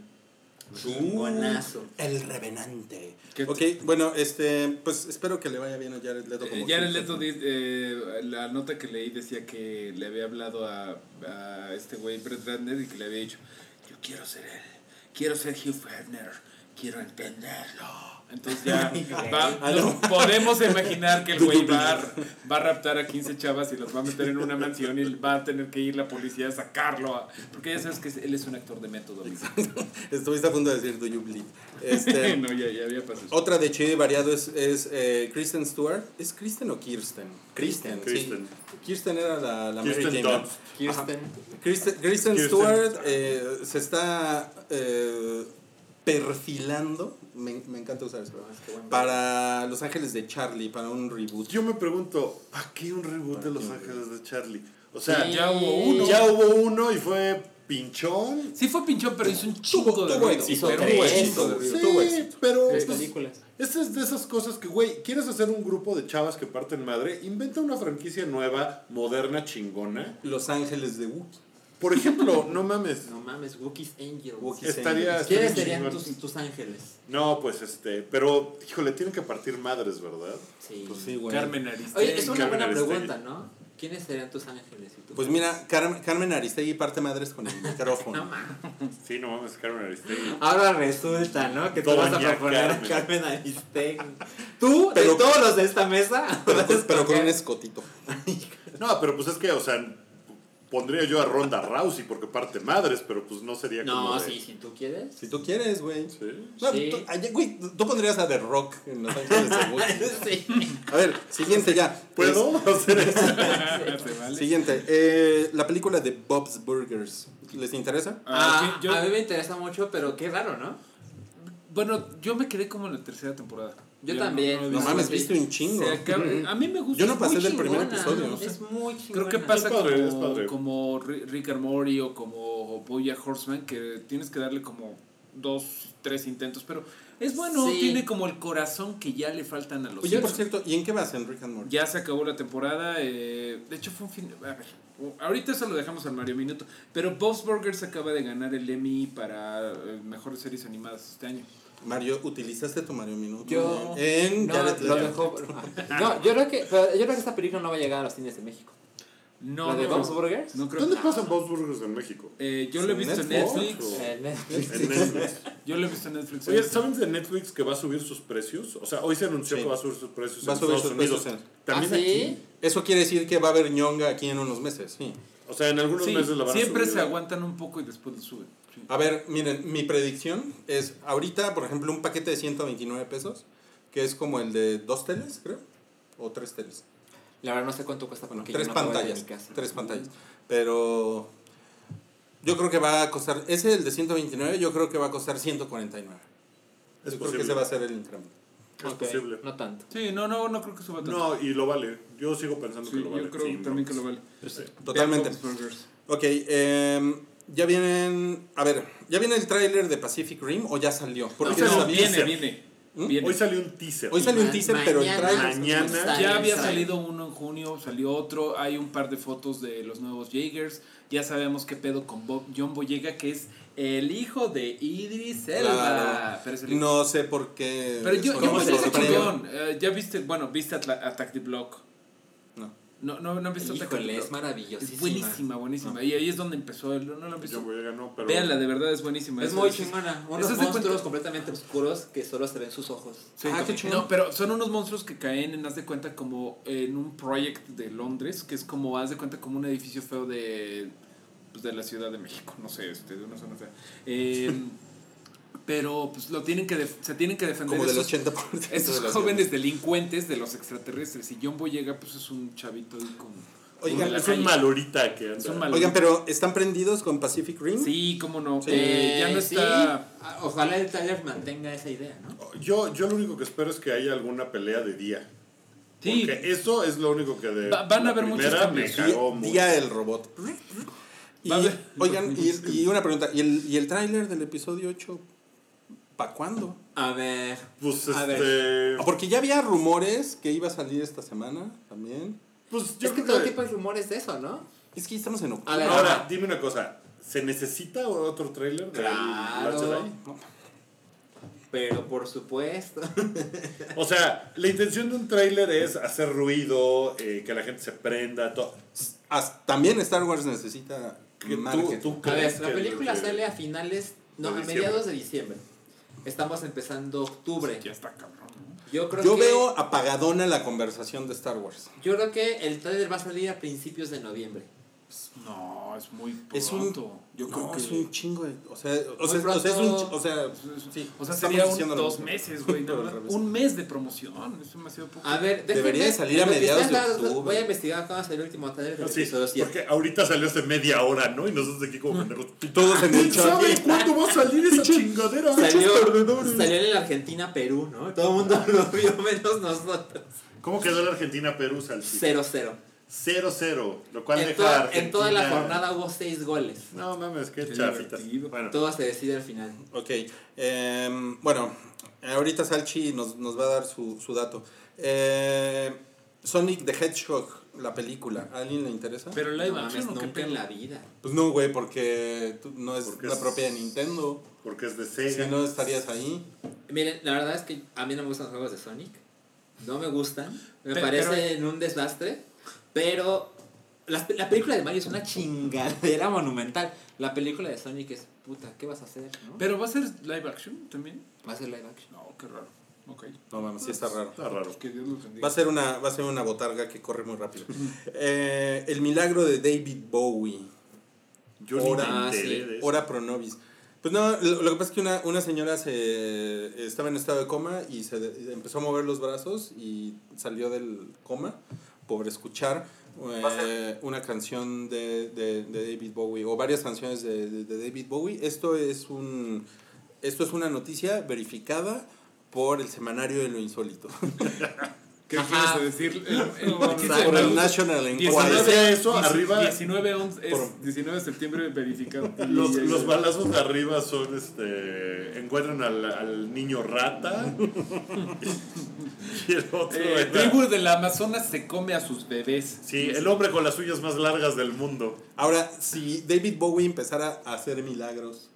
Speaker 5: Chingonazo.
Speaker 3: El revenante.
Speaker 4: ¿Qué-
Speaker 3: Ok, bueno, este, pues espero que le vaya bien a Jared Leto como
Speaker 4: Eh, Jared
Speaker 3: Hugh
Speaker 4: Leto,
Speaker 3: Hefner.
Speaker 4: di- eh, la nota que leí decía que le había hablado a, a este güey Brett Ratner y que le había dicho, yo quiero ser él, quiero ser Hugh Hefner, quiero entenderlo. Entonces ya va-
Speaker 3: Ah,
Speaker 4: nos
Speaker 3: no.
Speaker 4: podemos imaginar que el güey va, a- va a raptar a 15 chavas y los va a meter en una mansión y va a tener que ir la policía a sacarlo. a- porque ya sabes que él es un actor de método. amigo.
Speaker 3: Estuviste a punto de decir, do you bleed? Este,
Speaker 4: no, ya, ya había pasado.
Speaker 3: Otra de chido y variado es, es eh, Kristen Stewart. ¿Es Kristen o Kirsten? Kristen.
Speaker 2: Kristen.
Speaker 3: sí. Kirsten era la, la
Speaker 2: Kirsten
Speaker 3: Mary Jane.
Speaker 2: Dunst.
Speaker 3: Ajá. Kristen, Kristen
Speaker 2: Kirsten.
Speaker 3: Stewart eh, se está eh, perfilando. Me, me encanta usar eso.
Speaker 5: No, es que bueno.
Speaker 3: Para Los Ángeles de Charlie, para un reboot.
Speaker 2: Yo me pregunto, ¿para qué un reboot de Los Ángeles de Charlie? O sea,
Speaker 5: Sí.
Speaker 4: ya hubo uno.
Speaker 2: ya hubo uno y fue pinchón.
Speaker 4: Sí fue pinchón, pero hizo un
Speaker 3: Tuvo-
Speaker 4: chingo de
Speaker 3: tuvo
Speaker 4: ruido.
Speaker 3: éxito,
Speaker 4: Pero
Speaker 5: tuvo
Speaker 4: un chingo
Speaker 5: éxito,
Speaker 4: de
Speaker 5: güey.
Speaker 4: ruido.
Speaker 3: tuvo éxito.
Speaker 2: pero
Speaker 5: Tres
Speaker 2: pues,
Speaker 5: películas.
Speaker 2: esa es de esas cosas que, güey, quieres hacer un grupo de chavas que parten madre, inventa una franquicia nueva, moderna, chingona.
Speaker 3: Los Ángeles de Wookiee.
Speaker 2: Por ejemplo, no mames,
Speaker 5: No mames, Wookiees Angels.
Speaker 3: Wookiees.
Speaker 2: estaría...
Speaker 5: ¿Quiénes
Speaker 2: estaría
Speaker 5: serían
Speaker 2: chingón.
Speaker 5: tus, tus ángeles?
Speaker 2: No, pues este, pero, híjole, tienen que partir madres, ¿verdad?
Speaker 5: Sí.
Speaker 3: Pues sí, güey.
Speaker 4: Carmen Aristegui.
Speaker 5: Oye, es una
Speaker 2: Carmen
Speaker 5: buena
Speaker 2: Aristegui.
Speaker 5: pregunta, ¿no? ¿Quiénes serían tus ángeles? y tú?
Speaker 3: Pues mira, Carmen Carmen Aristegui parte madres con el
Speaker 5: No
Speaker 3: micrófono.
Speaker 5: mames.
Speaker 2: Sí, no mames, Carmen Aristegui.
Speaker 5: Ahora resulta, ¿no? Que tú vas a
Speaker 2: Doña
Speaker 5: proponer a
Speaker 2: Carmen.
Speaker 5: Carmen Aristegui. Tú,
Speaker 3: Pero-
Speaker 5: de todos los de esta mesa,
Speaker 3: Pero
Speaker 5: vas a
Speaker 3: con- pero con
Speaker 5: escoger.
Speaker 3: un escotito.
Speaker 2: No, pero pues es que, o sea, Pondría yo a Ronda Rousey porque parte madres, pero pues no sería como.
Speaker 5: No,
Speaker 2: de-
Speaker 5: sí, si tú quieres.
Speaker 3: Si tú quieres, güey.
Speaker 2: Sí.
Speaker 3: No,
Speaker 5: Sí.
Speaker 3: tú- ay, güey, tú pondrías a The Rock en Los Ángeles Azules.
Speaker 5: Sí.
Speaker 3: A ver, siguiente ya.
Speaker 2: ¿Puedo hacer eso?
Speaker 4: ¿Te vale?
Speaker 3: Siguiente, eh, la película de Bob's Burgers. ¿Les interesa?
Speaker 4: Ah,
Speaker 5: Ah,
Speaker 4: sí, yo-
Speaker 5: A mí me interesa mucho, pero qué raro, ¿no?
Speaker 4: Bueno, yo me quedé como en la tercera temporada.
Speaker 5: Yo
Speaker 4: Ya
Speaker 5: también.
Speaker 4: he
Speaker 3: No
Speaker 5: Sí,
Speaker 4: visto.
Speaker 3: mames,
Speaker 5: sí.
Speaker 3: viste un chingo.
Speaker 4: Se acaba- eh, A mí me gusta.
Speaker 3: Yo no
Speaker 4: es
Speaker 3: pasé
Speaker 4: muy
Speaker 3: del primer
Speaker 4: chingona.
Speaker 3: episodio.
Speaker 4: O sea,
Speaker 5: Es muy chingona.
Speaker 4: Creo que pasa
Speaker 2: Es padre, es
Speaker 4: como,
Speaker 2: padre.
Speaker 4: como Ri- Rick and Morty o como Boya Horseman, que tienes que darle como dos, tres intentos, pero es bueno,
Speaker 5: Sí.
Speaker 4: tiene como el corazón que ya le faltan a los
Speaker 3: Oye, por
Speaker 4: Simpsons.
Speaker 3: cierto, ¿y en qué vas en Rick and Morty?
Speaker 4: Ya se acabó la temporada. eh, de hecho, fue un fin. A ver, ahorita eso lo dejamos al Mario Minuto. Pero Bob's Burgers acaba de ganar el Emmy para eh, mejores series animadas este año.
Speaker 3: Mario, utilizaste tu Mario Minuto.
Speaker 5: Yo-
Speaker 3: En
Speaker 5: No,
Speaker 3: Gareth
Speaker 5: lo
Speaker 3: Leto.
Speaker 5: dejó- ah, no, yo creo que pero yo creo que esta película no va a llegar a los cines de México.
Speaker 4: No,
Speaker 5: ¿La de
Speaker 4: no,
Speaker 5: Bob's Burgers?
Speaker 4: No creo.
Speaker 2: ¿Dónde
Speaker 4: que-
Speaker 2: pasan Bob's Burgers en México?
Speaker 4: Eh, yo lo he
Speaker 3: ¿En
Speaker 4: visto en
Speaker 3: Netflix?
Speaker 4: Netflix.
Speaker 5: Eh,
Speaker 2: En Netflix.
Speaker 4: Yo lo he visto en Netflix.
Speaker 2: Oye, ¿saben de Netflix que va a subir sus precios? O sea, hoy se anunció
Speaker 3: Sí.
Speaker 2: que va a subir sus precios
Speaker 3: Va a
Speaker 2: en
Speaker 3: subir
Speaker 2: Estados
Speaker 3: sus precios
Speaker 2: Unidos.
Speaker 3: en-
Speaker 2: También
Speaker 5: ¿Ah, sí?
Speaker 2: aquí.
Speaker 3: Eso quiere decir que va a haber ñonga aquí en unos meses, sí.
Speaker 2: O sea, en algunos
Speaker 4: Sí,
Speaker 2: meses la van
Speaker 4: siempre
Speaker 2: a subir.
Speaker 4: se aguantan un poco y después lo suben. Sí.
Speaker 3: A ver, miren, mi predicción es ahorita, por ejemplo, un paquete de 129 pesos, que es como el de dos teles, creo, o tres teles.
Speaker 5: La verdad no sé cuánto cuesta
Speaker 3: Bueno,
Speaker 5: porque
Speaker 3: tres
Speaker 5: yo no acabo de ir a
Speaker 3: pantallas.
Speaker 5: mi casa.
Speaker 3: Tres pantallas. Pero yo creo que va a costar, ese el de 129, yo creo que va a costar 149.
Speaker 2: Es
Speaker 3: yo creo que
Speaker 2: posible.
Speaker 3: ese va a ser el incremento.
Speaker 2: Es
Speaker 5: Ok,
Speaker 2: posible.
Speaker 5: No tanto.
Speaker 4: Sí, no, no, no creo que suba tanto.
Speaker 2: No, y lo vale. Yo sigo pensando
Speaker 4: Sí,
Speaker 2: que lo vale.
Speaker 4: yo creo
Speaker 2: Sí,
Speaker 4: también
Speaker 2: no.
Speaker 4: que lo vale.
Speaker 3: Totalmente.
Speaker 4: Vean Bob's Burgers.
Speaker 3: Ok, em, ya vienen, a ver, ¿ya viene el tráiler de Pacific Rim o ya salió? Porque
Speaker 2: No,
Speaker 4: O sea,
Speaker 3: no
Speaker 2: vi-
Speaker 3: sabía-
Speaker 4: viene,
Speaker 2: teaser.
Speaker 4: viene,
Speaker 3: ¿Mm?
Speaker 4: viene.
Speaker 2: Hoy salió un teaser.
Speaker 3: Hoy salió un
Speaker 5: Ma-
Speaker 3: teaser, pero el
Speaker 5: mañana-
Speaker 3: tráiler...
Speaker 2: Mañana.
Speaker 5: Sale,
Speaker 4: Ya había
Speaker 5: sale.
Speaker 4: salido uno en junio, salió otro, hay un par de fotos de los nuevos Jaegers, ya sabemos qué pedo con Bob- John Boyega, que es el hijo de Idris Elba.
Speaker 3: Claro.
Speaker 4: Pero, es el hijo.
Speaker 3: No sé por qué...
Speaker 4: Pero yo,
Speaker 3: eso
Speaker 4: yo
Speaker 3: no me
Speaker 4: pensé que está
Speaker 3: sorprende.
Speaker 4: chingón. Eh, ya viste, bueno, viste Atla- Attack the Block.
Speaker 3: No.
Speaker 4: No, no, no han visto Attack the
Speaker 5: Híjole, es
Speaker 4: Block.
Speaker 5: maravillosísima.
Speaker 4: Es buenísima, buenísima. Y ahí es donde empezó, el- no la han
Speaker 2: Yo
Speaker 4: visto.
Speaker 2: voy a ganar, pero.
Speaker 4: Véanla, de verdad es buenísima.
Speaker 5: Es muy chingona. Unos
Speaker 4: Eso es de
Speaker 5: monstruos
Speaker 4: cuento-
Speaker 5: completamente oscuros que solo se ven sus ojos.
Speaker 4: Sí,
Speaker 3: Ah,
Speaker 4: como-
Speaker 3: qué chido.
Speaker 4: No, pero son unos monstruos que caen en, haz de cuenta, como en un project de Londres, que es como, haz de cuenta, como un edificio feo de, pues, de la Ciudad de México, no sé, este, de una zona fea. Eh, pero pues lo tienen que, def- se tienen que defender.
Speaker 3: Como del
Speaker 4: esos-
Speaker 3: 80%.
Speaker 4: esos
Speaker 3: de las
Speaker 4: jóvenes delincuentes de los extraterrestres. Y John Boyega, pues es un chavito ahí como.
Speaker 3: Oigan,
Speaker 4: como de la
Speaker 2: pues, Es un
Speaker 4: calle.
Speaker 2: malorita que anda.
Speaker 4: Es un
Speaker 3: vidas.
Speaker 4: mal-
Speaker 3: Oigan, pero ¿están prendidos con Pacific Rim?
Speaker 4: Sí, cómo no.
Speaker 3: Sí.
Speaker 4: Eh, ya no
Speaker 5: sí.
Speaker 4: está.
Speaker 5: Ah, Ojalá el trailer mantenga esa idea, ¿no?
Speaker 2: Yo, yo lo único que espero es que haya alguna pelea de día.
Speaker 4: Sí.
Speaker 2: Porque eso es lo único que de.
Speaker 4: Va- van a
Speaker 2: la
Speaker 4: haber muchos
Speaker 2: primera
Speaker 4: cambios.
Speaker 2: Me
Speaker 3: Día-
Speaker 2: cagó Oh, mucho.
Speaker 3: Día del robot. Y,
Speaker 4: Va a haber-
Speaker 3: oigan, y, y una pregunta. ¿Y el, y el tráiler del episodio 8? ¿Para cuándo?
Speaker 5: A ver.
Speaker 2: Pues
Speaker 5: A ver.
Speaker 2: este.
Speaker 3: Ah, Porque ya había rumores que iba a salir esta semana también.
Speaker 2: Pues yo
Speaker 5: es que
Speaker 2: creo
Speaker 5: todo
Speaker 2: que-
Speaker 5: tipo de rumores de eso, ¿no?
Speaker 3: Es que estamos en octubre.
Speaker 5: A ver.
Speaker 2: Ahora, dime una cosa. ¿Se necesita otro trailer de
Speaker 5: Claro.
Speaker 2: Last Jedi?
Speaker 5: Pero por supuesto.
Speaker 2: O sea, la intención de un tráiler es hacer ruido, eh, que la gente se prenda, todo.
Speaker 3: As- también Star Wars necesita
Speaker 2: Que tú,
Speaker 3: marketing.
Speaker 2: tú
Speaker 5: A
Speaker 2: crees
Speaker 5: ver, la
Speaker 2: que-
Speaker 5: película
Speaker 2: que-
Speaker 5: sale a finales, no,
Speaker 2: de
Speaker 5: a
Speaker 2: diciembre.
Speaker 5: mediados de diciembre. Estamos empezando octubre.
Speaker 4: Ya está cabrón. ¿no?
Speaker 5: Yo creo
Speaker 3: Yo
Speaker 5: que
Speaker 3: veo apagadona la conversación de Star Wars.
Speaker 5: yo creo que el trailer va a salir a principios de noviembre.
Speaker 4: No, es muy pronto.
Speaker 3: Es un, no,
Speaker 4: Yo creo que
Speaker 3: es un chingo de. O sea, o
Speaker 5: Muy
Speaker 3: sea, o sea, es un.
Speaker 5: pronto.
Speaker 3: chi- O sea, sí,
Speaker 4: O sea,
Speaker 3: estamos
Speaker 4: sería un,
Speaker 3: diciendo lo
Speaker 4: dos
Speaker 3: mismo.
Speaker 4: meses, güey.
Speaker 3: Pero
Speaker 4: ¿no?
Speaker 3: al revés.
Speaker 4: Un mes de promoción. Es demasiado poco.
Speaker 5: A ver, déjenme-
Speaker 3: Debería de salir a
Speaker 5: en lo que
Speaker 3: mediados
Speaker 5: ustedes
Speaker 3: de
Speaker 5: hagan,
Speaker 3: octubre.
Speaker 5: Voy a investigar cuándo salió el último trailer del
Speaker 2: Sí,
Speaker 5: episodio 7.
Speaker 2: porque ahorita salió hace media hora, ¿no? Y nosotros aquí
Speaker 5: Mm.
Speaker 2: como pendejos.
Speaker 3: Y todos en el
Speaker 2: ¿Quién
Speaker 3: chat.
Speaker 2: sabe cuándo va a salir esa chingadera?
Speaker 5: Salió, salió en el Argentina-Perú, ¿no? Todo el
Speaker 2: Ah.
Speaker 5: mundo lo vio menos nosotros.
Speaker 2: ¿Cómo quedó la Argentina-Perú, Salchi?
Speaker 5: 0-0.
Speaker 2: 0-0, lo cual
Speaker 5: En,
Speaker 2: deja
Speaker 5: toda-
Speaker 2: a
Speaker 5: en
Speaker 2: Argentina...
Speaker 5: toda la jornada hubo 6 goles.
Speaker 2: No mames, qué
Speaker 4: Qué
Speaker 2: chafitas.
Speaker 4: divertido.
Speaker 2: Bueno,
Speaker 5: Todo se decide al final.
Speaker 3: Ok. em, bueno, ahorita Salchi nos, nos va a dar su, su dato. Eh, Sonic the Hedgehog, la película. ¿A alguien le interesa?
Speaker 4: Pero live
Speaker 5: No mames,
Speaker 4: action, ¿o qué
Speaker 5: nunca en
Speaker 4: pedo?
Speaker 5: la vida.
Speaker 3: pues no, güey, porque tú- no es
Speaker 2: Porque
Speaker 3: la
Speaker 2: es-
Speaker 3: propia de Nintendo.
Speaker 2: porque es de
Speaker 3: Si
Speaker 2: Sega.
Speaker 3: no estarías ahí.
Speaker 5: Miren, la verdad es que a mí no me gustan los juegos de Sonic. No me gustan. Me
Speaker 4: Pe-
Speaker 5: parecen un desastre. Pero la, la película de Mario es una chingadera monumental. La película de Sonic es puta, ¿qué vas a hacer? no?
Speaker 4: Pero va a ser live action también.
Speaker 5: Va a ser live action.
Speaker 4: No, qué raro. Ok.
Speaker 3: No mames, sí está raro.
Speaker 2: Está raro.
Speaker 4: Pues que Dios los bendiga.
Speaker 3: Va a ser una, va a ser una botarga que corre muy rápido. Eh, el milagro de David Bowie.
Speaker 2: Yo ni
Speaker 3: Ahora-
Speaker 2: me
Speaker 5: Ah, sí.
Speaker 2: enteré de eso.
Speaker 3: Ora pro nobis. Pues no, lo, lo que pasa es que una, una señora se, estaba en estado de coma y se de- empezó a mover los brazos y salió del coma por escuchar eh, una canción de, de- de David Bowie o varias canciones de, de- de David Bowie. Esto es, un, esto es una noticia verificada por el semanario de lo insólito.
Speaker 4: ¿Qué
Speaker 5: Ajá.
Speaker 4: quieres decir? El- el- el 15 de
Speaker 5: Por
Speaker 3: por el
Speaker 4: agosto.
Speaker 3: National
Speaker 2: Cuando
Speaker 3: Enquirer.
Speaker 2: sea eso,
Speaker 4: Dieci-
Speaker 2: arriba
Speaker 4: 19, once- es
Speaker 3: Por-
Speaker 4: 19 de septiembre verificado.
Speaker 2: Los,
Speaker 4: Y-
Speaker 2: los balazos de arriba son este. Encuentran al, al niño rata. y el otro.
Speaker 4: Eh,
Speaker 2: era-
Speaker 4: tribu del Amazonas se come a sus bebés.
Speaker 2: sí, el hombre con las uñas más largas del mundo.
Speaker 3: Ahora, si David Bowie empezara a hacer milagros,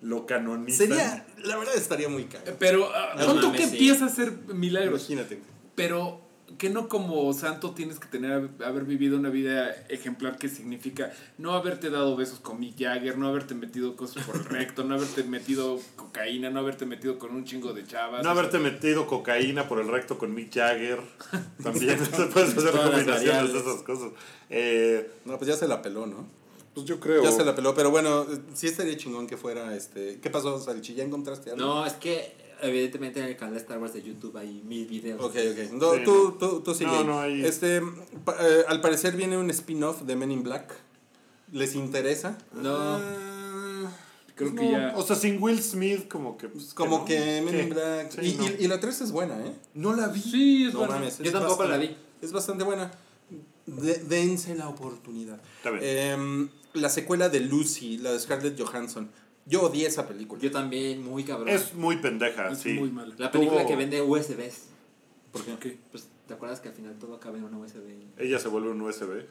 Speaker 2: Lo canonizan.
Speaker 3: sería, la verdad estaría muy caro.
Speaker 4: Eh, Pero ah,
Speaker 5: No
Speaker 4: pon tú
Speaker 5: mames,
Speaker 4: que
Speaker 5: sí.
Speaker 4: empieza a hacer milagros.
Speaker 3: Imagínate.
Speaker 4: Pero que no como santo tienes que tener haber vivido una vida ejemplar que significa no haberte dado besos con Mick Jagger, no haberte metido cosas por el recto, no haberte metido cocaína, no haberte metido con un chingo de chavas.
Speaker 2: No haberte metido cocaína por el recto con Mick Jagger. También se puedes hacer
Speaker 3: Todas las
Speaker 2: combinaciones de
Speaker 3: variables.
Speaker 2: esas cosas. Eh,
Speaker 3: No, pues ya se la peló, ¿no?
Speaker 2: pues yo creo.
Speaker 3: Ya se la peló, pero bueno, eh, sí estaría chingón que fuera este. ¿Qué pasó, Salchi? ¿Ya encontraste algo?
Speaker 5: No, es que evidentemente en el canal de Star Wars de YouTube hay mil videos.
Speaker 3: Ok, ok. No,
Speaker 2: Sí,
Speaker 3: tú,
Speaker 2: no.
Speaker 3: tú, tú sigue.
Speaker 2: No, no, ahí-
Speaker 3: Este, pa- eh, al parecer viene un spin-off de Men in Black. ¿Les interesa?
Speaker 5: No.
Speaker 3: Ah,
Speaker 2: pues
Speaker 4: Creo
Speaker 2: No,
Speaker 4: que ya.
Speaker 2: O sea, sin Will Smith, como que. pues,
Speaker 3: como que,
Speaker 2: no.
Speaker 3: Men
Speaker 2: ¿Qué?
Speaker 3: in Black.
Speaker 2: Sí,
Speaker 3: y,
Speaker 2: no.
Speaker 3: y- y la 3 es buena, ¿eh? No la vi.
Speaker 4: Sí, es
Speaker 3: no
Speaker 4: bueno.
Speaker 3: mames.
Speaker 5: Yo
Speaker 3: es
Speaker 5: tampoco la vi.
Speaker 3: Es bastante buena. De- dense la oportunidad.
Speaker 2: Está bien.
Speaker 3: Em, la secuela de Lucy, la de Scarlett Johansson. Yo odié esa película.
Speaker 5: Yo también, muy cabrón.
Speaker 2: Es muy pendeja,
Speaker 4: Es
Speaker 2: sí.
Speaker 4: muy mala.
Speaker 5: la película
Speaker 2: tuvo-
Speaker 5: que vende USBs.
Speaker 3: ¿Por qué?
Speaker 4: Ok.
Speaker 5: Pues, ¿te acuerdas que al final todo acaba en una USB?
Speaker 2: Ella se vuelve un USB.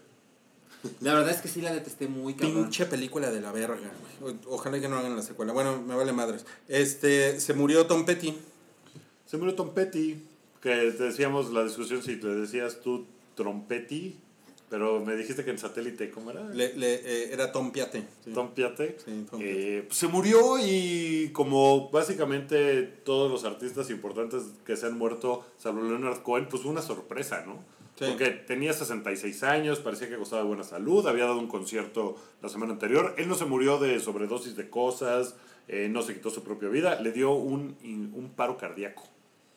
Speaker 5: La verdad es que sí la detesté muy cabrón.
Speaker 3: Pinche película de la verga, güey. O- Ojalá que no hagan la secuela. Bueno, me vale madres. Este, se murió Tom Petty.
Speaker 2: Se murió Tom Petty, que decíamos la discusión si le decías tú Trompetti, pero me dijiste que en satélite, ¿cómo era?
Speaker 3: Le- le, eh, era Tom Piate. Sí.
Speaker 2: Tom Piate.
Speaker 3: Sí, Tom
Speaker 2: Eh, pues, se murió y como básicamente todos los artistas importantes que se han muerto, salvo Leonard Cohen, pues fue una sorpresa, ¿no?
Speaker 3: Sí.
Speaker 2: Porque tenía 66 años, parecía que gozaba de buena salud, había dado un concierto la semana anterior, él no se murió de sobredosis de cosas, eh, no se quitó su propia vida, le dio un, in- un paro cardíaco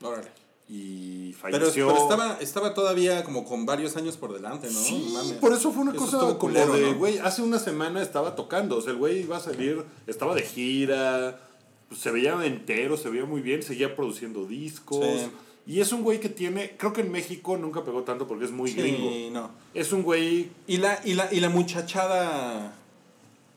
Speaker 3: Órale.
Speaker 2: y
Speaker 3: Pero,
Speaker 2: falleció.
Speaker 3: pero estaba, estaba todavía como con varios años por delante, ¿no?
Speaker 2: Sí,
Speaker 3: Mames.
Speaker 2: por eso fue una cosa como
Speaker 3: estuvo culero,
Speaker 2: de,
Speaker 3: ¿no?
Speaker 2: güey, hace una semana estaba tocando, o sea, el güey iba a salir, estaba de gira, pues, se veía entero, se veía muy bien, seguía produciendo discos.
Speaker 3: Sí.
Speaker 2: Y es un güey que tiene, creo que en México nunca pegó tanto porque es muy
Speaker 3: Sí,
Speaker 2: gringo.
Speaker 3: no.
Speaker 2: Es un güey,
Speaker 3: Y la, y la, y la muchachada.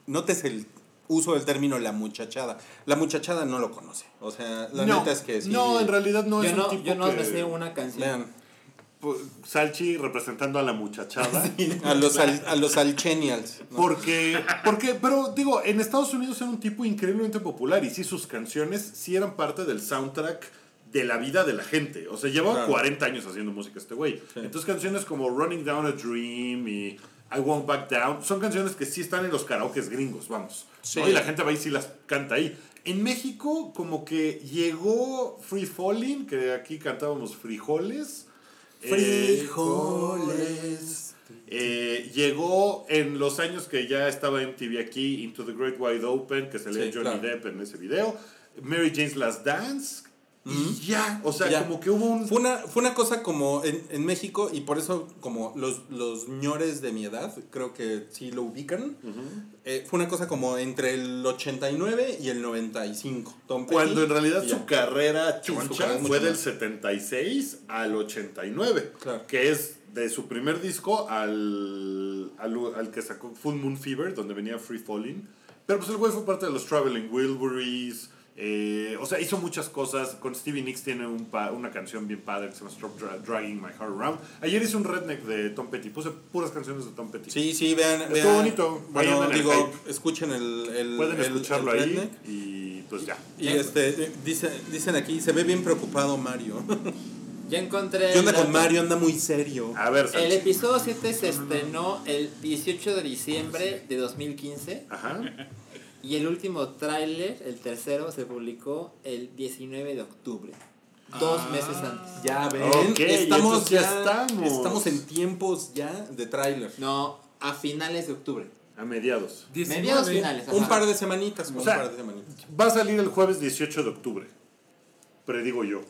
Speaker 3: Notes el uso del término la muchachada. La muchachada no lo conoce. O sea, la
Speaker 2: no,
Speaker 3: neta es que sí.
Speaker 2: no, en realidad no es
Speaker 5: yo
Speaker 2: un
Speaker 5: no,
Speaker 2: tipo
Speaker 5: yo no
Speaker 2: que-
Speaker 5: me sé una canción.
Speaker 3: Vean,
Speaker 2: pues, Salchi representando a la muchachada.
Speaker 3: a los, al- a los alchenials. ¿no?
Speaker 2: Porque, porque, pero digo, en Estados Unidos era un tipo increíblemente popular y sí, sus canciones sí eran parte del soundtrack de la vida de la gente. O sea, llevaba
Speaker 3: Claro.
Speaker 2: 40 años haciendo música este güey. Entonces canciones como Running Down a Dream y I Won't Back Down son canciones que sí están en los karaokes gringos, vamos.
Speaker 3: Sí.
Speaker 2: ¿no? Y la gente va y sí las canta ahí. En México como que llegó Free Falling, que aquí cantábamos frijoles. Eh,
Speaker 3: Frijoles.
Speaker 2: eh, llegó en los años que ya estaba MTV aquí, Into the Great Wide Open, que se lee
Speaker 3: Sí,
Speaker 2: Johnny
Speaker 3: claro.
Speaker 2: Depp en ese video, Mary Jane's Last Dance, y ya, o sea,
Speaker 3: Ya.
Speaker 2: como que hubo un...
Speaker 3: Fue una, fue una cosa como en, en México y por eso como los, los ñores de mi edad, creo que sí lo ubican, eh, fue una cosa como entre el 89 y el 95. Tom Petty,
Speaker 2: Cuando en realidad
Speaker 3: y
Speaker 2: su
Speaker 3: ya.
Speaker 2: carrera
Speaker 3: Sí, su
Speaker 2: choncha
Speaker 3: carrera
Speaker 2: fue
Speaker 3: mucho
Speaker 2: del
Speaker 3: más.
Speaker 2: 76 al 89,
Speaker 3: Claro.
Speaker 2: que es de su primer disco al, al, al que sacó Full Moon Fever, donde venía Free Falling. Pero pues el güey fue parte de los Traveling Wilburys. eh, o sea, hizo muchas cosas. Con Stevie Nicks tiene un pa- una canción bien padre que se llama Stop Dra- Dragging My Heart Around. Ayer hice un redneck de Tom Petty. Puse puras canciones de Tom Petty.
Speaker 3: Sí, sí, vean.
Speaker 2: Estuvo
Speaker 3: vean.
Speaker 2: bonito. Ahí
Speaker 3: Bueno,
Speaker 2: andan el
Speaker 3: digo,
Speaker 2: hype.
Speaker 3: escuchen el... el
Speaker 2: Pueden
Speaker 3: el- el
Speaker 2: escucharlo ahí.
Speaker 3: redneck.
Speaker 2: Y pues ya.
Speaker 3: Y este, dice, dicen aquí, se ve bien preocupado Mario.
Speaker 5: Ya encontré.
Speaker 3: ¿Qué onda
Speaker 5: el
Speaker 3: con
Speaker 5: dato.
Speaker 3: Mario? Anda muy serio.
Speaker 2: A ver,
Speaker 5: El
Speaker 2: Sánchez.
Speaker 5: episodio 7 se estrenó el 18 de diciembre de 2015
Speaker 2: Ajá.
Speaker 5: y el último tráiler, el tercero, se publicó el 19 de octubre. dos meses antes.
Speaker 3: Ah, Ya ven,
Speaker 2: Ok,
Speaker 3: estamos
Speaker 2: entonces ya
Speaker 3: ya-
Speaker 2: estamos.
Speaker 3: estamos en tiempos ya de tráiler.
Speaker 5: No, a finales de octubre.
Speaker 2: A mediados.
Speaker 4: 19.
Speaker 5: Mediados finales.
Speaker 3: Un
Speaker 5: ajá.
Speaker 3: par de semanitas, un
Speaker 2: sea,
Speaker 3: par de semanitas.
Speaker 2: Va a salir el jueves 18 de octubre. Predigo yo.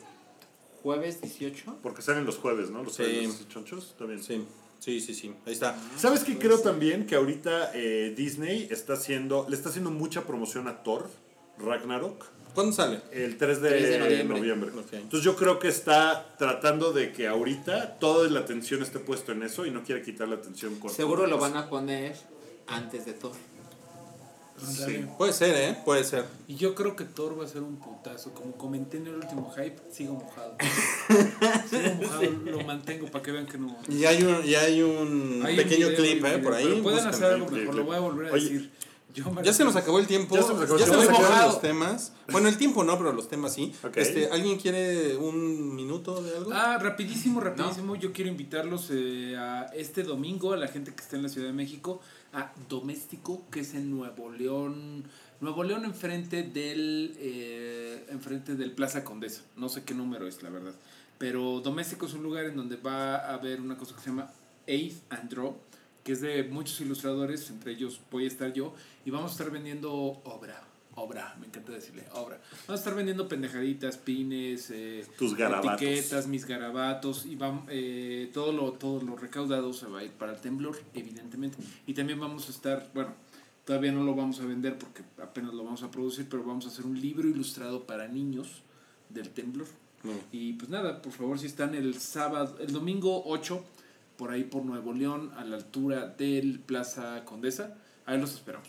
Speaker 5: Jueves 18.
Speaker 2: Porque salen los jueves, ¿no? Los
Speaker 3: Sí.
Speaker 2: jueves chonchos. Está bien.
Speaker 3: Sí, sí, sí, sí. Ahí está.
Speaker 2: ¿Sabes qué creo también? Que ahorita eh, Disney está haciendo, le está haciendo mucha promoción a Thor, Ragnarok,
Speaker 3: ¿Cuándo sale?
Speaker 2: el 3 de,
Speaker 5: 3 de
Speaker 2: noviembre.
Speaker 5: noviembre.
Speaker 3: Ok.
Speaker 2: Entonces yo creo que está tratando de que ahorita toda la atención esté puesto en eso y no quiere quitar la atención con...
Speaker 5: Seguro lo van a poner antes de todo.
Speaker 4: Ándale.
Speaker 3: Puede ser, ¿eh? Puede ser.
Speaker 4: Y yo creo que Thor va a ser un putazo. Como comenté en el último hype, sigo mojado. sigo mojado, lo mantengo para que vean que no.
Speaker 3: Y hay un, y hay un
Speaker 4: Hay un
Speaker 3: pequeño
Speaker 4: video,
Speaker 3: clip,
Speaker 4: hay
Speaker 3: ¿eh?
Speaker 4: un
Speaker 3: Por
Speaker 4: video,
Speaker 3: ahí.
Speaker 4: Pero pueden
Speaker 3: búsquenlo.
Speaker 4: hacer algo
Speaker 2: Clip,
Speaker 4: mejor,
Speaker 2: clip.
Speaker 4: lo voy a volver a
Speaker 2: Oye,
Speaker 4: decir. Yo me
Speaker 3: Ya se nos
Speaker 4: refiero-
Speaker 3: acabó el tiempo.
Speaker 2: Ya se nos acabó el
Speaker 3: Ya se
Speaker 2: tiempo.
Speaker 3: nos
Speaker 2: Estoy
Speaker 3: acabaron
Speaker 2: mojado.
Speaker 3: los temas. Bueno, el tiempo no, pero los temas sí.
Speaker 2: Ok.
Speaker 3: Este, ¿Alguien quiere un minuto de algo?
Speaker 4: Ah, rapidísimo, rapidísimo. Yo quiero invitarlos eh, a este domingo, a la gente que está en la Ciudad de México, a Doméstico, que es en Nuevo León. Nuevo León enfrente del, eh, enfrente del Plaza Condesa. No sé qué número es, la verdad. Pero Doméstico es un lugar en donde va a haber una cosa que se llama Eighth and Draw, que es de muchos ilustradores, entre ellos voy a estar yo, y vamos a estar vendiendo obra. Obra, me encanta decirle, obra. Vamos a estar vendiendo pendejaditas, pines, eh,
Speaker 2: Tus garabatos.
Speaker 4: etiquetas, mis garabatos, y vam- eh, todo, lo, todo lo recaudado se va a ir para el temblor, evidentemente. Y también vamos a estar, bueno, todavía no lo vamos a vender porque apenas lo vamos a producir, pero vamos a hacer un libro ilustrado para niños del temblor. Y pues nada, por favor, si están el sábado, el domingo 8, por ahí por Nuevo León, a la altura del Plaza Condesa, ahí los esperamos.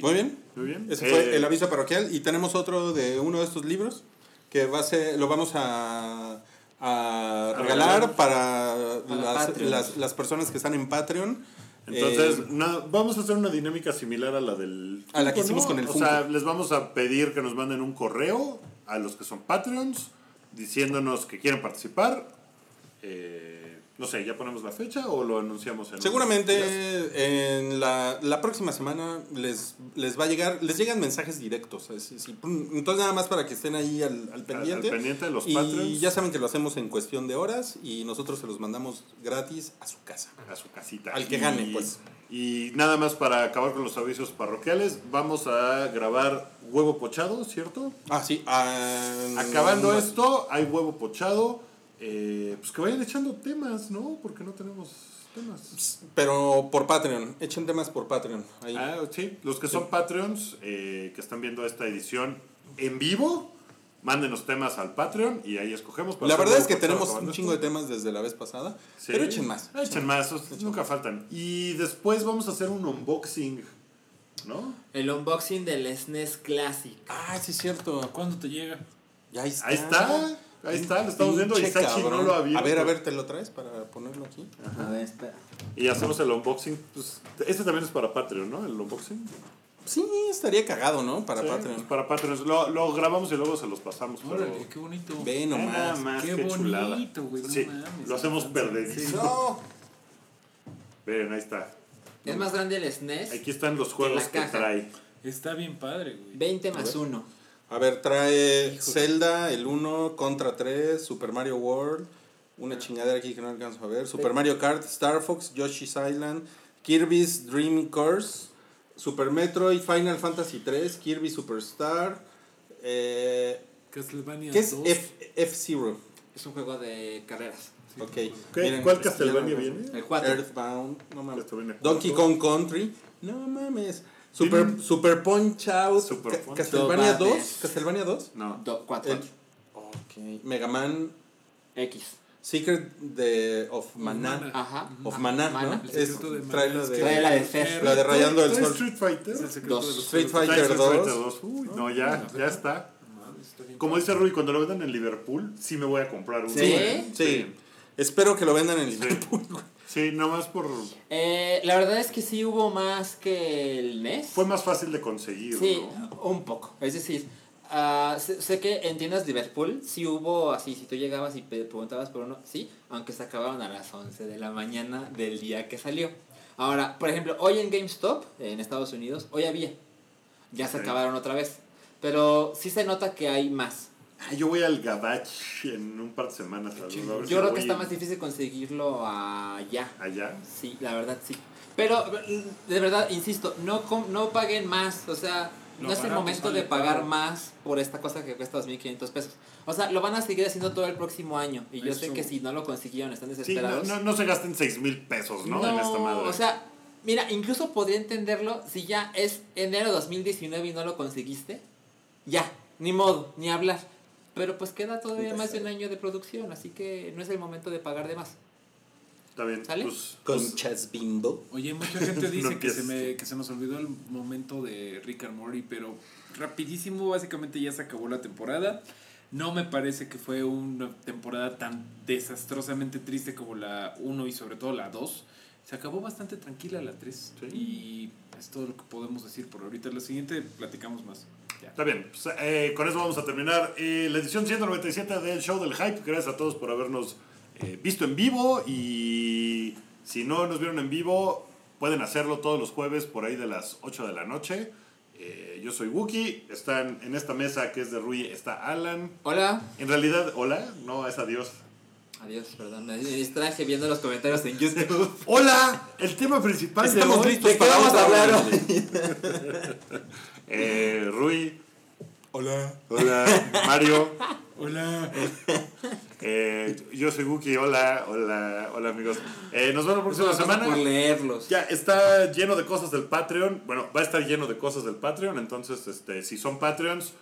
Speaker 3: Muy bien.
Speaker 2: Muy bien.
Speaker 3: Ese fue
Speaker 2: Eh,
Speaker 3: el aviso parroquial. Y tenemos otro de uno de estos libros que va a ser, lo vamos a, a regalar
Speaker 2: regalar.
Speaker 3: para
Speaker 5: Para
Speaker 3: las,
Speaker 5: Patreon.
Speaker 3: las- las personas que están en Patreon.
Speaker 2: Entonces,
Speaker 3: Eh,
Speaker 2: na- vamos a hacer una dinámica similar a la del...
Speaker 3: A la que
Speaker 2: Funko,
Speaker 3: hicimos con el
Speaker 2: O sea,
Speaker 3: Funko.
Speaker 2: les vamos a pedir que nos manden un correo a los que son Patreons diciéndonos que quieren participar. Eh, no sé, ¿ya ponemos la fecha o lo anunciamos en... Yes.
Speaker 3: seguramente en la, la próxima semana les, les va a llegar, les llegan mensajes directos. es- es- pum. entonces nada más para que estén ahí al, al pendiente.
Speaker 2: al pendiente de los
Speaker 3: y
Speaker 2: Patreons.
Speaker 3: ya saben que lo hacemos en cuestión de horas y nosotros se los mandamos gratis a su casa.
Speaker 2: a su casita.
Speaker 3: Al que gane, pues.
Speaker 2: Y nada más para acabar con los avisos parroquiales, vamos a grabar huevo pochado, ¿cierto?
Speaker 3: Ah, sí. ah,
Speaker 2: Acabando
Speaker 3: no-
Speaker 2: esto, hay huevo pochado. eh, pues que vayan echando temas, ¿no? Porque no tenemos temas.
Speaker 3: Pero por Patreon, echen temas por Patreon. Ahí.
Speaker 2: Ah, sí. Los que son Patreons, eh, que están viendo esta edición en vivo, mándenos temas al Patreon y ahí escogemos. para
Speaker 3: la
Speaker 2: hacer
Speaker 3: verdad es
Speaker 2: huevo
Speaker 3: que
Speaker 2: pochado
Speaker 3: tenemos
Speaker 2: acabando
Speaker 3: un
Speaker 2: esto.
Speaker 3: chingo pues de temas desde la vez pasada.
Speaker 2: Sí.
Speaker 3: Pero echen más.
Speaker 2: Ah, Echen más, o sea, nunca faltan. Y después vamos a hacer un unboxing, ¿no?
Speaker 5: El unboxing del SNES Classic.
Speaker 3: Ah, sí es cierto.
Speaker 4: ¿Cuándo te llega?
Speaker 3: Ya ahí está.
Speaker 2: Ahí está, ahí está, lo estamos viendo.
Speaker 3: Ah, Pinche
Speaker 2: Isachi no
Speaker 3: cabrón.
Speaker 2: lo ha visto.
Speaker 3: A ver, a ver, ¿te lo traes para ponerlo aquí?
Speaker 5: A ver, espera.
Speaker 2: Y hacemos el unboxing. Pues, este también es para Patreon, ¿no? El unboxing.
Speaker 3: Sí, estaría cagado, ¿no? Para
Speaker 2: Sí, pues,
Speaker 3: Patreon.
Speaker 2: Para Patreon. Lo, lo grabamos y luego se los pasamos. Pero...
Speaker 4: Órale, qué bonito.
Speaker 3: Ve
Speaker 2: Ah,
Speaker 3: nomás.
Speaker 2: Nada más,
Speaker 4: Qué
Speaker 2: qué, chulada.
Speaker 4: bonito, güey, no
Speaker 2: Sí,
Speaker 4: mames.
Speaker 2: lo hacemos perdedizo.
Speaker 3: No.
Speaker 2: Miren, ahí está.
Speaker 5: Es más grande el E SNES.
Speaker 2: Aquí están los juegos
Speaker 5: la
Speaker 2: que
Speaker 5: caja.
Speaker 2: trae.
Speaker 4: Está bien padre, güey.
Speaker 5: 20 más 1.
Speaker 3: A ver, trae Zelda, el 1, Contra 3, Super Mario World, una chingadera aquí que no alcanzo a ver, Super Mario Kart, Star Fox, Yoshi's Island, Kirby's Dream Course, Super Metroid, Final Fantasy 3, Kirby Superstar, eh,
Speaker 4: Castlevania
Speaker 3: ¿qué es
Speaker 4: 2.
Speaker 3: F- F-Zero?
Speaker 5: Es un juego de carreras.
Speaker 3: Ok.
Speaker 2: ¿Qué?
Speaker 3: miren,
Speaker 2: ¿Cuál
Speaker 3: pues,
Speaker 2: Castlevania
Speaker 3: ya no-
Speaker 2: viene?
Speaker 5: El 4.
Speaker 3: Earthbound, no mames.
Speaker 2: Castlevania
Speaker 3: Donkey
Speaker 2: cuatro.
Speaker 3: Kong Country, no mames. Super,
Speaker 2: Tienen-
Speaker 3: Super Punch Out,
Speaker 2: Super
Speaker 3: Ca-
Speaker 2: Punch Out.
Speaker 3: Castlevania
Speaker 5: No
Speaker 3: 2,
Speaker 5: mames.
Speaker 3: Castlevania 2.
Speaker 2: No.
Speaker 5: 4.
Speaker 3: El- Ok. Mega Man
Speaker 5: X.
Speaker 3: Secret de of Maná.
Speaker 4: Maná.
Speaker 5: Ajá.
Speaker 3: Of
Speaker 5: Ajá.
Speaker 3: Maná,
Speaker 5: Maná.
Speaker 3: ¿no?
Speaker 4: Ah, El
Speaker 3: Es
Speaker 4: secreto de Maná.
Speaker 3: trae la
Speaker 5: Trae
Speaker 3: de
Speaker 5: la de Fer.
Speaker 3: la de Rayando el
Speaker 2: ¿Trae
Speaker 3: Sol.
Speaker 2: Street Fighter?
Speaker 4: Es el secreto
Speaker 5: Dos.
Speaker 4: de los
Speaker 3: Street
Speaker 4: juegos.
Speaker 2: Trae
Speaker 3: Fighter
Speaker 2: Street
Speaker 3: 2.
Speaker 2: 2. Uy, no, ya, ya está. Como dice Rui, cuando lo vendan en Liverpool, sí me voy a comprar uno.
Speaker 5: ¿Sí?
Speaker 3: Sí. Espero que lo vendan en
Speaker 2: Sí,
Speaker 3: Liverpool.
Speaker 2: sí nomás por...
Speaker 5: Eh, la verdad es que sí hubo más que el NES.
Speaker 2: Fue más fácil de conseguir,
Speaker 5: Sí,
Speaker 2: ¿no?
Speaker 5: un poco. Es decir, ah, sé, sé que en tiendas Liverpool sí hubo así, si tú llegabas y pe- preguntabas por uno, sí, aunque se acababan a las 11 de la mañana del día que salió. Ahora, por ejemplo, hoy en GameStop, en Estados Unidos, hoy había. Ya se
Speaker 2: Ok.
Speaker 5: acabaron otra vez. Pero sí se nota que hay más.
Speaker 2: Ah, yo voy al Gabach en un par de semanas. a ver si
Speaker 5: Yo creo
Speaker 2: voy
Speaker 5: que está más difícil conseguirlo allá.
Speaker 2: Allá.
Speaker 5: Sí, la verdad sí. Pero de verdad, insisto, no, com- no paguen más. O sea, no,
Speaker 6: Lo
Speaker 5: es el
Speaker 6: barato
Speaker 5: momento
Speaker 6: sale
Speaker 5: de pagar
Speaker 6: caro.
Speaker 5: más por esta cosa que cuesta 2.500 pesos. O sea, lo van a seguir haciendo todo el próximo año. Y yo sé
Speaker 4: Eso.
Speaker 5: que si no lo consiguieron, están
Speaker 2: Sí, no,
Speaker 5: desesperados.
Speaker 2: no, no se gasten 6 mil pesos, ¿no? en esta madre.
Speaker 5: o sea, mira, incluso podría entenderlo si ya es enero 2019 y no lo conseguiste. Ya, ni modo, ni hablar. Pero pues queda todavía más de un año de producción, así que no es el momento de pagar de más.
Speaker 2: está bien.
Speaker 5: ¿sale?
Speaker 2: Pues, pues,
Speaker 6: Conchas bimbo.
Speaker 4: Oye, mucha gente dice
Speaker 2: No,
Speaker 4: que,
Speaker 2: que
Speaker 4: se
Speaker 2: es-
Speaker 4: me, que se nos olvidó el momento de Rick and Morty, pero rapidísimo, básicamente ya se acabó la temporada. No me parece que fue una temporada tan desastrosamente triste como la 1 y sobre todo la 2. Se acabó bastante tranquila la 3. Y es todo lo que podemos decir por ahorita. La siguiente platicamos más. Ya.
Speaker 2: Está bien, pues, eh, con eso vamos a terminar eh, la edición 197 del Show del Hype. Gracias a todos por habernos eh, visto en vivo y si no nos vieron en vivo, pueden hacerlo todos los jueves por ahí de las 8 de la noche. Eh, yo soy Wookie, están en esta mesa que es de Rui, está Alan.
Speaker 5: Hola.
Speaker 2: En realidad, hola, no, es adiós.
Speaker 5: Adiós, perdón. Me distraje viendo los comentarios en YouTube.
Speaker 2: ¡Hola! El tema principal
Speaker 6: Estamos
Speaker 2: de hoy.
Speaker 6: listos
Speaker 5: ¿de qué vamos a
Speaker 6: otra
Speaker 5: hablar
Speaker 6: hora.
Speaker 2: Eh, Rui,
Speaker 3: Hola.
Speaker 2: hola, Mario.
Speaker 4: Hola.
Speaker 2: Eh, yo soy Guki, hola, hola, hola amigos. Eh, nos vemos la próxima
Speaker 5: Solo
Speaker 2: semana.
Speaker 5: por leerlos.
Speaker 2: Ya está lleno de cosas del Patreon. Bueno, va a estar lleno de cosas del Patreon. Entonces, este, si son Patreons,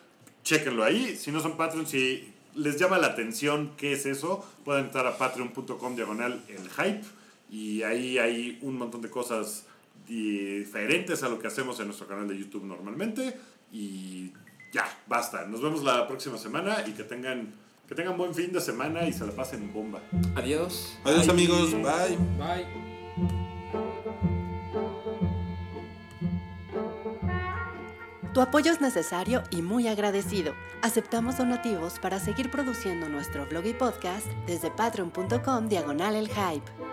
Speaker 2: chéquenlo ahí. Si no son Patreons, si les llama la atención qué es eso, pueden entrar a patreon.com diagonal el hype. Y ahí hay un montón de cosas diferentes a lo que hacemos en nuestro canal de YouTube normalmente. Y ya, basta. Nos vemos la próxima semana y que tengan, que tengan buen fin de semana y se la pasen bomba.
Speaker 5: Adiós.
Speaker 3: Adiós amigos, bye.
Speaker 4: Bye.
Speaker 1: Tu apoyo es necesario y muy agradecido. Aceptamos donativos para seguir produciendo nuestro blog y podcast desde patreon.com diagonal el hype.